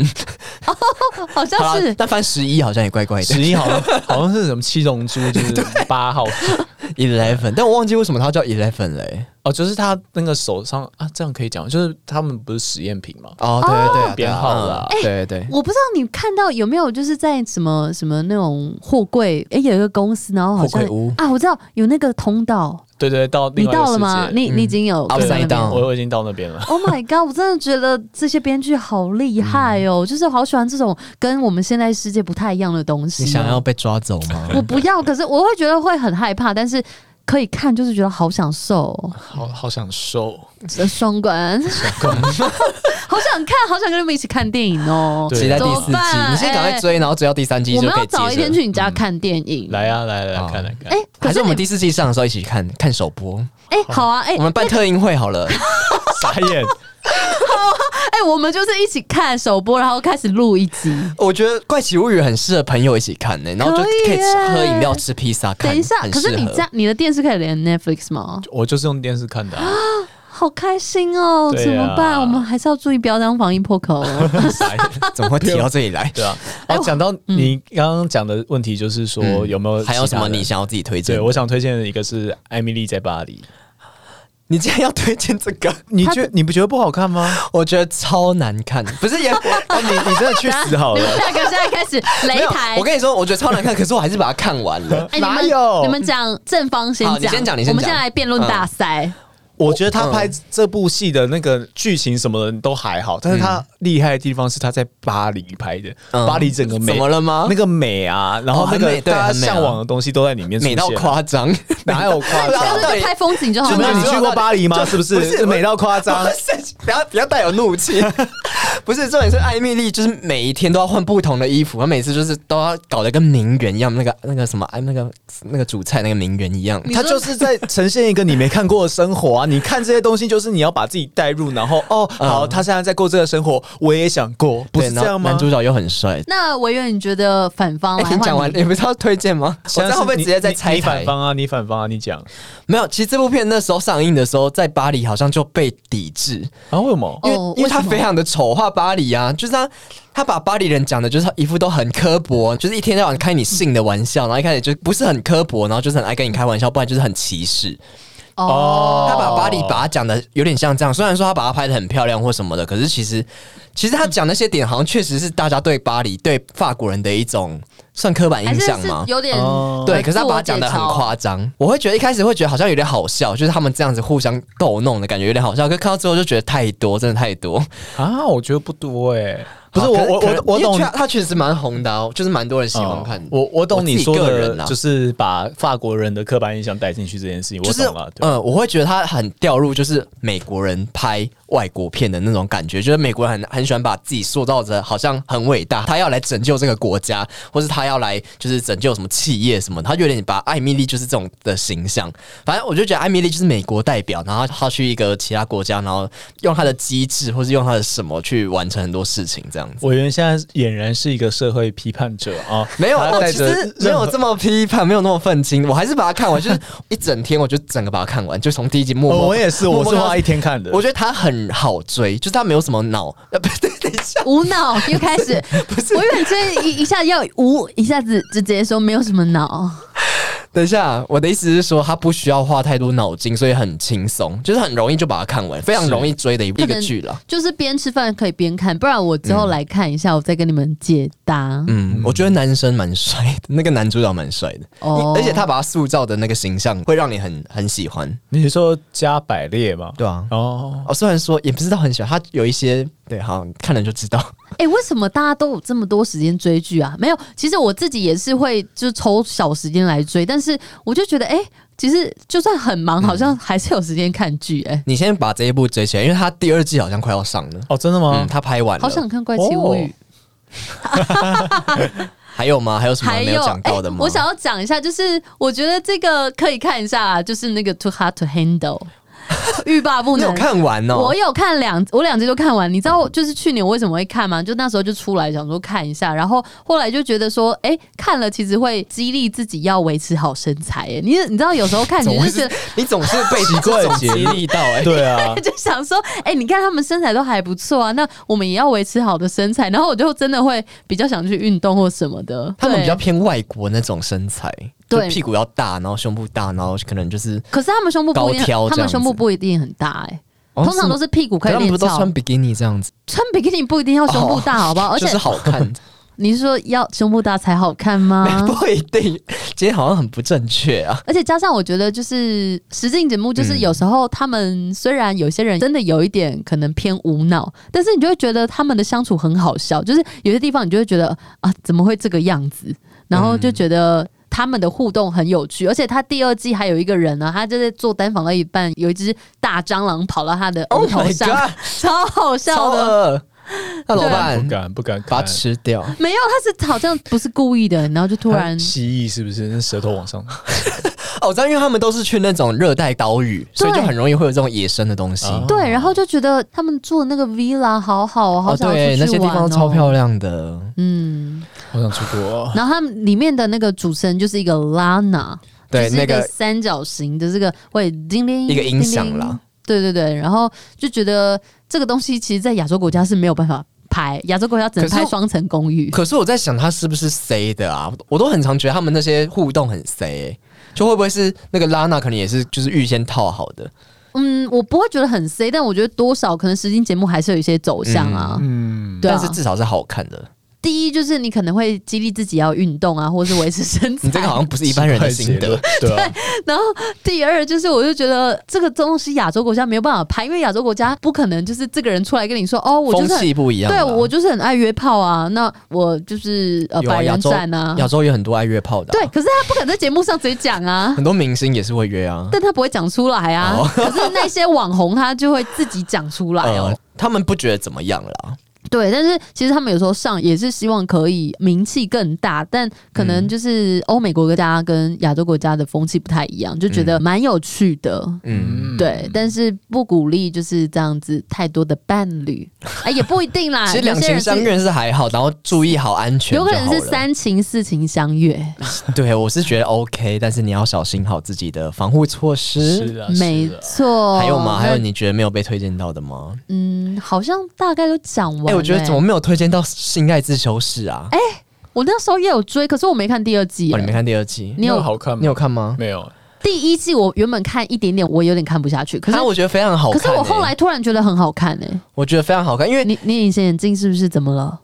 Speaker 1: 好像
Speaker 3: 好啦
Speaker 1: 是
Speaker 3: 但翻十一好像也怪怪的。
Speaker 2: 十一好像好像是什么七龙珠， 就是八号
Speaker 3: Eleven，但我忘记为什么他叫 Eleven 嘞、
Speaker 2: 哦，就是他那个手上啊，这样可以讲，就是他们不是实验品嘛，
Speaker 3: 哦，对对对啊，
Speaker 2: 编号啦
Speaker 3: 对啊嗯对对对，
Speaker 1: 我不知道你看到有没有，就是在什么什么那种货柜，哎、有一个公司，然后好像
Speaker 3: 货柜屋
Speaker 1: 啊，我知道有那个通道，
Speaker 2: 对对，到
Speaker 1: 你
Speaker 2: 另外一
Speaker 1: 到
Speaker 2: 个
Speaker 1: 了吗？
Speaker 2: 世界，
Speaker 1: 你你已经有看到那
Speaker 3: Upside
Speaker 1: 边
Speaker 3: 嗯 down
Speaker 2: 我我已经到那边 了。
Speaker 1: Oh my god！我真的觉得这些编剧好厉害
Speaker 3: 嗯
Speaker 1: 哦，就是好喜欢这种跟我们现在世界不太一样的东西。哦
Speaker 3: 你想要？被抓走吗？
Speaker 1: 我不要，可是我会觉得会很害怕，但是可以看，就是觉得好享受 哦
Speaker 2: 好好想瘦，
Speaker 1: 这双关，好想看，好想跟你们一起看电影哦。
Speaker 2: 对
Speaker 3: 期待第
Speaker 1: 怎
Speaker 3: 四
Speaker 1: 么
Speaker 3: 季，
Speaker 1: 办哎
Speaker 3: 你先赶快追，然后追到第三季
Speaker 1: 我
Speaker 3: 就
Speaker 1: 们
Speaker 3: 可
Speaker 1: 要
Speaker 3: 以接
Speaker 1: 早一天
Speaker 3: 着。
Speaker 1: 去你家看电影。
Speaker 2: 来啊来啊来啊
Speaker 3: 哦
Speaker 2: 看来看，
Speaker 1: 哎、可
Speaker 3: 还
Speaker 1: 是
Speaker 3: 是我
Speaker 1: 你
Speaker 3: 们第四季上的时候一起看看首播，
Speaker 1: 哎、好啊，哎、
Speaker 3: 我们办特映会好了。
Speaker 2: 傻眼，
Speaker 1: 哎、我们就是一起看首播，然后开始录一集。
Speaker 3: 我觉得《怪奇物语》很适合朋友一起看呢、然后就
Speaker 1: 可以
Speaker 3: 可以吃
Speaker 1: 耶
Speaker 3: 喝饮料、吃披萨看。
Speaker 1: 等一下，
Speaker 3: 很
Speaker 1: 可是
Speaker 3: 适
Speaker 1: 你
Speaker 3: 合
Speaker 1: 家你的电视可以连 Netflix 吗？
Speaker 2: 我就是用电视看 的啊，
Speaker 1: 好开心哦！
Speaker 2: 对啊
Speaker 1: 怎么办？我们还是要注意不要当防疫破口 哦。
Speaker 3: 傻眼哎怎么会提到这里来？
Speaker 2: 对啊，
Speaker 1: 哎
Speaker 2: 哦，讲到
Speaker 1: 嗯
Speaker 2: 你刚刚讲的问题，就是说
Speaker 3: 嗯
Speaker 2: 有没有
Speaker 3: 还有什么你
Speaker 2: 其
Speaker 3: 想要自己推
Speaker 2: 他的？
Speaker 3: 荐？
Speaker 2: 对，我，想推荐的一个是《艾米丽在巴黎》，
Speaker 3: 你竟然要推荐这个，
Speaker 2: 你觉你不觉得不好看吗？
Speaker 3: 我觉得超难看，不 是也？哦
Speaker 2: 你你真的去死好
Speaker 1: 你们
Speaker 2: 了！
Speaker 1: 两个现在开始
Speaker 3: 没
Speaker 1: 擂
Speaker 3: 有
Speaker 1: 台。
Speaker 3: 我跟你说，我觉得超难看，可是我还是把它看完 了。
Speaker 1: 哎，你
Speaker 2: 哪
Speaker 1: 们
Speaker 2: 有
Speaker 1: 你们讲正方先
Speaker 3: 好你
Speaker 1: 讲，
Speaker 3: 先讲你先
Speaker 1: 我
Speaker 3: 讲嗯
Speaker 1: 们现在来辩论大赛。
Speaker 2: 我觉得他拍这部戏的那个剧情什么的都还好，但是他厉害的地方是他在巴黎拍的，
Speaker 3: 嗯
Speaker 2: 巴黎整个美
Speaker 3: 怎么了吗
Speaker 2: 那个美啊，然后
Speaker 3: 哦
Speaker 2: 那
Speaker 3: 很
Speaker 2: 个
Speaker 3: 美对
Speaker 2: 大家
Speaker 3: 很美啊
Speaker 2: 向往的东西都在里面出
Speaker 3: 美
Speaker 2: 现
Speaker 3: 到
Speaker 2: 了，
Speaker 3: 夸张，
Speaker 2: 啊 哪有 夸
Speaker 3: 对啊
Speaker 2: 张？
Speaker 1: 就是就拍风景就好
Speaker 2: 怎么样？
Speaker 1: 了
Speaker 2: 哦你。去过巴黎吗？
Speaker 3: 就是
Speaker 2: 不
Speaker 3: 不是
Speaker 2: 是美到夸张？
Speaker 3: 不要不要带有怒气。 不是重点是艾米丽，就是每一天都要换不同的衣服，她每次就是都要搞得跟名媛一样，那个那个什么哎那个那个主菜那个名媛一样。
Speaker 1: 你
Speaker 2: 他
Speaker 1: 说
Speaker 2: 就是在呈现一个你没看过的生活 啊！你看这些东西，就是你要把自己带入，然后哦，好，他现在在过这个生活，我也想过，不
Speaker 3: 对
Speaker 2: 是这样
Speaker 3: 然后
Speaker 2: 吗
Speaker 3: 男？主角又很帅。
Speaker 1: 那维园，你觉得反方
Speaker 3: 哎、
Speaker 1: 来
Speaker 3: 你讲
Speaker 1: 换
Speaker 3: 完，
Speaker 1: 你？
Speaker 3: 你不是要推荐吗？我这
Speaker 2: 现
Speaker 3: 样
Speaker 2: 在
Speaker 3: 会不会
Speaker 2: 是你
Speaker 3: 直接在
Speaker 2: 你
Speaker 3: 拆
Speaker 2: 你
Speaker 3: 台
Speaker 2: 反？方啊？你反方啊？你讲
Speaker 3: 没有，其实这部片那时候上映的时候，在巴黎好像就被抵制，
Speaker 2: 啊？为什么？
Speaker 3: 因为、
Speaker 1: 哦
Speaker 3: 因为他
Speaker 1: 为什么
Speaker 3: 非常的丑化巴黎啊，就是他他把巴黎人讲的就是一副都很刻薄，就是一天到晚开你性的玩笑，然后一开始就不是很刻薄，然后就是很爱跟你开玩笑，不然就是很歧视。
Speaker 1: 哦
Speaker 3: 他把巴黎把它讲的有点像这样，虽然说他把它拍的很漂亮或什么的，可是其实其实他讲那些点好像确实是大家对巴黎对法国人的一种算刻板
Speaker 1: 还
Speaker 3: 印
Speaker 1: 是
Speaker 3: 象
Speaker 1: 是
Speaker 3: 吗？
Speaker 1: 有点
Speaker 2: 哦
Speaker 3: 对，可是他把它讲的很夸张，我会觉得一开始会觉得好像有点好笑，就是他们这样子互相逗弄的感觉有点好笑，可是看到之后就觉得太多，真的太多。
Speaker 2: 啊，我觉得不多哎，不是
Speaker 3: 好
Speaker 2: 我
Speaker 3: 可
Speaker 2: 我
Speaker 3: 可
Speaker 2: 我我
Speaker 3: 因为
Speaker 2: 懂
Speaker 3: 确他确实蛮红的哦、就是蛮多人喜欢看
Speaker 2: 哦
Speaker 3: 的。
Speaker 2: 我我懂你
Speaker 3: 自己
Speaker 2: 说
Speaker 3: 个
Speaker 2: 的
Speaker 3: 人啊，
Speaker 2: 就是把法国人的刻板印象带进去这件事情，
Speaker 3: 就
Speaker 2: 我
Speaker 3: 是
Speaker 2: 懂了。对
Speaker 3: 嗯，我会觉得他很掉入就是美国人拍外国片的那种感觉，就是美国人很很喜欢把自己塑造着好像很伟大，他要来拯救这个国家，或是他要来就是拯救什么企业什么，他就有点把艾米丽就是这种的形象。反正我就觉得艾米丽就是美国代表，然后他去一个其他国家，然后用他的机智或是用他的什么去完成很多事情，这样子。
Speaker 2: 我原现在俨然是一个社会批判者啊，
Speaker 3: 没有，
Speaker 2: 他
Speaker 3: 我
Speaker 2: 带
Speaker 3: 其
Speaker 2: 着
Speaker 3: 实没有这么批判，没有那么愤青，我还是把它看完，就是一整天，我就整个把它看完，就从第一集 默
Speaker 2: 哦
Speaker 3: 默。
Speaker 2: 我也是，
Speaker 3: 默
Speaker 2: 我
Speaker 3: 默
Speaker 2: 是
Speaker 3: 看到
Speaker 2: 花一天看的
Speaker 3: 我。觉得他很好追，就是他没有什么脑，呃，不对， 一下，
Speaker 1: 无脑又开始， 我原本这一一下要无，一下子就直接说没有什么脑，
Speaker 3: 等一下，我的意思是说，他不需要花太多脑筋，所以很轻松，就是很容易就把它看完，非常容易追的一一
Speaker 1: 可
Speaker 3: 个
Speaker 1: 能
Speaker 3: 剧了。
Speaker 1: 就是边吃饭可以边看，不然我之后来看一下，我再跟你们解答。
Speaker 3: 嗯，我觉得男生蛮帅的， 那个男主角蛮帅的，
Speaker 1: 哦
Speaker 3: 你而且他把他塑造的那个形象会让你很很喜欢，
Speaker 2: 你是说加百列吗？
Speaker 3: 对啊。
Speaker 2: 哦，
Speaker 3: 哦，虽然说也不知道很喜欢，他有一些对，好看了就知道。
Speaker 1: 哎、为什么大家都有这么多时间追剧啊？没有，其实我自己也是会就抽小时间来追，但是我就觉得，哎、其实就算很
Speaker 3: 嗯
Speaker 1: 忙，好像还是有时间看剧、哎、
Speaker 3: 你先把这一部追起来，因为他第二季好像快要上了。
Speaker 2: 哦，真的吗哦
Speaker 3: 嗯，？他拍完了。
Speaker 1: 好想看《怪奇物语》
Speaker 3: 哦还有吗？还有什么
Speaker 1: 还
Speaker 3: 没
Speaker 1: 有，哎
Speaker 3: 讲到的吗？
Speaker 1: 我想要讲一下，就是我觉得这个可以看一下、就是那个《Too Hard to Handle》欲罢不
Speaker 3: 你
Speaker 1: 能。
Speaker 3: 有看完哦。
Speaker 1: 啊我有看两，我两集都看完。你知道，就是去年我为什么会看吗？就那时候就出来想说看一下，然后后来就觉得说，哎、看了其实会激励自己要维持好身材。哎，你你知道有时候看
Speaker 3: 总
Speaker 1: 你就
Speaker 3: 会
Speaker 1: 觉
Speaker 3: 是
Speaker 1: 得。，
Speaker 3: 你总是被
Speaker 2: 奇怪
Speaker 3: 这种
Speaker 2: 的节
Speaker 3: 激
Speaker 2: 目
Speaker 3: 励到哎、
Speaker 2: 对啊
Speaker 1: 就想说，哎、你看他们身材都还不错啊，那我们也要维持好的身材。然后我就真的会比较想去运动或什么的。
Speaker 3: 他们比
Speaker 1: 对
Speaker 3: 较偏外国那种身材，就
Speaker 1: 对
Speaker 3: 屁股要大，然后胸部大，然后可能就是，
Speaker 1: 可是他们胸部不一
Speaker 3: 高挑
Speaker 1: 定，他
Speaker 3: 这样子
Speaker 1: 们胸部不一定很大哎、
Speaker 3: 哦
Speaker 1: 通常都是屁股
Speaker 3: 可
Speaker 1: 可以
Speaker 3: 他们不
Speaker 1: 练
Speaker 3: 是都
Speaker 1: 翘
Speaker 3: 穿，比基尼这样子，哦
Speaker 1: 穿比基尼不一定要胸部大，好不好？而且啊
Speaker 3: 就是好 看，
Speaker 1: 你是说要胸部大才好看 吗？
Speaker 3: 不一定。今天好像很不正确啊，
Speaker 1: 而且加上我觉得，就是实境节目，就是
Speaker 3: 嗯
Speaker 1: 有时候他们虽然有些人真的有一点可能偏无脑，但是你就会觉得他们的相处很好笑，就是有些地方你就会觉得啊，怎么会这个样子？然后就觉得。他们的互动很有趣，而且他第二季还有一个人呢、他就在做单访到一半，有一只大蟑螂跑到他的额
Speaker 3: Oh
Speaker 1: 头
Speaker 3: my
Speaker 1: 上
Speaker 3: god，
Speaker 1: 超好
Speaker 3: 超
Speaker 1: 笑的。
Speaker 3: 饿，那怎么
Speaker 2: 不
Speaker 3: 办？
Speaker 2: 敢不敢看，
Speaker 3: 把它吃掉。
Speaker 1: 没有，他是好像不是故意的，然后就突然
Speaker 2: 蜥蜴是不是？那舌头往 上，
Speaker 3: 哦，我知道，因为他们都是去那种热带岛屿，所以
Speaker 1: 对
Speaker 3: 就很容易会有这种野生的东西。
Speaker 2: 啊
Speaker 1: 对，然后就觉得他们住的那个 villa 好好，哦，好
Speaker 3: 哦，
Speaker 1: 想要出去玩、哦
Speaker 3: 对，那些地方都超漂亮的。
Speaker 1: 嗯，
Speaker 2: 好想出国哦。
Speaker 1: 然后他们里面的那个主持人就是一个 Lana，
Speaker 3: 对，
Speaker 1: 就是
Speaker 3: 那
Speaker 1: 一个
Speaker 3: 个
Speaker 1: 三角形的这个会叮铃
Speaker 3: 一个音响
Speaker 1: 叮铃
Speaker 3: 啦，
Speaker 1: 对对对，然后就觉得这个东西其实，在亚洲国家是没有办法拍，亚洲国家只能
Speaker 3: 可是
Speaker 1: 拍双层公寓。
Speaker 3: 可是我在想，他是不是 C 的啊？我都很常觉得他们那些互动很 C，、欸、就会不会是那个拉娜可能也是就是预先套好的？
Speaker 1: 嗯，我不会觉得很 C，但我觉得多少可能实境节目还是有一些走向啊。
Speaker 2: 嗯，
Speaker 1: 对啊
Speaker 3: 但是至少是好看的。
Speaker 1: 第一就是你可能会激励自己要运动啊，或是维持身材。
Speaker 3: 你这个好像不是一般人的心得，
Speaker 2: 快结论，对啊，
Speaker 1: 然后第二就是，我就觉得这个东西亚洲国家没有办法拍，因为亚洲国家不可能就是这个人出来跟你说哦，我就
Speaker 3: 风
Speaker 1: 是很
Speaker 3: 气不一样
Speaker 1: 对
Speaker 3: 啦。
Speaker 1: 我就是很爱约炮啊，那我就是呃
Speaker 3: 有啊
Speaker 1: 百
Speaker 3: 亚
Speaker 1: 人
Speaker 3: 洲
Speaker 1: 斩啊，
Speaker 3: 亚 洲有很多爱约炮的啊、
Speaker 1: 对，可是他不可能在节目上直接讲 啊。
Speaker 3: 很多明星也是会约啊。
Speaker 1: 但他不会讲出来啊，
Speaker 3: 哦
Speaker 1: 可是那些网红他就会自己讲出来哦
Speaker 3: 呃。，他们不觉得怎么样啦。
Speaker 1: 对，但是其实他们有时候上也是希望可以名气更大，但可能
Speaker 3: 嗯
Speaker 1: 就是欧美国家跟亚洲国家的风气不太一样，就觉得蛮有趣的。
Speaker 3: 嗯，
Speaker 1: 对，但是不鼓励就是这样子太多的伴 侣，哎，也不一定啦。
Speaker 3: 其实两
Speaker 1: 有些
Speaker 3: 情
Speaker 1: 人
Speaker 3: 相
Speaker 1: 是，
Speaker 3: 悦是还好，然后注意好安全就
Speaker 1: 有
Speaker 3: 好
Speaker 1: 可
Speaker 3: 了。
Speaker 1: 能是三情四情相悦，
Speaker 3: 对，我是觉啊得 OK，但是你要小心好自己的防护措施。
Speaker 2: 是啊，
Speaker 1: 没
Speaker 2: 是啊
Speaker 1: 错。
Speaker 3: 还有吗？还有，你觉得没有被推荐到的吗？
Speaker 1: 嗯，好像大概都讲完、
Speaker 3: 哎、我觉得
Speaker 1: 哎
Speaker 3: 怎么没有推荐到《性爱自修室》啊？哎、
Speaker 1: 我那时候也有追，可是我没看第二季、
Speaker 3: 哦，你没
Speaker 1: 哎
Speaker 3: 看第二季？
Speaker 1: 你有
Speaker 2: 那好看吗？
Speaker 3: 你有看吗？
Speaker 2: 没有？
Speaker 1: 第一季我原本看一点点，我有点看不下去。可是
Speaker 3: 啊，我觉得非常好
Speaker 1: 可
Speaker 3: 看、
Speaker 1: 是我后来
Speaker 3: 哎，
Speaker 1: 突然觉得很好看哎、
Speaker 3: 我觉得非常好看，因为
Speaker 1: 你你隐形眼镜是不是怎么了？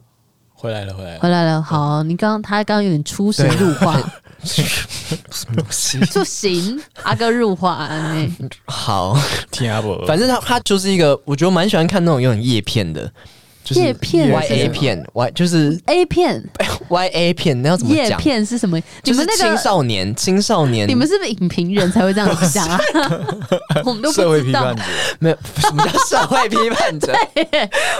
Speaker 2: 回来了，回来了。
Speaker 1: 回来了，好，你刚刚他刚刚有点出神入化， 出行阿哥入化啊你。
Speaker 3: 好，
Speaker 2: 听阿伯，
Speaker 3: 反正他他就是一个，我觉得我蛮喜欢看那种有点叶片的，就是
Speaker 1: 叶片
Speaker 3: Y
Speaker 1: 是什
Speaker 3: A
Speaker 1: 么
Speaker 3: 片 Y 就是
Speaker 1: A 片、
Speaker 3: Y A 片，哎那要怎么
Speaker 1: 叶
Speaker 3: 讲？
Speaker 1: 片是什么？你
Speaker 3: 就是
Speaker 1: 们那
Speaker 3: 青
Speaker 1: 个，
Speaker 3: 少年，青少年，
Speaker 1: 你们是不是影评人才会这样 想啊？我们都
Speaker 2: 社
Speaker 1: 不
Speaker 2: 会
Speaker 1: 知
Speaker 2: 批
Speaker 1: 道
Speaker 2: 判。者，
Speaker 3: 没有 什么叫社会批判者？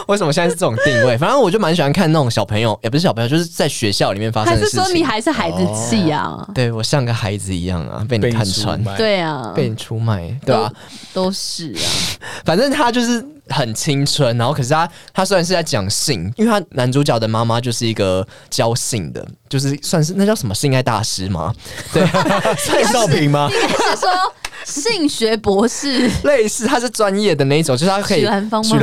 Speaker 3: 为什么现在是这种定位？反正我就蛮喜欢看那种小朋友，也不是小朋友，就是在学校里面发生
Speaker 1: 还
Speaker 3: 的
Speaker 1: 是
Speaker 3: 事情。哦
Speaker 1: 说你还是孩子气啊？
Speaker 3: 对我像个孩子一样啊，被你
Speaker 2: 被
Speaker 3: 看
Speaker 2: 出
Speaker 3: 穿，
Speaker 2: 卖，
Speaker 1: 对啊，
Speaker 3: 被你出卖，对吧、
Speaker 1: 都是啊。
Speaker 3: 反正他就是很青春，然后可是他他虽然是在讲性，因为他男主角的妈妈就是一个教性的，就是算是那叫什么性爱大 师吗？对，
Speaker 2: 蔡少平吗？
Speaker 1: 应该是说性学博士
Speaker 3: 类似他是专业的那一种，就是他可以
Speaker 1: 许兰芳吗？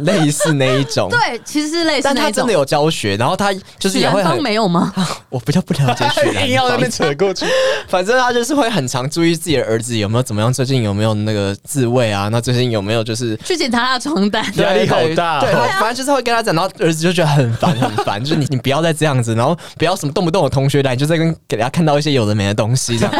Speaker 3: 类似那一种。
Speaker 1: 对，其实哎是类似
Speaker 3: 但
Speaker 1: 那
Speaker 3: 他
Speaker 1: 一
Speaker 3: 真
Speaker 1: 种
Speaker 3: 的。有教学，然后他就是
Speaker 1: 许
Speaker 3: 也会
Speaker 1: 兰
Speaker 3: 很
Speaker 1: 芳，没有 吗？
Speaker 3: 我比较不了解许
Speaker 2: 硬要在那
Speaker 3: 兰芳
Speaker 2: 边，扯过去。
Speaker 3: 反正他就是会很常注意自己的儿子有没有怎么样，最近有没有那个自慰啊，那最近有没有就是
Speaker 1: 去检查他的床单。
Speaker 3: 对啊
Speaker 2: 压力好
Speaker 3: 对
Speaker 2: 大哦
Speaker 3: 对，他反正就是会跟他讲，然后儿子就觉得很烦很烦，就是你你不要再这样子，然后不要什么动不动有同学来，你就在跟给大家看到一些有的没的东西 这样，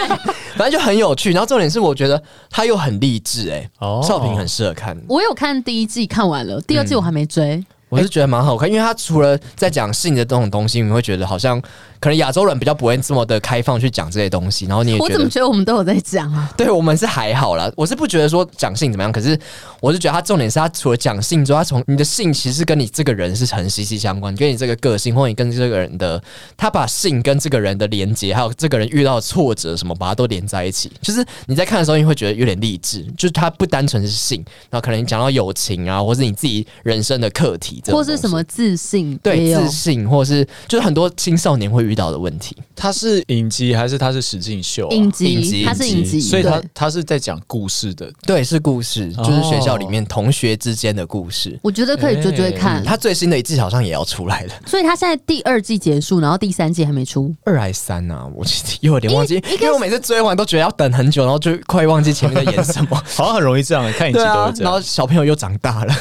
Speaker 3: 反正就很有趣。然后重点是，我觉得他又很励志、哎、
Speaker 2: 哦
Speaker 3: 少平很适合看。
Speaker 1: 我有看第一季，看完了，第二
Speaker 3: 嗯
Speaker 1: 季我还没追。
Speaker 3: 我是觉得蛮好看，因为他除了在讲性的这种东西，你会觉得好像可能亚洲人比较不会这么的开放去讲这些东西，然后你也
Speaker 1: 我
Speaker 3: 觉
Speaker 1: 怎么
Speaker 3: 得，
Speaker 1: 觉得我们都有在讲啊？
Speaker 3: 对我们是还好啦，我是不觉得说讲性怎么样，可是我是觉得他重点是他除了讲性之后，他从你的性其实跟你这个人是很息息相关，跟你这个个性或者你跟这个人的，他把性跟这个人的连接，还有这个人遇到的挫折什么，把它都连在一起。就是你在看的时候，你会觉得有点励志，就是他不单纯是性，然后可能你讲到友情啊，或是你自己人生的课题这种
Speaker 1: 或
Speaker 3: 东西，
Speaker 1: 是什么自信？也
Speaker 3: 对
Speaker 1: 有
Speaker 3: 自信，或是就是很多青少年会遇到的问题。
Speaker 2: 他是影集还是他是实境秀、啊？
Speaker 1: 影
Speaker 3: 影集
Speaker 1: 集，它是影集，
Speaker 2: 所以他
Speaker 1: 对
Speaker 2: 他是在讲故事的。。
Speaker 3: 对，是故事，就是学校里面同学之间的故事。嗯
Speaker 1: 我觉得可以追追看。
Speaker 3: 他最新的一季好像也要出来了，
Speaker 1: 所以他现在第二季结束，然后第三季还没 出。
Speaker 3: 二还三啊，我其实又有点忘记，
Speaker 1: 一
Speaker 3: 因为我每次追完都觉得要等很久，然后就快忘记前面在演什么
Speaker 2: 好像很容易 这样，看影集
Speaker 3: 对
Speaker 2: 都
Speaker 3: 啊
Speaker 2: 会，这样。
Speaker 3: 然后小朋友又长大了，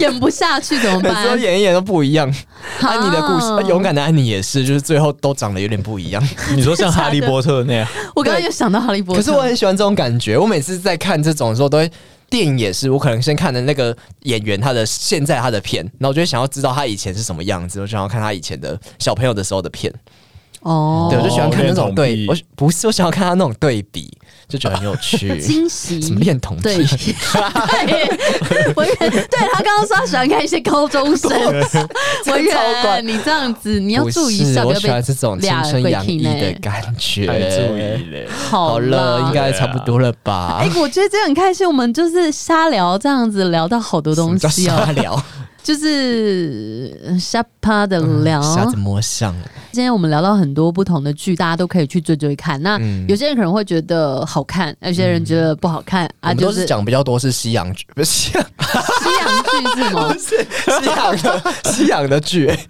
Speaker 1: 演不下去怎么
Speaker 3: 每次都
Speaker 1: 办？
Speaker 3: 演一演都不 一样。
Speaker 1: 啊
Speaker 3: 安妮哎的故事，呃勇敢的安妮也是，就是最后都长得有点不一样。
Speaker 2: 你说像哈利波特那样，
Speaker 1: 我刚刚又想到哈利波
Speaker 3: 可
Speaker 1: 特，
Speaker 3: 是我很喜欢这种感觉。我每次在看这种的时候，都会电影也是，我可能先看的那个演员他的现在他的片，然后我就会想要知道他以前是什么样子，我想要看他以前的小朋友的时候的片。
Speaker 1: 哦，
Speaker 3: 对，我就喜欢看那种对
Speaker 2: 恋，童
Speaker 3: 我
Speaker 2: 癖
Speaker 3: 不是我想要看他那种对比，就觉得很有趣。
Speaker 1: 惊喜。
Speaker 3: 什么恋童癖
Speaker 1: 对， 对，文远，对他刚刚说他喜欢看一些高中 生，文
Speaker 3: 超怪
Speaker 1: 远，你这样子你要
Speaker 3: 不
Speaker 1: 注意一
Speaker 3: 是
Speaker 1: 下，不
Speaker 3: 我
Speaker 1: 要
Speaker 3: 喜欢
Speaker 1: 被
Speaker 3: 这种青春洋溢的感觉。
Speaker 2: 太注意了。
Speaker 1: 好
Speaker 3: 好了，应该差不多了吧
Speaker 1: 哎、？我觉得这很开心，我们就是瞎聊，这样子聊到好多
Speaker 3: 我
Speaker 1: 东
Speaker 3: 们叫
Speaker 1: 西
Speaker 3: 瞎
Speaker 1: 哦，
Speaker 3: 聊，
Speaker 1: 就是瞎趴的聊。
Speaker 3: 瞎子摸象。
Speaker 1: 今天我们聊到很多不同的剧，大家都可以去追追看。那
Speaker 3: 嗯
Speaker 1: 有些人可能会觉得好看，有些人觉得不好看、
Speaker 3: 嗯
Speaker 1: 啊，
Speaker 3: 我们
Speaker 1: 就
Speaker 3: 都是讲比较多是西洋剧，不是西洋
Speaker 1: 西洋剧是 吗？
Speaker 3: 西洋的西洋的剧、欸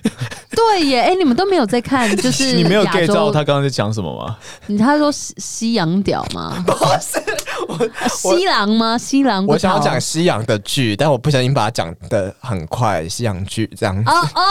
Speaker 1: 对耶，哎、你们都没有在看， 就是
Speaker 2: 你没有
Speaker 1: 亚
Speaker 2: get
Speaker 1: 洲
Speaker 2: 到他刚刚在讲什么吗？
Speaker 1: 你他说西西洋屌 吗？不是，西洋吗？西洋不
Speaker 3: 我想要
Speaker 1: 好哦
Speaker 3: 讲西洋的剧，但我不小心把它讲的很快，西洋剧这样。
Speaker 1: 哦哦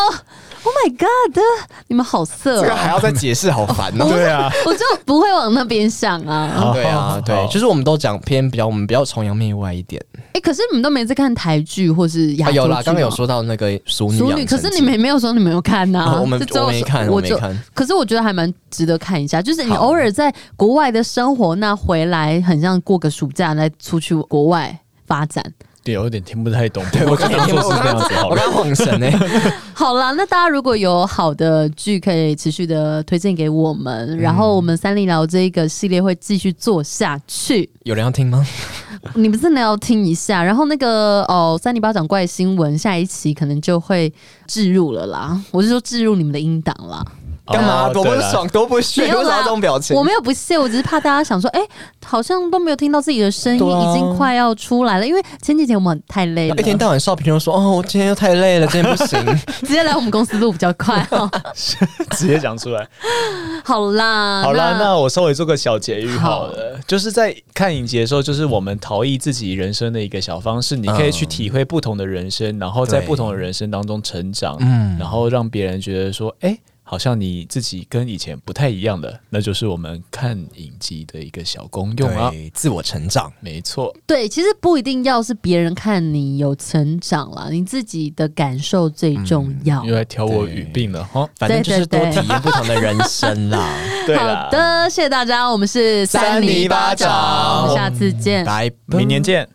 Speaker 1: ，Oh my God！你们好色
Speaker 3: 这个
Speaker 1: 哦、
Speaker 3: 还要再解释，好烦哦、
Speaker 2: 对啊，
Speaker 1: 我就不会往那边想啊。
Speaker 2: 好
Speaker 3: 对
Speaker 2: 好
Speaker 3: 啊，对
Speaker 2: 好，
Speaker 3: 就是我们都讲偏比较，我们比较崇洋媚外一点。
Speaker 1: 哎、可是你们都没在看台剧或是亚
Speaker 3: 啊，
Speaker 1: 洲剧、
Speaker 3: 有啦，刚刚有。说到那个《熟女
Speaker 1: 淑
Speaker 3: 养
Speaker 1: 女，
Speaker 3: 成
Speaker 1: 可是
Speaker 3: 记
Speaker 1: 你们也没有说你们有看呐、
Speaker 3: 哦我们
Speaker 1: 这只有
Speaker 3: 我没看
Speaker 1: 我
Speaker 3: 我没
Speaker 1: 就
Speaker 3: 看。
Speaker 1: 可是我觉得还蛮值得看一下，就是你
Speaker 3: 好
Speaker 1: 偶尔在国外的生活，那回来很像过个暑假，再出去国外发展。
Speaker 2: 对，有点听不太懂。
Speaker 3: 对我刚
Speaker 2: 当
Speaker 3: 刚
Speaker 2: 做是这样 子好
Speaker 3: 我
Speaker 2: 了。
Speaker 3: 刚晃神欸呢、
Speaker 1: 好啦，那大家如果有好的剧，可以持续的推荐给我们，然
Speaker 3: 嗯
Speaker 1: 后我们三零聊这个系列会继续做下去。
Speaker 3: 有人要听吗？
Speaker 1: 你们真的要听一下，然后那个哦，三零八掌怪新闻下一期可能就会置入了啦，我是说置入你们的音档啦。
Speaker 3: 干嘛？
Speaker 2: 哦
Speaker 3: 多不
Speaker 2: 对啦
Speaker 3: 爽，多不屑，
Speaker 1: 没
Speaker 3: 为
Speaker 1: 有
Speaker 3: 什么
Speaker 1: 啦
Speaker 3: 要这种表情
Speaker 1: 我？没有不屑，我只是怕大家想说，哎、好像都没有听到自己的声音，
Speaker 3: 对啊哎
Speaker 1: 已经快要出来了。因为前几天我们太累了，
Speaker 3: 一天到晚少平就说：“哦，我今天又太累了，今天不行。
Speaker 1: 直接来我们公司录比较快哦。
Speaker 2: 直接讲出来。
Speaker 1: 好啦，
Speaker 2: 好啦，那我稍微做个小结语好
Speaker 1: 啊好
Speaker 2: 了，就是在看影集的时候，就是我们逃逸自己人生的一个小方式，你可以去体会不同的人生，然后在
Speaker 3: 对
Speaker 2: 不同的人生当中成长，
Speaker 3: 嗯
Speaker 2: 然后让别人觉得说，哎、好像你自己跟以前不太一样了，那就是我们看影集的一个小功”用啊。
Speaker 3: 对，自我成长。
Speaker 2: 没错，
Speaker 1: 对，其实不一定要是别人看你有成长啦，你自己的感受最重要。
Speaker 2: 又来挑我语病了哈。
Speaker 3: 反正就是多
Speaker 1: 对对对
Speaker 3: 体验不同的人生啦。
Speaker 2: 对啦
Speaker 1: 好，的，谢谢大家，我们是
Speaker 3: 三
Speaker 1: 泥
Speaker 3: 泥巴
Speaker 1: 掌
Speaker 3: 掌嗯
Speaker 1: 我们下次见，
Speaker 3: 拜，
Speaker 2: 明年见。